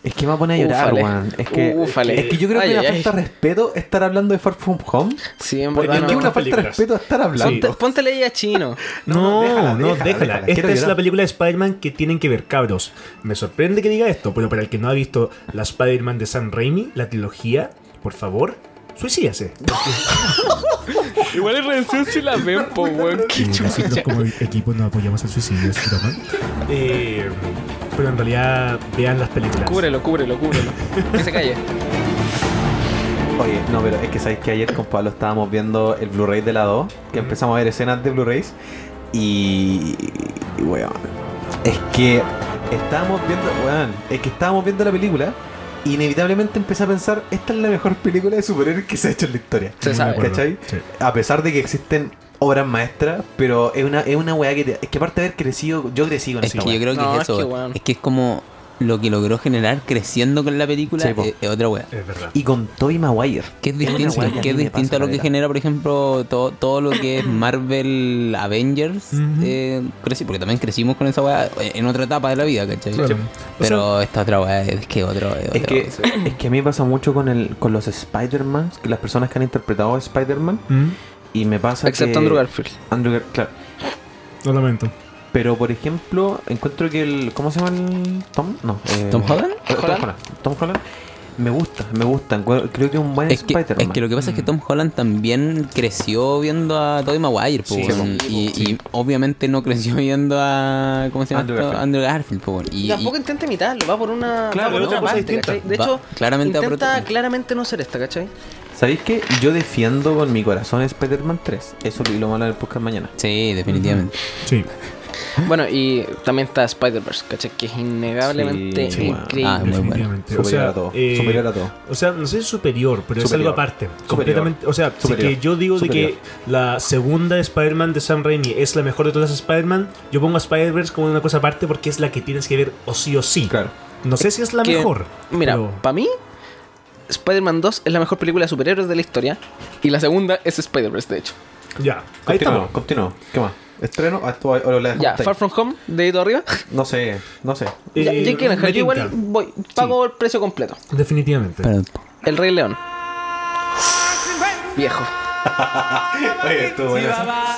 [SPEAKER 3] Es que me pone a llorar,
[SPEAKER 5] Ufale.
[SPEAKER 3] weón. Es que,
[SPEAKER 5] Ufale.
[SPEAKER 3] es que yo creo
[SPEAKER 5] Ay,
[SPEAKER 3] que
[SPEAKER 5] ay,
[SPEAKER 3] una
[SPEAKER 5] ay.
[SPEAKER 3] falta de respeto estar hablando de Far From Home.
[SPEAKER 5] Sí, en
[SPEAKER 4] Porque
[SPEAKER 5] verdad.
[SPEAKER 3] Es que
[SPEAKER 4] no-
[SPEAKER 3] una falta
[SPEAKER 5] No.
[SPEAKER 3] de
[SPEAKER 4] películas.
[SPEAKER 3] respeto estar hablando.
[SPEAKER 4] Sí.
[SPEAKER 5] Ponte leía chino.
[SPEAKER 4] No, no,
[SPEAKER 3] déjala,
[SPEAKER 4] déjala.
[SPEAKER 3] déjala,
[SPEAKER 4] déjala.
[SPEAKER 3] déjala.
[SPEAKER 4] Esta
[SPEAKER 3] Quiero
[SPEAKER 4] es la
[SPEAKER 3] llorar.
[SPEAKER 4] película de Spider-Man que tienen que ver, cabros. Me sorprende que diga esto, pero para el que no ha visto la Spider-Man de Sam Raimi, la trilogía, por favor, suicídase.
[SPEAKER 5] Igual es redención si la ven, po, weón. Qué
[SPEAKER 4] Nosotros como equipo no apoyamos al suicidio, es broma. Eh, pero en realidad, vean las películas.
[SPEAKER 5] Cúbrelo, cúbrelo, cúbrelo. Que se calle.
[SPEAKER 3] Oye, no, pero es que sabéis que ayer con Pablo estábamos viendo el Blu-ray de la 2, que empezamos a ver escenas de Blu-rays y. y, weón. Es que estábamos viendo, weón, es que estábamos viendo la película y inevitablemente empecé a pensar, esta es la mejor película de superhéroes que se ha hecho en la historia.
[SPEAKER 5] Se
[SPEAKER 4] Muy de
[SPEAKER 5] sabe.
[SPEAKER 4] acuerdo.
[SPEAKER 3] ¿Cachai?
[SPEAKER 4] Sí.
[SPEAKER 3] A pesar de que existen obras maestras, pero es una, es una weá que te- Es que aparte de haber crecido, yo crecí con
[SPEAKER 6] Es
[SPEAKER 3] esa
[SPEAKER 6] que
[SPEAKER 3] weá.
[SPEAKER 6] yo creo que
[SPEAKER 5] No, es
[SPEAKER 6] es eso.
[SPEAKER 5] que,
[SPEAKER 6] weón.
[SPEAKER 5] weón.
[SPEAKER 6] es que es como lo que logró generar creciendo con la película eh,
[SPEAKER 3] Sí, po.
[SPEAKER 6] es, es otra weá.
[SPEAKER 4] Es verdad.
[SPEAKER 3] Y con Toy Maguire.
[SPEAKER 6] Que es
[SPEAKER 3] Es una
[SPEAKER 6] distinto,
[SPEAKER 3] weá que a
[SPEAKER 6] que es
[SPEAKER 3] mí me
[SPEAKER 6] distinto
[SPEAKER 3] pasa,
[SPEAKER 6] a lo que
[SPEAKER 3] caleta.
[SPEAKER 6] genera, por ejemplo, todo, todo lo que es Marvel Avengers. eh, crecí, porque también crecimos con esa weá en otra etapa de la vida, ¿cachai?
[SPEAKER 4] Claro.
[SPEAKER 6] Pero esta otra weá es que otro. Es,
[SPEAKER 3] Es
[SPEAKER 6] otra
[SPEAKER 3] que,
[SPEAKER 6] cosa.
[SPEAKER 3] es que a mí me pasa mucho con, el, con los Spider-Man, que las personas que han interpretado a Spider-Man,
[SPEAKER 4] Mm,
[SPEAKER 3] y me pasa
[SPEAKER 5] Excepto
[SPEAKER 3] que...
[SPEAKER 5] Andrew Garfield.
[SPEAKER 3] Andrew Gar- claro.
[SPEAKER 4] Lo lamento.
[SPEAKER 3] Pero, por ejemplo, encuentro que el... ¿Cómo se llama el...? ¿Tom? No. eh,
[SPEAKER 6] ¿Tom Holland?
[SPEAKER 3] eh, Tom
[SPEAKER 5] ¿Holland?
[SPEAKER 3] Holland. Tom Holland Me gusta, me gusta. Encu- Creo que es un buen
[SPEAKER 6] Es que,
[SPEAKER 3] Spider-Man.
[SPEAKER 6] es que lo que pasa es que Tom Holland también creció viendo a Tobey Maguire, po,
[SPEAKER 3] Sí,
[SPEAKER 6] weón.
[SPEAKER 3] po.
[SPEAKER 6] y,
[SPEAKER 3] Sí.
[SPEAKER 6] y obviamente no creció viendo a ¿cómo se llama?
[SPEAKER 3] Andrew
[SPEAKER 6] esto?
[SPEAKER 3] Garfield.
[SPEAKER 6] Andrew Garfield, po, weón. y,
[SPEAKER 5] Y tampoco intenta imitarlo, va por una,
[SPEAKER 6] Claro,
[SPEAKER 5] va por
[SPEAKER 6] no,
[SPEAKER 5] otra
[SPEAKER 6] cosa
[SPEAKER 5] parte,
[SPEAKER 6] distinta.
[SPEAKER 5] ¿cachai? De
[SPEAKER 6] Va-
[SPEAKER 5] hecho,
[SPEAKER 6] claramente va por
[SPEAKER 5] intenta
[SPEAKER 6] otro-
[SPEAKER 5] claramente no ser esta, ¿cachai?
[SPEAKER 3] ¿Sabéis qué? Yo defiendo con mi corazón Spider-Man 3. Eso lo vamos a hablar en el podcast mañana.
[SPEAKER 6] Sí, definitivamente.
[SPEAKER 4] Sí.
[SPEAKER 5] Bueno, y también está Spider-Verse, ¿cachai? Que es innegablemente
[SPEAKER 3] Sí, sí, bueno.
[SPEAKER 5] increíble.
[SPEAKER 6] Ah, muy bueno.
[SPEAKER 4] Definitivamente.
[SPEAKER 3] Superior
[SPEAKER 4] o sea,
[SPEAKER 3] a todo,
[SPEAKER 4] eh,
[SPEAKER 3] superior a todo.
[SPEAKER 4] O sea, no sé si superior, pero es
[SPEAKER 3] Superior.
[SPEAKER 4] algo aparte.
[SPEAKER 3] Superior.
[SPEAKER 4] Completamente. O sea, sí
[SPEAKER 3] Superior.
[SPEAKER 4] que yo digo de
[SPEAKER 3] Superior.
[SPEAKER 4] que la segunda Spider-Man de Sam Raimi es la mejor de todas las Spider-Man. Yo pongo a Spider-Verse como una cosa aparte porque es la que tienes que ver o sí o sí.
[SPEAKER 3] Claro.
[SPEAKER 4] No sé si es la
[SPEAKER 5] Que,
[SPEAKER 4] mejor.
[SPEAKER 5] Mira,
[SPEAKER 4] pero-
[SPEAKER 5] para mí, Spider-Man 2 es la mejor película de superhéroes de la historia. Y la segunda es Spider-Verse, de hecho.
[SPEAKER 4] ya. Ahí
[SPEAKER 3] Continuamos,
[SPEAKER 4] estamos.
[SPEAKER 3] continuamos. ¿Qué más? ¿Estreno? Ah, tú- o lo- la
[SPEAKER 5] Ya,
[SPEAKER 3] dejamos ahí.
[SPEAKER 5] Far From Home, dedito arriba.
[SPEAKER 3] No sé, no sé.
[SPEAKER 4] Eh,
[SPEAKER 5] ya, Jake Gyllenhaal,
[SPEAKER 4] me
[SPEAKER 5] yo igual
[SPEAKER 4] tinca.
[SPEAKER 5] voy, pago el precio completo.
[SPEAKER 4] Definitivamente.
[SPEAKER 6] Pero-
[SPEAKER 5] El Rey León. Viejo.
[SPEAKER 3] Oye, estuvo bueno.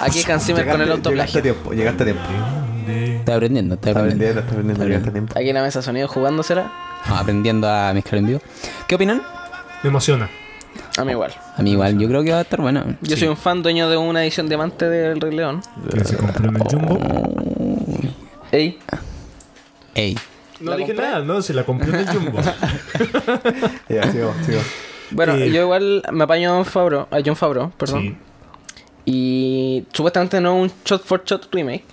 [SPEAKER 5] Aquí Hans Zimmer con el
[SPEAKER 3] Llegaste a
[SPEAKER 5] autoplagio.
[SPEAKER 3] tiempo, llegaste a tiempo.
[SPEAKER 6] está aprendiendo, está
[SPEAKER 3] Está aprendiendo,
[SPEAKER 6] aprendiendo.
[SPEAKER 3] está aprendiendo, llegaste a tiempo.
[SPEAKER 5] Aquí en la mesa de sonido jugándosela.
[SPEAKER 6] Ah, aprendiendo a mezclar en vivo. ¿Qué opinan?
[SPEAKER 4] Me emociona.
[SPEAKER 5] A mí igual.
[SPEAKER 6] A mí igual, yo creo que va a estar bueno.
[SPEAKER 5] Yo soy un fan dueño de una edición diamante del Rey León.
[SPEAKER 4] Que se compró en el Jumbo.
[SPEAKER 5] Ey,
[SPEAKER 6] Ey,
[SPEAKER 4] No
[SPEAKER 5] ¿La
[SPEAKER 4] dije
[SPEAKER 5] compré?
[SPEAKER 4] nada, no, se la compró en el Jumbo.
[SPEAKER 3] Ya, sigo, sigo.
[SPEAKER 5] Bueno,
[SPEAKER 4] Eh.
[SPEAKER 5] yo igual me apaño a John Favreau, a John Favreau, perdón.
[SPEAKER 4] Sí.
[SPEAKER 5] Y supuestamente no es un shot for shot remake.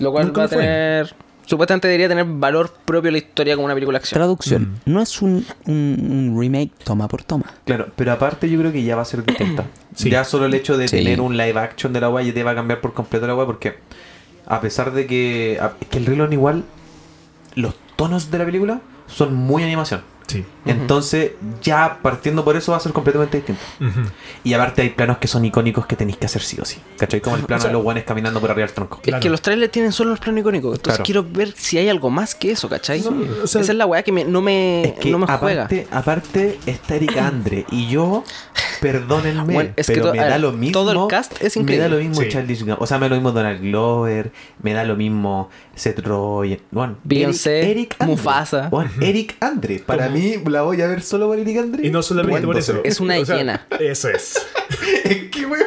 [SPEAKER 5] Lo cual
[SPEAKER 4] Nunca
[SPEAKER 5] va a
[SPEAKER 4] lo fue.
[SPEAKER 5] tener. Supuestamente debería tener valor propio la historia como una película de acción.
[SPEAKER 6] traducción.
[SPEAKER 3] Mm.
[SPEAKER 6] No es un, un- un remake toma por toma.
[SPEAKER 3] Claro, pero aparte yo creo que ya va a ser distinta.
[SPEAKER 4] Sí.
[SPEAKER 3] Ya solo el hecho de
[SPEAKER 6] Sí.
[SPEAKER 3] tener un live action de la guay ya te va a cambiar por completo la guay porque a pesar de que, a- es que el reloj igual, los tonos de la película son muy animación.
[SPEAKER 4] Sí.
[SPEAKER 3] Entonces ya partiendo por eso va a ser completamente distinto.
[SPEAKER 4] Ujú.
[SPEAKER 3] Y aparte hay planos que son icónicos que tenéis que hacer sí o sí. ¿Cachai? Como el plano de los guanes caminando por arriba del tronco.
[SPEAKER 5] Es que los trailers tienen solo los planos icónicos. Entonces
[SPEAKER 3] Claro.
[SPEAKER 5] quiero ver si hay algo más que eso, ¿cachai?
[SPEAKER 4] o sea-
[SPEAKER 5] Esa es la weá que me- no me,
[SPEAKER 3] Es que
[SPEAKER 5] no me juega.
[SPEAKER 3] aparte, aparte está Eric Andre y yo, perdónenme,
[SPEAKER 5] Bueno, es que
[SPEAKER 3] pero
[SPEAKER 5] to-
[SPEAKER 3] me
[SPEAKER 5] a ver,
[SPEAKER 3] da lo mismo.
[SPEAKER 5] todo el cast es
[SPEAKER 3] Me da
[SPEAKER 5] increíble.
[SPEAKER 3] lo mismo
[SPEAKER 4] Sí.
[SPEAKER 3] Childish Gambino, o sea, me da lo mismo Donald Glover, me da lo mismo Seth Rogen, bueno,
[SPEAKER 5] Beyoncé,
[SPEAKER 3] Andre.
[SPEAKER 5] Mufasa.
[SPEAKER 3] Bueno, Eric Andre, para mí la voy a ver solo por Eric Andre.
[SPEAKER 4] Y no solamente por eso.
[SPEAKER 3] Riéndose.
[SPEAKER 5] Es una
[SPEAKER 4] O sea,
[SPEAKER 5] hiena.
[SPEAKER 4] Eso es.
[SPEAKER 3] Es que weón,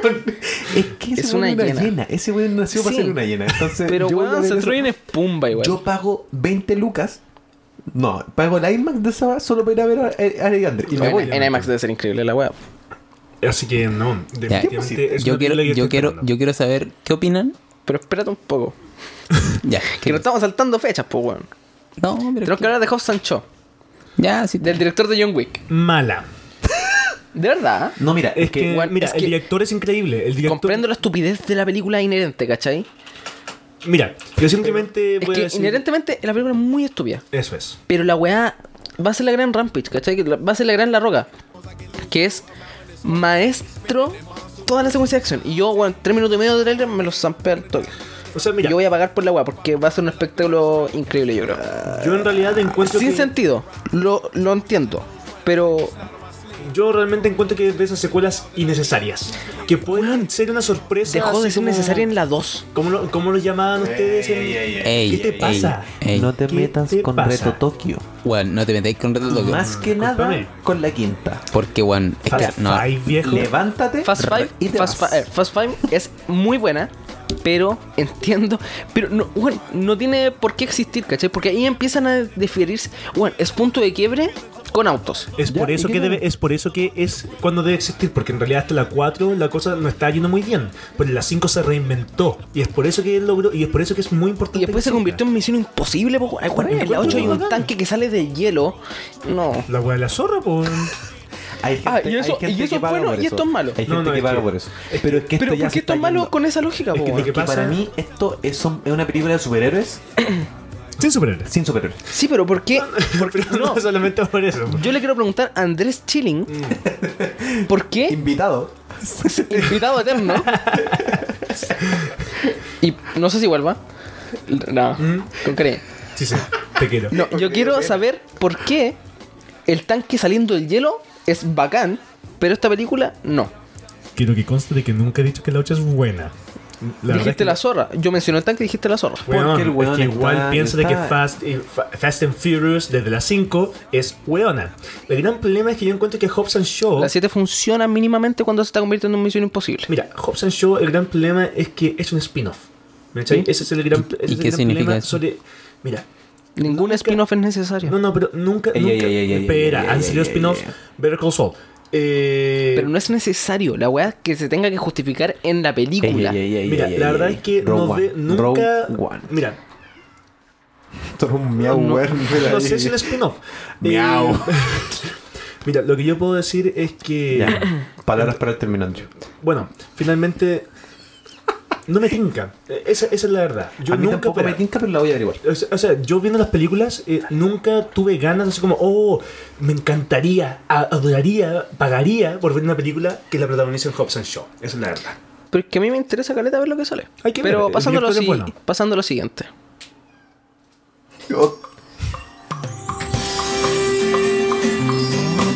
[SPEAKER 3] es que ese
[SPEAKER 5] Es
[SPEAKER 3] weón
[SPEAKER 5] una
[SPEAKER 3] es una
[SPEAKER 5] hiena.
[SPEAKER 3] hiena. Ese weón nació para
[SPEAKER 5] Sí.
[SPEAKER 3] ser una hiena. Entonces,
[SPEAKER 5] Pero
[SPEAKER 3] yo voy a
[SPEAKER 5] weón,
[SPEAKER 3] ver
[SPEAKER 5] se
[SPEAKER 3] eso.
[SPEAKER 5] Rogen es pumba igual.
[SPEAKER 3] Yo pago 20 lucas. No, pago el IMAX de esa solo para ir a ver a a Eric Andre. Y me voy.
[SPEAKER 5] en, en IMAX debe ser increíble la weá.
[SPEAKER 4] Así que no,
[SPEAKER 6] Ya,
[SPEAKER 4] definitivamente es
[SPEAKER 6] yo
[SPEAKER 4] una
[SPEAKER 6] quiero,
[SPEAKER 4] película que
[SPEAKER 6] yo
[SPEAKER 4] estoy
[SPEAKER 6] quiero,
[SPEAKER 4] esperando.
[SPEAKER 6] yo quiero saber qué opinan.
[SPEAKER 5] Pero espérate un poco.
[SPEAKER 6] Ya,
[SPEAKER 5] Que nos estamos saltando fechas, pues weón.
[SPEAKER 6] no, pero
[SPEAKER 5] Tenemos
[SPEAKER 6] que-
[SPEAKER 5] que hablar de Hobbs Sancho,
[SPEAKER 6] ya, sí,
[SPEAKER 5] del director de John Wick.
[SPEAKER 4] Mala.
[SPEAKER 5] De verdad.
[SPEAKER 3] No, mira,
[SPEAKER 4] Es que,
[SPEAKER 5] igual-
[SPEAKER 4] mira,
[SPEAKER 5] es
[SPEAKER 4] el
[SPEAKER 5] que-
[SPEAKER 4] director es increíble. El director,
[SPEAKER 5] Comprendo la estupidez de la película inherente, ¿cachai?
[SPEAKER 4] Mira, yo simplemente
[SPEAKER 5] Es
[SPEAKER 4] voy a
[SPEAKER 5] que
[SPEAKER 4] decir.
[SPEAKER 5] inherentemente la película es muy estúpida.
[SPEAKER 4] Eso es.
[SPEAKER 5] Pero la weá va a ser la gran Rampage, ¿cachai? Que la- Va a ser la gran La Roca. Que es maestro toda la secuencia de acción. Y yo, weón, tres minutos y medio de trailer me los zampé al toque.
[SPEAKER 4] O sea, mira,
[SPEAKER 5] Yo
[SPEAKER 4] yo,
[SPEAKER 5] voy a pagar por la weá porque va a ser un espectáculo increíble, yo creo.
[SPEAKER 4] en realidad encuentro.
[SPEAKER 5] Sin
[SPEAKER 4] Ah, que-
[SPEAKER 5] sentido, lo, lo entiendo. Pero
[SPEAKER 4] Yo realmente encuentro que es de esas secuelas innecesarias. Que pueden ser una sorpresa.
[SPEAKER 5] dejó de
[SPEAKER 4] así
[SPEAKER 5] ser
[SPEAKER 4] como-
[SPEAKER 5] necesaria en la 2.
[SPEAKER 4] ¿Cómo lo, cómo lo llamaban ustedes? en-
[SPEAKER 6] Ey,
[SPEAKER 4] ¿Qué te
[SPEAKER 6] ey,
[SPEAKER 4] pasa?
[SPEAKER 6] ey.
[SPEAKER 3] no te
[SPEAKER 4] ¿Qué
[SPEAKER 3] metas
[SPEAKER 4] te
[SPEAKER 3] con
[SPEAKER 4] pasa?
[SPEAKER 3] Reto Tokio.
[SPEAKER 6] Bueno, no te metáis con Reto Tokio.
[SPEAKER 3] Más que
[SPEAKER 4] Discúlpame.
[SPEAKER 3] nada con la quinta.
[SPEAKER 6] Porque, bueno, es
[SPEAKER 4] Fast
[SPEAKER 6] que no.
[SPEAKER 4] Five, viejo.
[SPEAKER 3] Levántate
[SPEAKER 5] Fast Five,
[SPEAKER 3] y te
[SPEAKER 5] Fast,
[SPEAKER 3] vas.
[SPEAKER 5] Fi- eh, Fast Five es muy buena, pero entiendo, pero no, bueno, no tiene por qué existir, ¿cachai? Porque ahí empiezan a diferirse, bueno, es punto de quiebre con autos.
[SPEAKER 4] Es por eso que debe, es por eso que es cuando debe existir, porque en realidad hasta la 4 la cosa no está yendo muy bien, pero en la 5 se reinventó y es por eso que él logró y es por eso que es muy importante.
[SPEAKER 5] Y después
[SPEAKER 4] que
[SPEAKER 5] se convirtió
[SPEAKER 4] exista.
[SPEAKER 5] en misión imposible, po, ay, bueno, en la 8 hay un tanque que sale de hielo. No.
[SPEAKER 4] la wea de la zorra, pues.
[SPEAKER 3] Hay gente,
[SPEAKER 5] Ah, y
[SPEAKER 3] hay
[SPEAKER 5] eso-
[SPEAKER 3] gente
[SPEAKER 5] y eso
[SPEAKER 3] que
[SPEAKER 5] es
[SPEAKER 3] paga
[SPEAKER 5] bueno
[SPEAKER 3] por
[SPEAKER 5] y esto es malo.
[SPEAKER 3] Hay
[SPEAKER 4] No,
[SPEAKER 3] gente
[SPEAKER 4] no,
[SPEAKER 3] que
[SPEAKER 4] es
[SPEAKER 3] paga
[SPEAKER 4] que-
[SPEAKER 3] por eso. Pero es que esto
[SPEAKER 5] Pero
[SPEAKER 3] Este ya se
[SPEAKER 5] ¿por qué
[SPEAKER 3] está
[SPEAKER 5] esto es malo
[SPEAKER 3] yendo.
[SPEAKER 5] con esa lógica,
[SPEAKER 4] Es que
[SPEAKER 5] po,
[SPEAKER 3] Que
[SPEAKER 4] lo que pasa-
[SPEAKER 3] para mí esto es, un- es una película de superhéroes
[SPEAKER 4] Sin superhéroes.
[SPEAKER 3] sin superhéroes.
[SPEAKER 5] Sí, pero ¿por qué?
[SPEAKER 4] Porque
[SPEAKER 5] no.
[SPEAKER 4] no, solamente por eso.
[SPEAKER 5] Yo le quiero preguntar a Andrés Chilling,
[SPEAKER 3] Mm.
[SPEAKER 5] ¿por qué
[SPEAKER 3] Invitado.
[SPEAKER 5] invitado eterno. y no sé si vuelva. No,
[SPEAKER 4] Mm.
[SPEAKER 5] con cariño.
[SPEAKER 4] Sí, sí, te quiero.
[SPEAKER 5] No, yo quiero saber por qué el tanque saliendo del hielo es bacán, pero esta película no.
[SPEAKER 4] Quiero que conste de que nunca he dicho que la 8 es buena. La verdad es
[SPEAKER 5] dijiste
[SPEAKER 4] que-
[SPEAKER 5] la zorra. Yo mencioné el tanque y dijiste la zorra.
[SPEAKER 4] Weón,
[SPEAKER 5] Porque el weón
[SPEAKER 4] es que igual
[SPEAKER 5] está-
[SPEAKER 4] piensa de que
[SPEAKER 5] está-
[SPEAKER 4] Fast, eh, Fa- Fast and Furious desde las 5 es weona. El gran problema es que yo encuentro que Hobbs and Shaw.
[SPEAKER 5] La 7 funciona mínimamente cuando se está convirtiendo en misión imposible.
[SPEAKER 4] Mira, Hobbs and Shaw, el gran problema es que es un spin-off. ¿Me cachai?
[SPEAKER 5] Sí.
[SPEAKER 4] Ese es el gran, ese es el
[SPEAKER 5] qué
[SPEAKER 4] gran
[SPEAKER 5] significa
[SPEAKER 4] problema
[SPEAKER 5] eso?
[SPEAKER 4] sobre. Mira,
[SPEAKER 5] Ningún spin-off es necesario.
[SPEAKER 4] no, no, pero nunca.
[SPEAKER 5] Ey,
[SPEAKER 4] nunca
[SPEAKER 5] ey, ey, ey, ey,
[SPEAKER 4] espera,
[SPEAKER 5] ey,
[SPEAKER 4] han
[SPEAKER 5] ey,
[SPEAKER 4] salido
[SPEAKER 5] ey,
[SPEAKER 4] spin-offs.
[SPEAKER 5] ey, ey.
[SPEAKER 4] Better Call Saul. Eh,
[SPEAKER 5] Pero no es necesario. La weá es que se tenga que justificar en la película.
[SPEAKER 4] mira, la verdad es que no ve nunca. Mira,
[SPEAKER 3] Esto era un miau, weón. Mira,
[SPEAKER 4] No sé
[SPEAKER 3] ahí.
[SPEAKER 4] si el spin-off.
[SPEAKER 3] Miau.
[SPEAKER 4] Eh, Mira, lo que yo puedo decir es que.
[SPEAKER 3] Ya, Palabras para el terminante.
[SPEAKER 4] Bueno, finalmente. No me tinca. Eh, Esa, esa es la verdad. Yo
[SPEAKER 3] A mí
[SPEAKER 4] nunca
[SPEAKER 3] tampoco me tinca, pero la voy a averiguar.
[SPEAKER 4] O sea, o sea, yo viendo las películas, eh, nunca tuve ganas así como, oh, me encantaría, a- adoraría, pagaría por ver una película que la protagonice en Hobbs and Shaw. Esa es la verdad.
[SPEAKER 5] Pero es que a mí me interesa caleta ver lo que sale.
[SPEAKER 4] Hay que
[SPEAKER 5] Pero
[SPEAKER 4] ver,
[SPEAKER 5] pasando, a lo
[SPEAKER 4] yo creo que
[SPEAKER 5] si-
[SPEAKER 4] es bueno.
[SPEAKER 5] pasando a lo siguiente.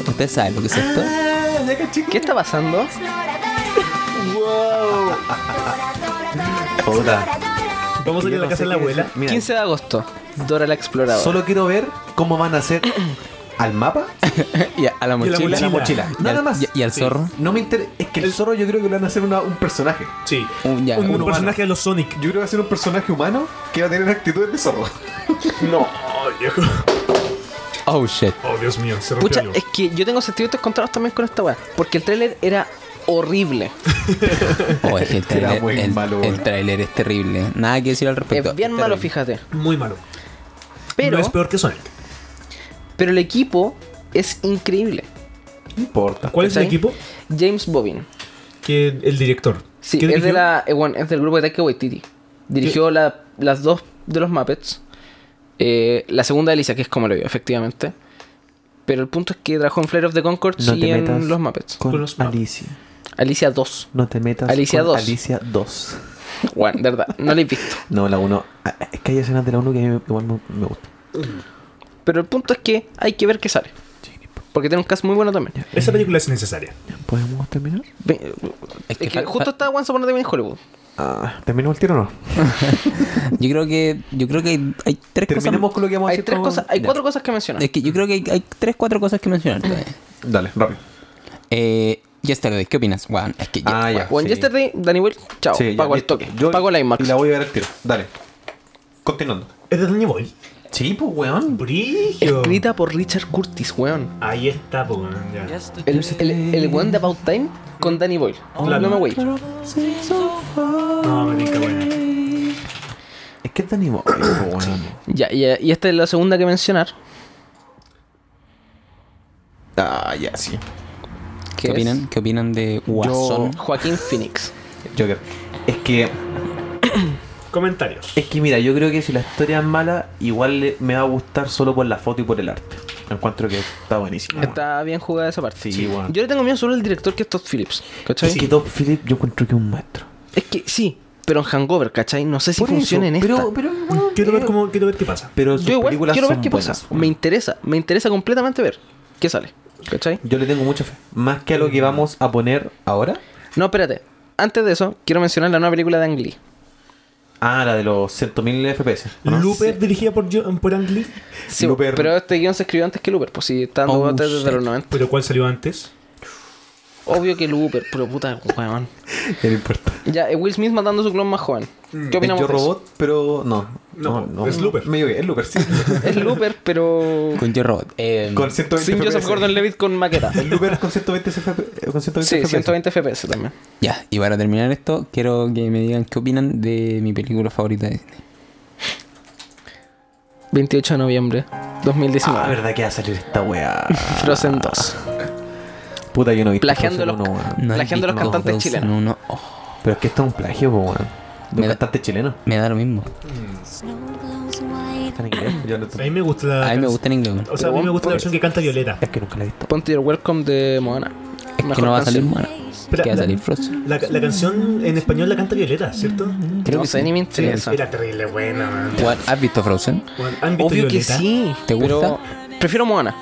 [SPEAKER 6] ¿Ustedes saben lo que es esto?
[SPEAKER 4] Ah.
[SPEAKER 5] ¿Qué está pasando?
[SPEAKER 3] wow. Puta.
[SPEAKER 4] Vamos a ir a la casa de la abuela.
[SPEAKER 5] 15 de agosto. Dora la exploradora.
[SPEAKER 3] Solo quiero ver cómo van a hacer al mapa
[SPEAKER 6] y a, a la mochila.
[SPEAKER 3] y a la mochila.
[SPEAKER 6] Y al-
[SPEAKER 3] Nada más.
[SPEAKER 6] Y, y al
[SPEAKER 3] Sí.
[SPEAKER 6] zorro.
[SPEAKER 3] No me interesa. Es que el zorro yo creo que le van a hacer una- un personaje.
[SPEAKER 4] Sí.
[SPEAKER 6] Un- ya,
[SPEAKER 4] Un,
[SPEAKER 6] un-
[SPEAKER 3] humano.
[SPEAKER 4] personaje de los Sonic.
[SPEAKER 3] Yo creo que va a ser un personaje humano que va a tener actitudes de zorro.
[SPEAKER 4] No, viejo.
[SPEAKER 6] Oh shit.
[SPEAKER 4] Oh, Dios mío, se rompió
[SPEAKER 5] Pucha,
[SPEAKER 4] algo.
[SPEAKER 5] es que yo tengo sentimientos contrarios también con esta weá. Porque el tráiler era horrible.
[SPEAKER 6] Oh, es que el
[SPEAKER 3] Era
[SPEAKER 6] trailer,
[SPEAKER 3] muy
[SPEAKER 6] el,
[SPEAKER 3] malo, weón.
[SPEAKER 6] el tráiler es terrible. Nada que decir al respecto.
[SPEAKER 5] Es bien
[SPEAKER 6] Es
[SPEAKER 5] malo,
[SPEAKER 6] terrible.
[SPEAKER 5] fíjate.
[SPEAKER 4] Muy malo.
[SPEAKER 5] Pero,
[SPEAKER 4] No es peor que Sonic.
[SPEAKER 5] pero el equipo es increíble.
[SPEAKER 3] No importa.
[SPEAKER 4] ¿Cuál es el
[SPEAKER 5] ¿Cachai?
[SPEAKER 4] equipo?
[SPEAKER 5] James Bobbin.
[SPEAKER 4] Que el director.
[SPEAKER 5] Sí,
[SPEAKER 4] ¿Qué
[SPEAKER 5] es, de
[SPEAKER 4] dirigió?
[SPEAKER 5] la, eh, bueno, es del grupo de Taika Waititi. Dirigió la- las dos de los Muppets. Eh, la segunda de Lisa, que es como lo vio, efectivamente. Pero el punto es que trabajó en Flight of the Conchords
[SPEAKER 11] No
[SPEAKER 5] y
[SPEAKER 11] te
[SPEAKER 5] en
[SPEAKER 11] metas
[SPEAKER 5] los Muppets.
[SPEAKER 4] Con los mapas.
[SPEAKER 11] Alicia.
[SPEAKER 5] Alicia 2.
[SPEAKER 11] No te metas
[SPEAKER 5] Alicia
[SPEAKER 11] con
[SPEAKER 5] 2.
[SPEAKER 11] Alicia 2.
[SPEAKER 5] Bueno, de verdad, no la he visto.
[SPEAKER 11] No, la 1. Es que hay escenas de la 1 que a mí me- igual me, me gusta.
[SPEAKER 5] Pero el punto es que hay que ver qué sale. Porque tiene un cast muy bueno también.
[SPEAKER 4] Esa película es necesaria.
[SPEAKER 11] ¿Podemos terminar?
[SPEAKER 5] Ve-
[SPEAKER 6] Es que
[SPEAKER 5] Es que
[SPEAKER 6] fa-
[SPEAKER 5] justo
[SPEAKER 6] fa-
[SPEAKER 5] está Once Upon a Time in Hollywood.
[SPEAKER 11] Ah, ¿Terminamos el tiro o no?
[SPEAKER 6] Yo creo que, yo creo que hay, hay tres
[SPEAKER 3] Terminemos
[SPEAKER 6] cosas.
[SPEAKER 3] con lo que vamos a
[SPEAKER 5] Hay
[SPEAKER 3] hacer
[SPEAKER 5] tres
[SPEAKER 3] con-
[SPEAKER 5] cosas, hay
[SPEAKER 6] Ya.
[SPEAKER 5] cuatro cosas que mencionar.
[SPEAKER 6] Es que yo creo que hay, hay tres, cuatro cosas que mencionar todavía.
[SPEAKER 5] Ah.
[SPEAKER 3] Dale, rápido.
[SPEAKER 6] Eh, Yesterday, ¿qué opinas? Juan, es que
[SPEAKER 3] Ah, ya.
[SPEAKER 5] Bueno,
[SPEAKER 3] sí.
[SPEAKER 5] yesterday, Danny Boyle, chao.
[SPEAKER 3] Sí, ya,
[SPEAKER 5] pago el
[SPEAKER 3] listo.
[SPEAKER 5] toque.
[SPEAKER 3] Yo-
[SPEAKER 5] pago la IMAX.
[SPEAKER 3] Y la voy a ver al tiro. Dale. Continuando.
[SPEAKER 4] Es de Danny Boyle.
[SPEAKER 3] Sí, pues, weón.
[SPEAKER 4] Brillo.
[SPEAKER 5] Escrita por Richard Curtis, weón.
[SPEAKER 4] Ahí está, po, weón, ya.
[SPEAKER 5] El, el, el weón de About Time
[SPEAKER 3] Mm.
[SPEAKER 5] con Danny Boyle.
[SPEAKER 3] Oh,
[SPEAKER 4] Claro.
[SPEAKER 5] No me voy.
[SPEAKER 4] No, me tinca, buena.
[SPEAKER 11] Es que es Danny Boyle, po,
[SPEAKER 3] pues,
[SPEAKER 11] weón.
[SPEAKER 5] Ya, ya, y esta es la segunda que mencionar.
[SPEAKER 3] Ah, ya, sí.
[SPEAKER 5] que
[SPEAKER 6] ¿Qué,
[SPEAKER 5] es
[SPEAKER 6] opinan? ¿Qué opinan de Guasón?
[SPEAKER 5] Joaquín Phoenix.
[SPEAKER 3] Joker. Es que,
[SPEAKER 4] Comentarios.
[SPEAKER 3] es que mira, yo creo que si la historia es mala, igual le- me va a gustar solo por la foto y por el arte. Encuentro que está buenísimo.
[SPEAKER 5] Está bien jugada esa parte.
[SPEAKER 3] Sí, weón.
[SPEAKER 5] Yo le tengo miedo solo al director que es Todd Phillips. ¿Cachai?
[SPEAKER 3] Es que Top Philip yo encuentro que es un maestro.
[SPEAKER 5] Es que sí, pero en Hangover, ¿cachai? No sé si
[SPEAKER 3] Por eso,
[SPEAKER 5] funciona en
[SPEAKER 3] pero,
[SPEAKER 5] esta.
[SPEAKER 3] Pero, weón,
[SPEAKER 4] Quiero ver,
[SPEAKER 3] eh,
[SPEAKER 4] cómo, quiero ver qué pasa.
[SPEAKER 3] pero sus
[SPEAKER 5] Yo igual
[SPEAKER 3] películas
[SPEAKER 5] quiero ver
[SPEAKER 3] son
[SPEAKER 5] qué
[SPEAKER 3] buenas,
[SPEAKER 5] pasa.
[SPEAKER 3] weón.
[SPEAKER 5] Me interesa, me interesa completamente ver qué sale. ¿Cachai?
[SPEAKER 3] Yo le tengo mucha fe. Más que a lo
[SPEAKER 5] Mm.
[SPEAKER 3] que vamos a poner ahora.
[SPEAKER 5] No, espérate. Antes de eso, quiero mencionar la nueva película de Ang Lee.
[SPEAKER 3] Ah, la de los 100.000 FPS. ¿o no?
[SPEAKER 4] Looper dirigida por, Jo- por Ang Lee.
[SPEAKER 5] Sí,
[SPEAKER 3] Looper.
[SPEAKER 5] pero este guión se escribió antes que Looper, pues sí, está dando
[SPEAKER 6] Oh,
[SPEAKER 5] vueltas desde
[SPEAKER 6] shit.
[SPEAKER 5] los 90.
[SPEAKER 4] ¿Pero cuál salió antes?
[SPEAKER 5] Obvio que Looper, pero puta, weón.
[SPEAKER 3] Ya No importa.
[SPEAKER 5] Ya, eh, Will Smith mandando su clon más joven. ¿Qué
[SPEAKER 3] Mm. Es
[SPEAKER 5] opinamos
[SPEAKER 3] Yo
[SPEAKER 5] de eso?
[SPEAKER 3] Robot, pero no.
[SPEAKER 4] No, es Looper.
[SPEAKER 3] Me equivoqué, es Looper, sí.
[SPEAKER 5] Es Looper, pero
[SPEAKER 6] Con Joe Robot. Eh,
[SPEAKER 3] con 120
[SPEAKER 5] sin Joseph
[SPEAKER 3] FPS.
[SPEAKER 5] Gordon-Levitt con maqueta.
[SPEAKER 3] El Looper con 120 FPS. Con 120
[SPEAKER 5] Sí,
[SPEAKER 3] FPS.
[SPEAKER 5] 120 FPS también.
[SPEAKER 6] Ya, y para terminar esto, quiero que me digan qué opinan de mi película favorita de Disney.
[SPEAKER 5] 28 de noviembre 2019.
[SPEAKER 3] Ah, verdad que va a salir esta weá.
[SPEAKER 5] Frozen 2.
[SPEAKER 3] Puta, yo no he visto
[SPEAKER 5] Plagiando
[SPEAKER 3] Frozen
[SPEAKER 5] los-
[SPEAKER 3] uno, weón.
[SPEAKER 5] Plagiando a los
[SPEAKER 6] No,
[SPEAKER 5] cantantes
[SPEAKER 6] Frozen
[SPEAKER 5] chilenos.
[SPEAKER 6] uno, oh,
[SPEAKER 3] Pero es que esto es un plagio, po, weón. De un
[SPEAKER 6] Me da-
[SPEAKER 3] cantante chileno.
[SPEAKER 6] me da lo mismo.
[SPEAKER 3] Está en inglés, yo no-
[SPEAKER 4] A mí me gusta la.
[SPEAKER 6] A mí me
[SPEAKER 4] canc-
[SPEAKER 6] gusta en inglés. weón.
[SPEAKER 4] O sea, a mí me gusta la versión que canta Violeta.
[SPEAKER 3] Es que nunca la he visto.
[SPEAKER 5] Ponte your welcome de Moana.
[SPEAKER 6] Es que no va a salir mala.
[SPEAKER 4] Espera,
[SPEAKER 6] que va a
[SPEAKER 4] la-
[SPEAKER 6] salir Frozen.
[SPEAKER 4] La, la canción en español la canta Violeta, ¿cierto?
[SPEAKER 5] Creo no que sé, ni me
[SPEAKER 4] Sí,
[SPEAKER 5] interesa.
[SPEAKER 4] era terrible, buena, man.
[SPEAKER 6] Juan, ¿Has visto Frozen?
[SPEAKER 4] Bueno, ¿Han visto
[SPEAKER 5] Obvio que
[SPEAKER 4] Violeta?
[SPEAKER 5] sí.
[SPEAKER 6] ¿Te
[SPEAKER 5] Pero
[SPEAKER 6] gusta?
[SPEAKER 5] prefiero Moana.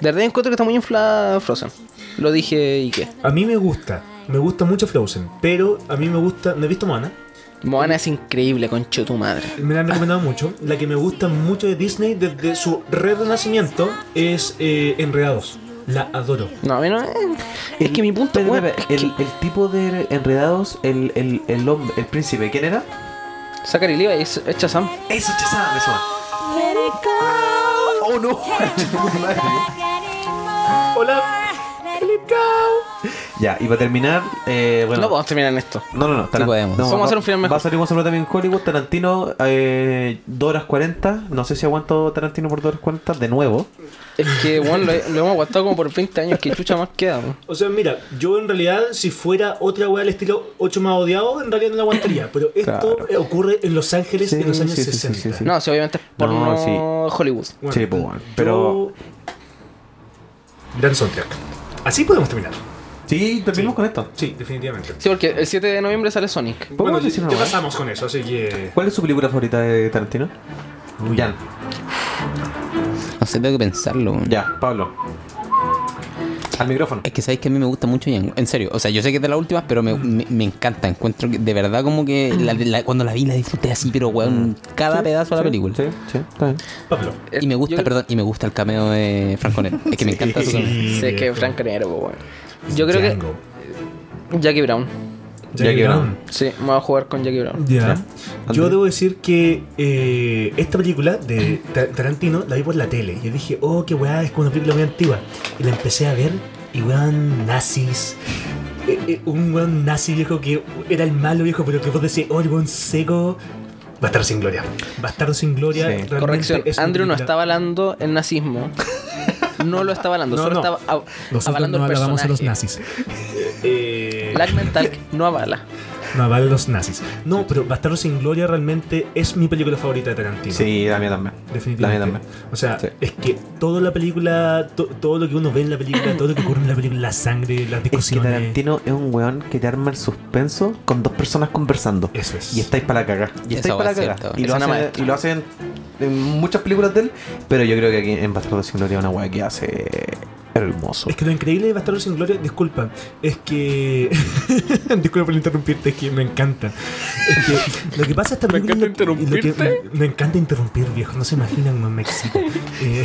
[SPEAKER 5] De verdad encuentro que está muy inflada Frozen. Lo dije y qué.
[SPEAKER 4] A mí me gusta. Me gusta mucho Frozen, pero a mí me gusta. No he visto Moana,
[SPEAKER 5] Moana es increíble, concho tu madre.
[SPEAKER 4] me la han recomendado mucho. La que me gusta mucho de Disney desde su renacimiento es eh, Enredados. La adoro.
[SPEAKER 5] No, a mí no. eh, Es que mi punto
[SPEAKER 3] Espera,
[SPEAKER 5] weón,
[SPEAKER 3] espera,
[SPEAKER 5] es.
[SPEAKER 3] el, el tipo de enredados, el, el, el, hombre- el príncipe, ¿quién era?
[SPEAKER 5] Zachary Levi es, es Shazam.
[SPEAKER 3] Eso, Chazam, eso. Oh no,
[SPEAKER 4] Hola.
[SPEAKER 3] Ya, y para terminar, eh, bueno.
[SPEAKER 5] No podemos terminar en esto.
[SPEAKER 3] No, no, no. Taran-
[SPEAKER 6] podemos.
[SPEAKER 3] no,
[SPEAKER 5] Vamos a
[SPEAKER 3] va-
[SPEAKER 5] hacer un final mejor.
[SPEAKER 3] Va a salir una sola también en Hollywood. Tarantino, eh, 2 horas 40. No sé si aguanto Tarantino por 2 horas 40 de nuevo.
[SPEAKER 5] Es que, bueno, lo, lo hemos aguantado como por 20 años. Que chucha más queda, weón.
[SPEAKER 4] O sea, mira, yo en realidad, si fuera otra weá al estilo 8 más odiado, en realidad no la aguantaría. Pero esto
[SPEAKER 3] Claro.
[SPEAKER 4] eh, ocurre en Los Ángeles
[SPEAKER 3] Sí,
[SPEAKER 4] en los años
[SPEAKER 3] sí, sí, sí,
[SPEAKER 4] 60.
[SPEAKER 3] sí, sí.
[SPEAKER 5] No, sí, obviamente es porno
[SPEAKER 3] No, sí.
[SPEAKER 5] Hollywood.
[SPEAKER 4] Bueno,
[SPEAKER 3] Sí, pues, bueno,
[SPEAKER 4] yo-
[SPEAKER 3] pero-
[SPEAKER 4] Gran soundtrack. Así podemos terminar.
[SPEAKER 3] Sí, terminamos con esto.
[SPEAKER 4] Sí, definitivamente.
[SPEAKER 5] Sí, porque el 7 de noviembre sale Sonic.
[SPEAKER 3] ¿Podemos
[SPEAKER 4] Bueno,
[SPEAKER 3] decir
[SPEAKER 4] ya
[SPEAKER 3] una más?
[SPEAKER 4] pasamos con eso, así que.
[SPEAKER 3] ¿Cuál es su película favorita de Tarantino? Jan.
[SPEAKER 6] No sé, tengo que pensarlo. weón.
[SPEAKER 3] Ya, Pablo. Al micrófono.
[SPEAKER 6] Es que sabéis que a mí me gusta mucho Django. En serio, o sea, yo sé que es de las últimas, pero me, me- me encanta. Encuentro que de verdad como que la- la- cuando la vi la disfruté así, pero weón, cada pedazo de la película.
[SPEAKER 3] Sí, sí, está bien.
[SPEAKER 4] Pablo.
[SPEAKER 6] Y me gusta,
[SPEAKER 5] Yo-
[SPEAKER 6] perdón, y me gusta el cameo de Franconet. Es que me encanta su cameo.
[SPEAKER 5] Sí, es que es Frank Nero, pues, weón. Yo creo
[SPEAKER 4] Django.
[SPEAKER 5] que. Jackie Brown.
[SPEAKER 4] Jackie Brown.
[SPEAKER 5] Sí, me voy a jugar con Jackie Brown.
[SPEAKER 4] Ya. Yo debo decir que eh, esta película de Ta- Tarantino la vi por la tele. Yo dije, oh, qué weá, es como una película muy antigua. Y la empecé a ver y weón nazis. Eh, eh, un weón nazi viejo que era el malo viejo, pero que vos decís, oh, el weón seco. Bastardo sin gloria. Bastardo sin gloria.
[SPEAKER 3] Sí.
[SPEAKER 4] realmente
[SPEAKER 5] Corrección,
[SPEAKER 4] es una
[SPEAKER 5] Andrew no
[SPEAKER 4] película-
[SPEAKER 5] estaba hablando el nazismo. No lo estaba hablando,
[SPEAKER 4] No,
[SPEAKER 5] solo
[SPEAKER 4] no.
[SPEAKER 5] estaba av-
[SPEAKER 4] Nosotros
[SPEAKER 5] avalando
[SPEAKER 4] no
[SPEAKER 5] el
[SPEAKER 4] alabamos
[SPEAKER 5] personaje.
[SPEAKER 4] a los nazis. Eh,
[SPEAKER 5] Black Mental no avala.
[SPEAKER 4] No avala a los nazis. No, pero Bastardo sin gloria realmente es mi película favorita de Tarantino.
[SPEAKER 3] Sí, la mía también. La mía
[SPEAKER 4] Definitivamente.
[SPEAKER 3] también.
[SPEAKER 4] O sea,
[SPEAKER 3] Sí.
[SPEAKER 4] es que toda la película, to- todo lo que uno ve en la película, todo lo que ocurre en la película, la sangre, las
[SPEAKER 3] Es que
[SPEAKER 4] discusiones.
[SPEAKER 3] Tarantino es un weón que te arma el suspenso con dos personas conversando.
[SPEAKER 4] eso es.
[SPEAKER 3] Y estáis para la caga. Y
[SPEAKER 6] Esa
[SPEAKER 3] estáis para
[SPEAKER 6] va
[SPEAKER 3] la
[SPEAKER 6] a
[SPEAKER 3] caga.
[SPEAKER 6] ser todo.
[SPEAKER 3] Y, lo
[SPEAKER 5] Es una
[SPEAKER 3] hace,
[SPEAKER 5] maestra.
[SPEAKER 3] y lo hacen en muchas películas de él, pero yo creo que aquí en Bastardo sin Gloria es una weá que hace hermoso.
[SPEAKER 4] Es que lo increíble de Bastardo sin Gloria, disculpa, es que. disculpa por interrumpirte, es que me encanta. Es que lo que pasa es que.
[SPEAKER 5] Me encanta interrumpirte.
[SPEAKER 4] me, me encanta interrumpir, viejo. No se imaginan, me, me excito. Eh,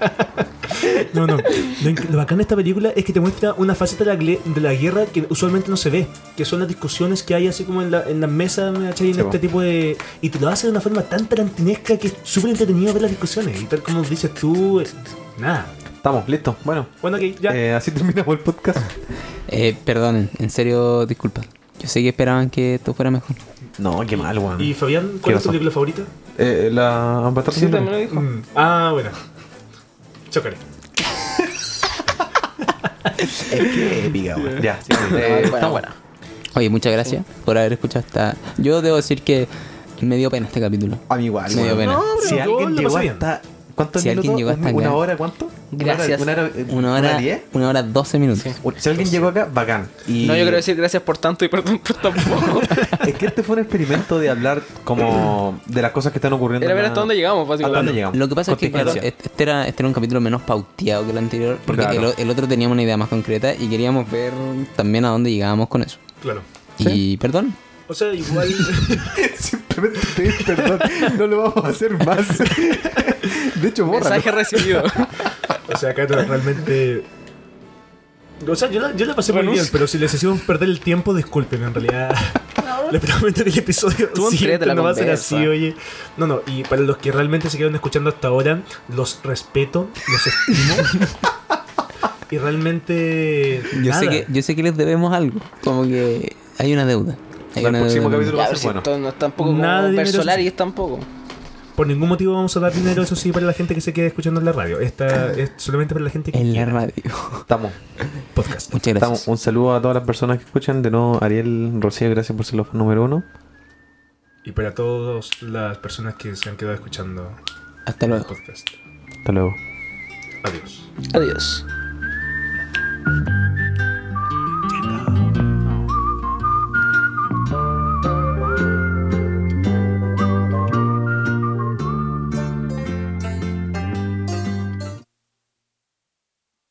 [SPEAKER 4] no, no. Lo, inc- lo bacán de esta película es que te muestra una faceta de la, gle- de la guerra que usualmente no se ve, que son las discusiones que hay así como en la, en las mesas, ¿me cachai? En
[SPEAKER 3] Sí,
[SPEAKER 4] este
[SPEAKER 3] po.
[SPEAKER 4] tipo de. Y te lo hace de una forma tan tarantinesca que es súper entretenido ver las discusiones. Y tal como dices tú, es- nada.
[SPEAKER 3] Estamos, listos. Bueno,
[SPEAKER 4] Bueno, ok, ya.
[SPEAKER 3] eh, así terminamos el podcast.
[SPEAKER 6] Eh, perdón, en serio, disculpa. Yo sé que esperaban que esto fuera mejor.
[SPEAKER 3] No, qué mal, weón.
[SPEAKER 4] ¿Y Fabián, cuál es
[SPEAKER 3] pasó?
[SPEAKER 4] tu película favorita?
[SPEAKER 3] Eh, la Bastardo
[SPEAKER 5] Sí,
[SPEAKER 3] sin
[SPEAKER 5] también
[SPEAKER 3] Gloria.
[SPEAKER 5] lo dijo.
[SPEAKER 4] Mm, Ah, bueno. Chócale.
[SPEAKER 3] Qué épica, weón. Ya, sí,
[SPEAKER 4] Ah,
[SPEAKER 5] Eh,
[SPEAKER 3] eh,
[SPEAKER 5] bueno, bueno.
[SPEAKER 6] Oye, muchas gracias por haber escuchado esta... Yo debo decir que me dio pena este capítulo.
[SPEAKER 3] A mí igual,
[SPEAKER 6] Me dio
[SPEAKER 3] weón.
[SPEAKER 6] pena.
[SPEAKER 3] Si
[SPEAKER 4] Yo
[SPEAKER 3] alguien
[SPEAKER 4] la
[SPEAKER 3] llegó
[SPEAKER 4] pasé bien.
[SPEAKER 3] hasta. ¿Cuántos
[SPEAKER 6] Si alguien
[SPEAKER 3] minutos?
[SPEAKER 6] llegó hasta
[SPEAKER 3] ¿Una
[SPEAKER 6] acá.
[SPEAKER 3] hora cuánto? ¿Una hora-
[SPEAKER 5] Gracias.
[SPEAKER 3] ¿Una hora, eh,
[SPEAKER 6] Una hora,
[SPEAKER 3] diez?
[SPEAKER 6] una hora doce minutos.
[SPEAKER 3] Si alguien llegó acá, bacán. Y
[SPEAKER 5] No, yo quiero decir gracias por tanto y perdón por tampoco.
[SPEAKER 3] Es que este fue un experimento de hablar como de las cosas que están ocurriendo.
[SPEAKER 5] Era ver
[SPEAKER 3] en la-
[SPEAKER 5] hasta dónde llegamos,
[SPEAKER 3] ¿Hasta dónde
[SPEAKER 5] básicamente.
[SPEAKER 3] llegamos?
[SPEAKER 6] Lo que pasa es que claro,
[SPEAKER 3] Contingencia.
[SPEAKER 6] este, este era, este era un capítulo menos pauteado que el anterior, porque
[SPEAKER 3] Claro.
[SPEAKER 6] el, o- el otro teníamos una idea más concreta y queríamos ver también a dónde llegábamos con eso.
[SPEAKER 4] Claro.
[SPEAKER 6] Y perdón,
[SPEAKER 4] O sea, igual.
[SPEAKER 3] Simplemente pedir perdón. No lo vamos a hacer más. De hecho, borra.
[SPEAKER 5] Mensaje recibido.
[SPEAKER 4] o sea, acá realmente. O sea, yo la, yo la pasé muy
[SPEAKER 5] Renuncio.
[SPEAKER 4] bien, pero si les hicimos perder el tiempo, disculpen, en realidad. Les prometo que el episodio
[SPEAKER 5] Tú entrete
[SPEAKER 4] siguiente
[SPEAKER 5] la
[SPEAKER 4] no va a ser
[SPEAKER 5] conversa.
[SPEAKER 4] así, oye. No, no, y para los que realmente se quedaron escuchando hasta ahora, los respeto, los estimo. y realmente.
[SPEAKER 6] yo
[SPEAKER 4] nada.
[SPEAKER 6] sé, que, eh, yo sé que les debemos algo, como que hay una deuda. Hay
[SPEAKER 3] Para el
[SPEAKER 6] una
[SPEAKER 3] próximo
[SPEAKER 6] deuda.
[SPEAKER 3] capítulo va a
[SPEAKER 5] Ya,
[SPEAKER 3] ser
[SPEAKER 5] pero si
[SPEAKER 3] bueno.
[SPEAKER 5] esto no es tampoco como
[SPEAKER 4] Nadie
[SPEAKER 5] ver
[SPEAKER 4] merece-
[SPEAKER 5] Solaris tampoco.
[SPEAKER 4] Por ningún motivo vamos a dar dinero, eso sí, para la gente que se quede escuchando en la radio. Esta es solamente para la gente que
[SPEAKER 6] Ah. En la
[SPEAKER 4] quiera
[SPEAKER 6] radio.
[SPEAKER 3] Estamos.
[SPEAKER 4] podcast.
[SPEAKER 6] Muchas
[SPEAKER 3] Estamos.
[SPEAKER 6] gracias.
[SPEAKER 3] Un saludo a todas las personas que escuchan. De nuevo, Ariel Rocío, gracias por ser los número uno.
[SPEAKER 4] Y para todas las personas que se han quedado escuchando
[SPEAKER 6] Hasta
[SPEAKER 4] el
[SPEAKER 6] luego.
[SPEAKER 4] podcast.
[SPEAKER 3] Hasta luego.
[SPEAKER 4] Adiós.
[SPEAKER 5] Adiós.
[SPEAKER 3] Chao.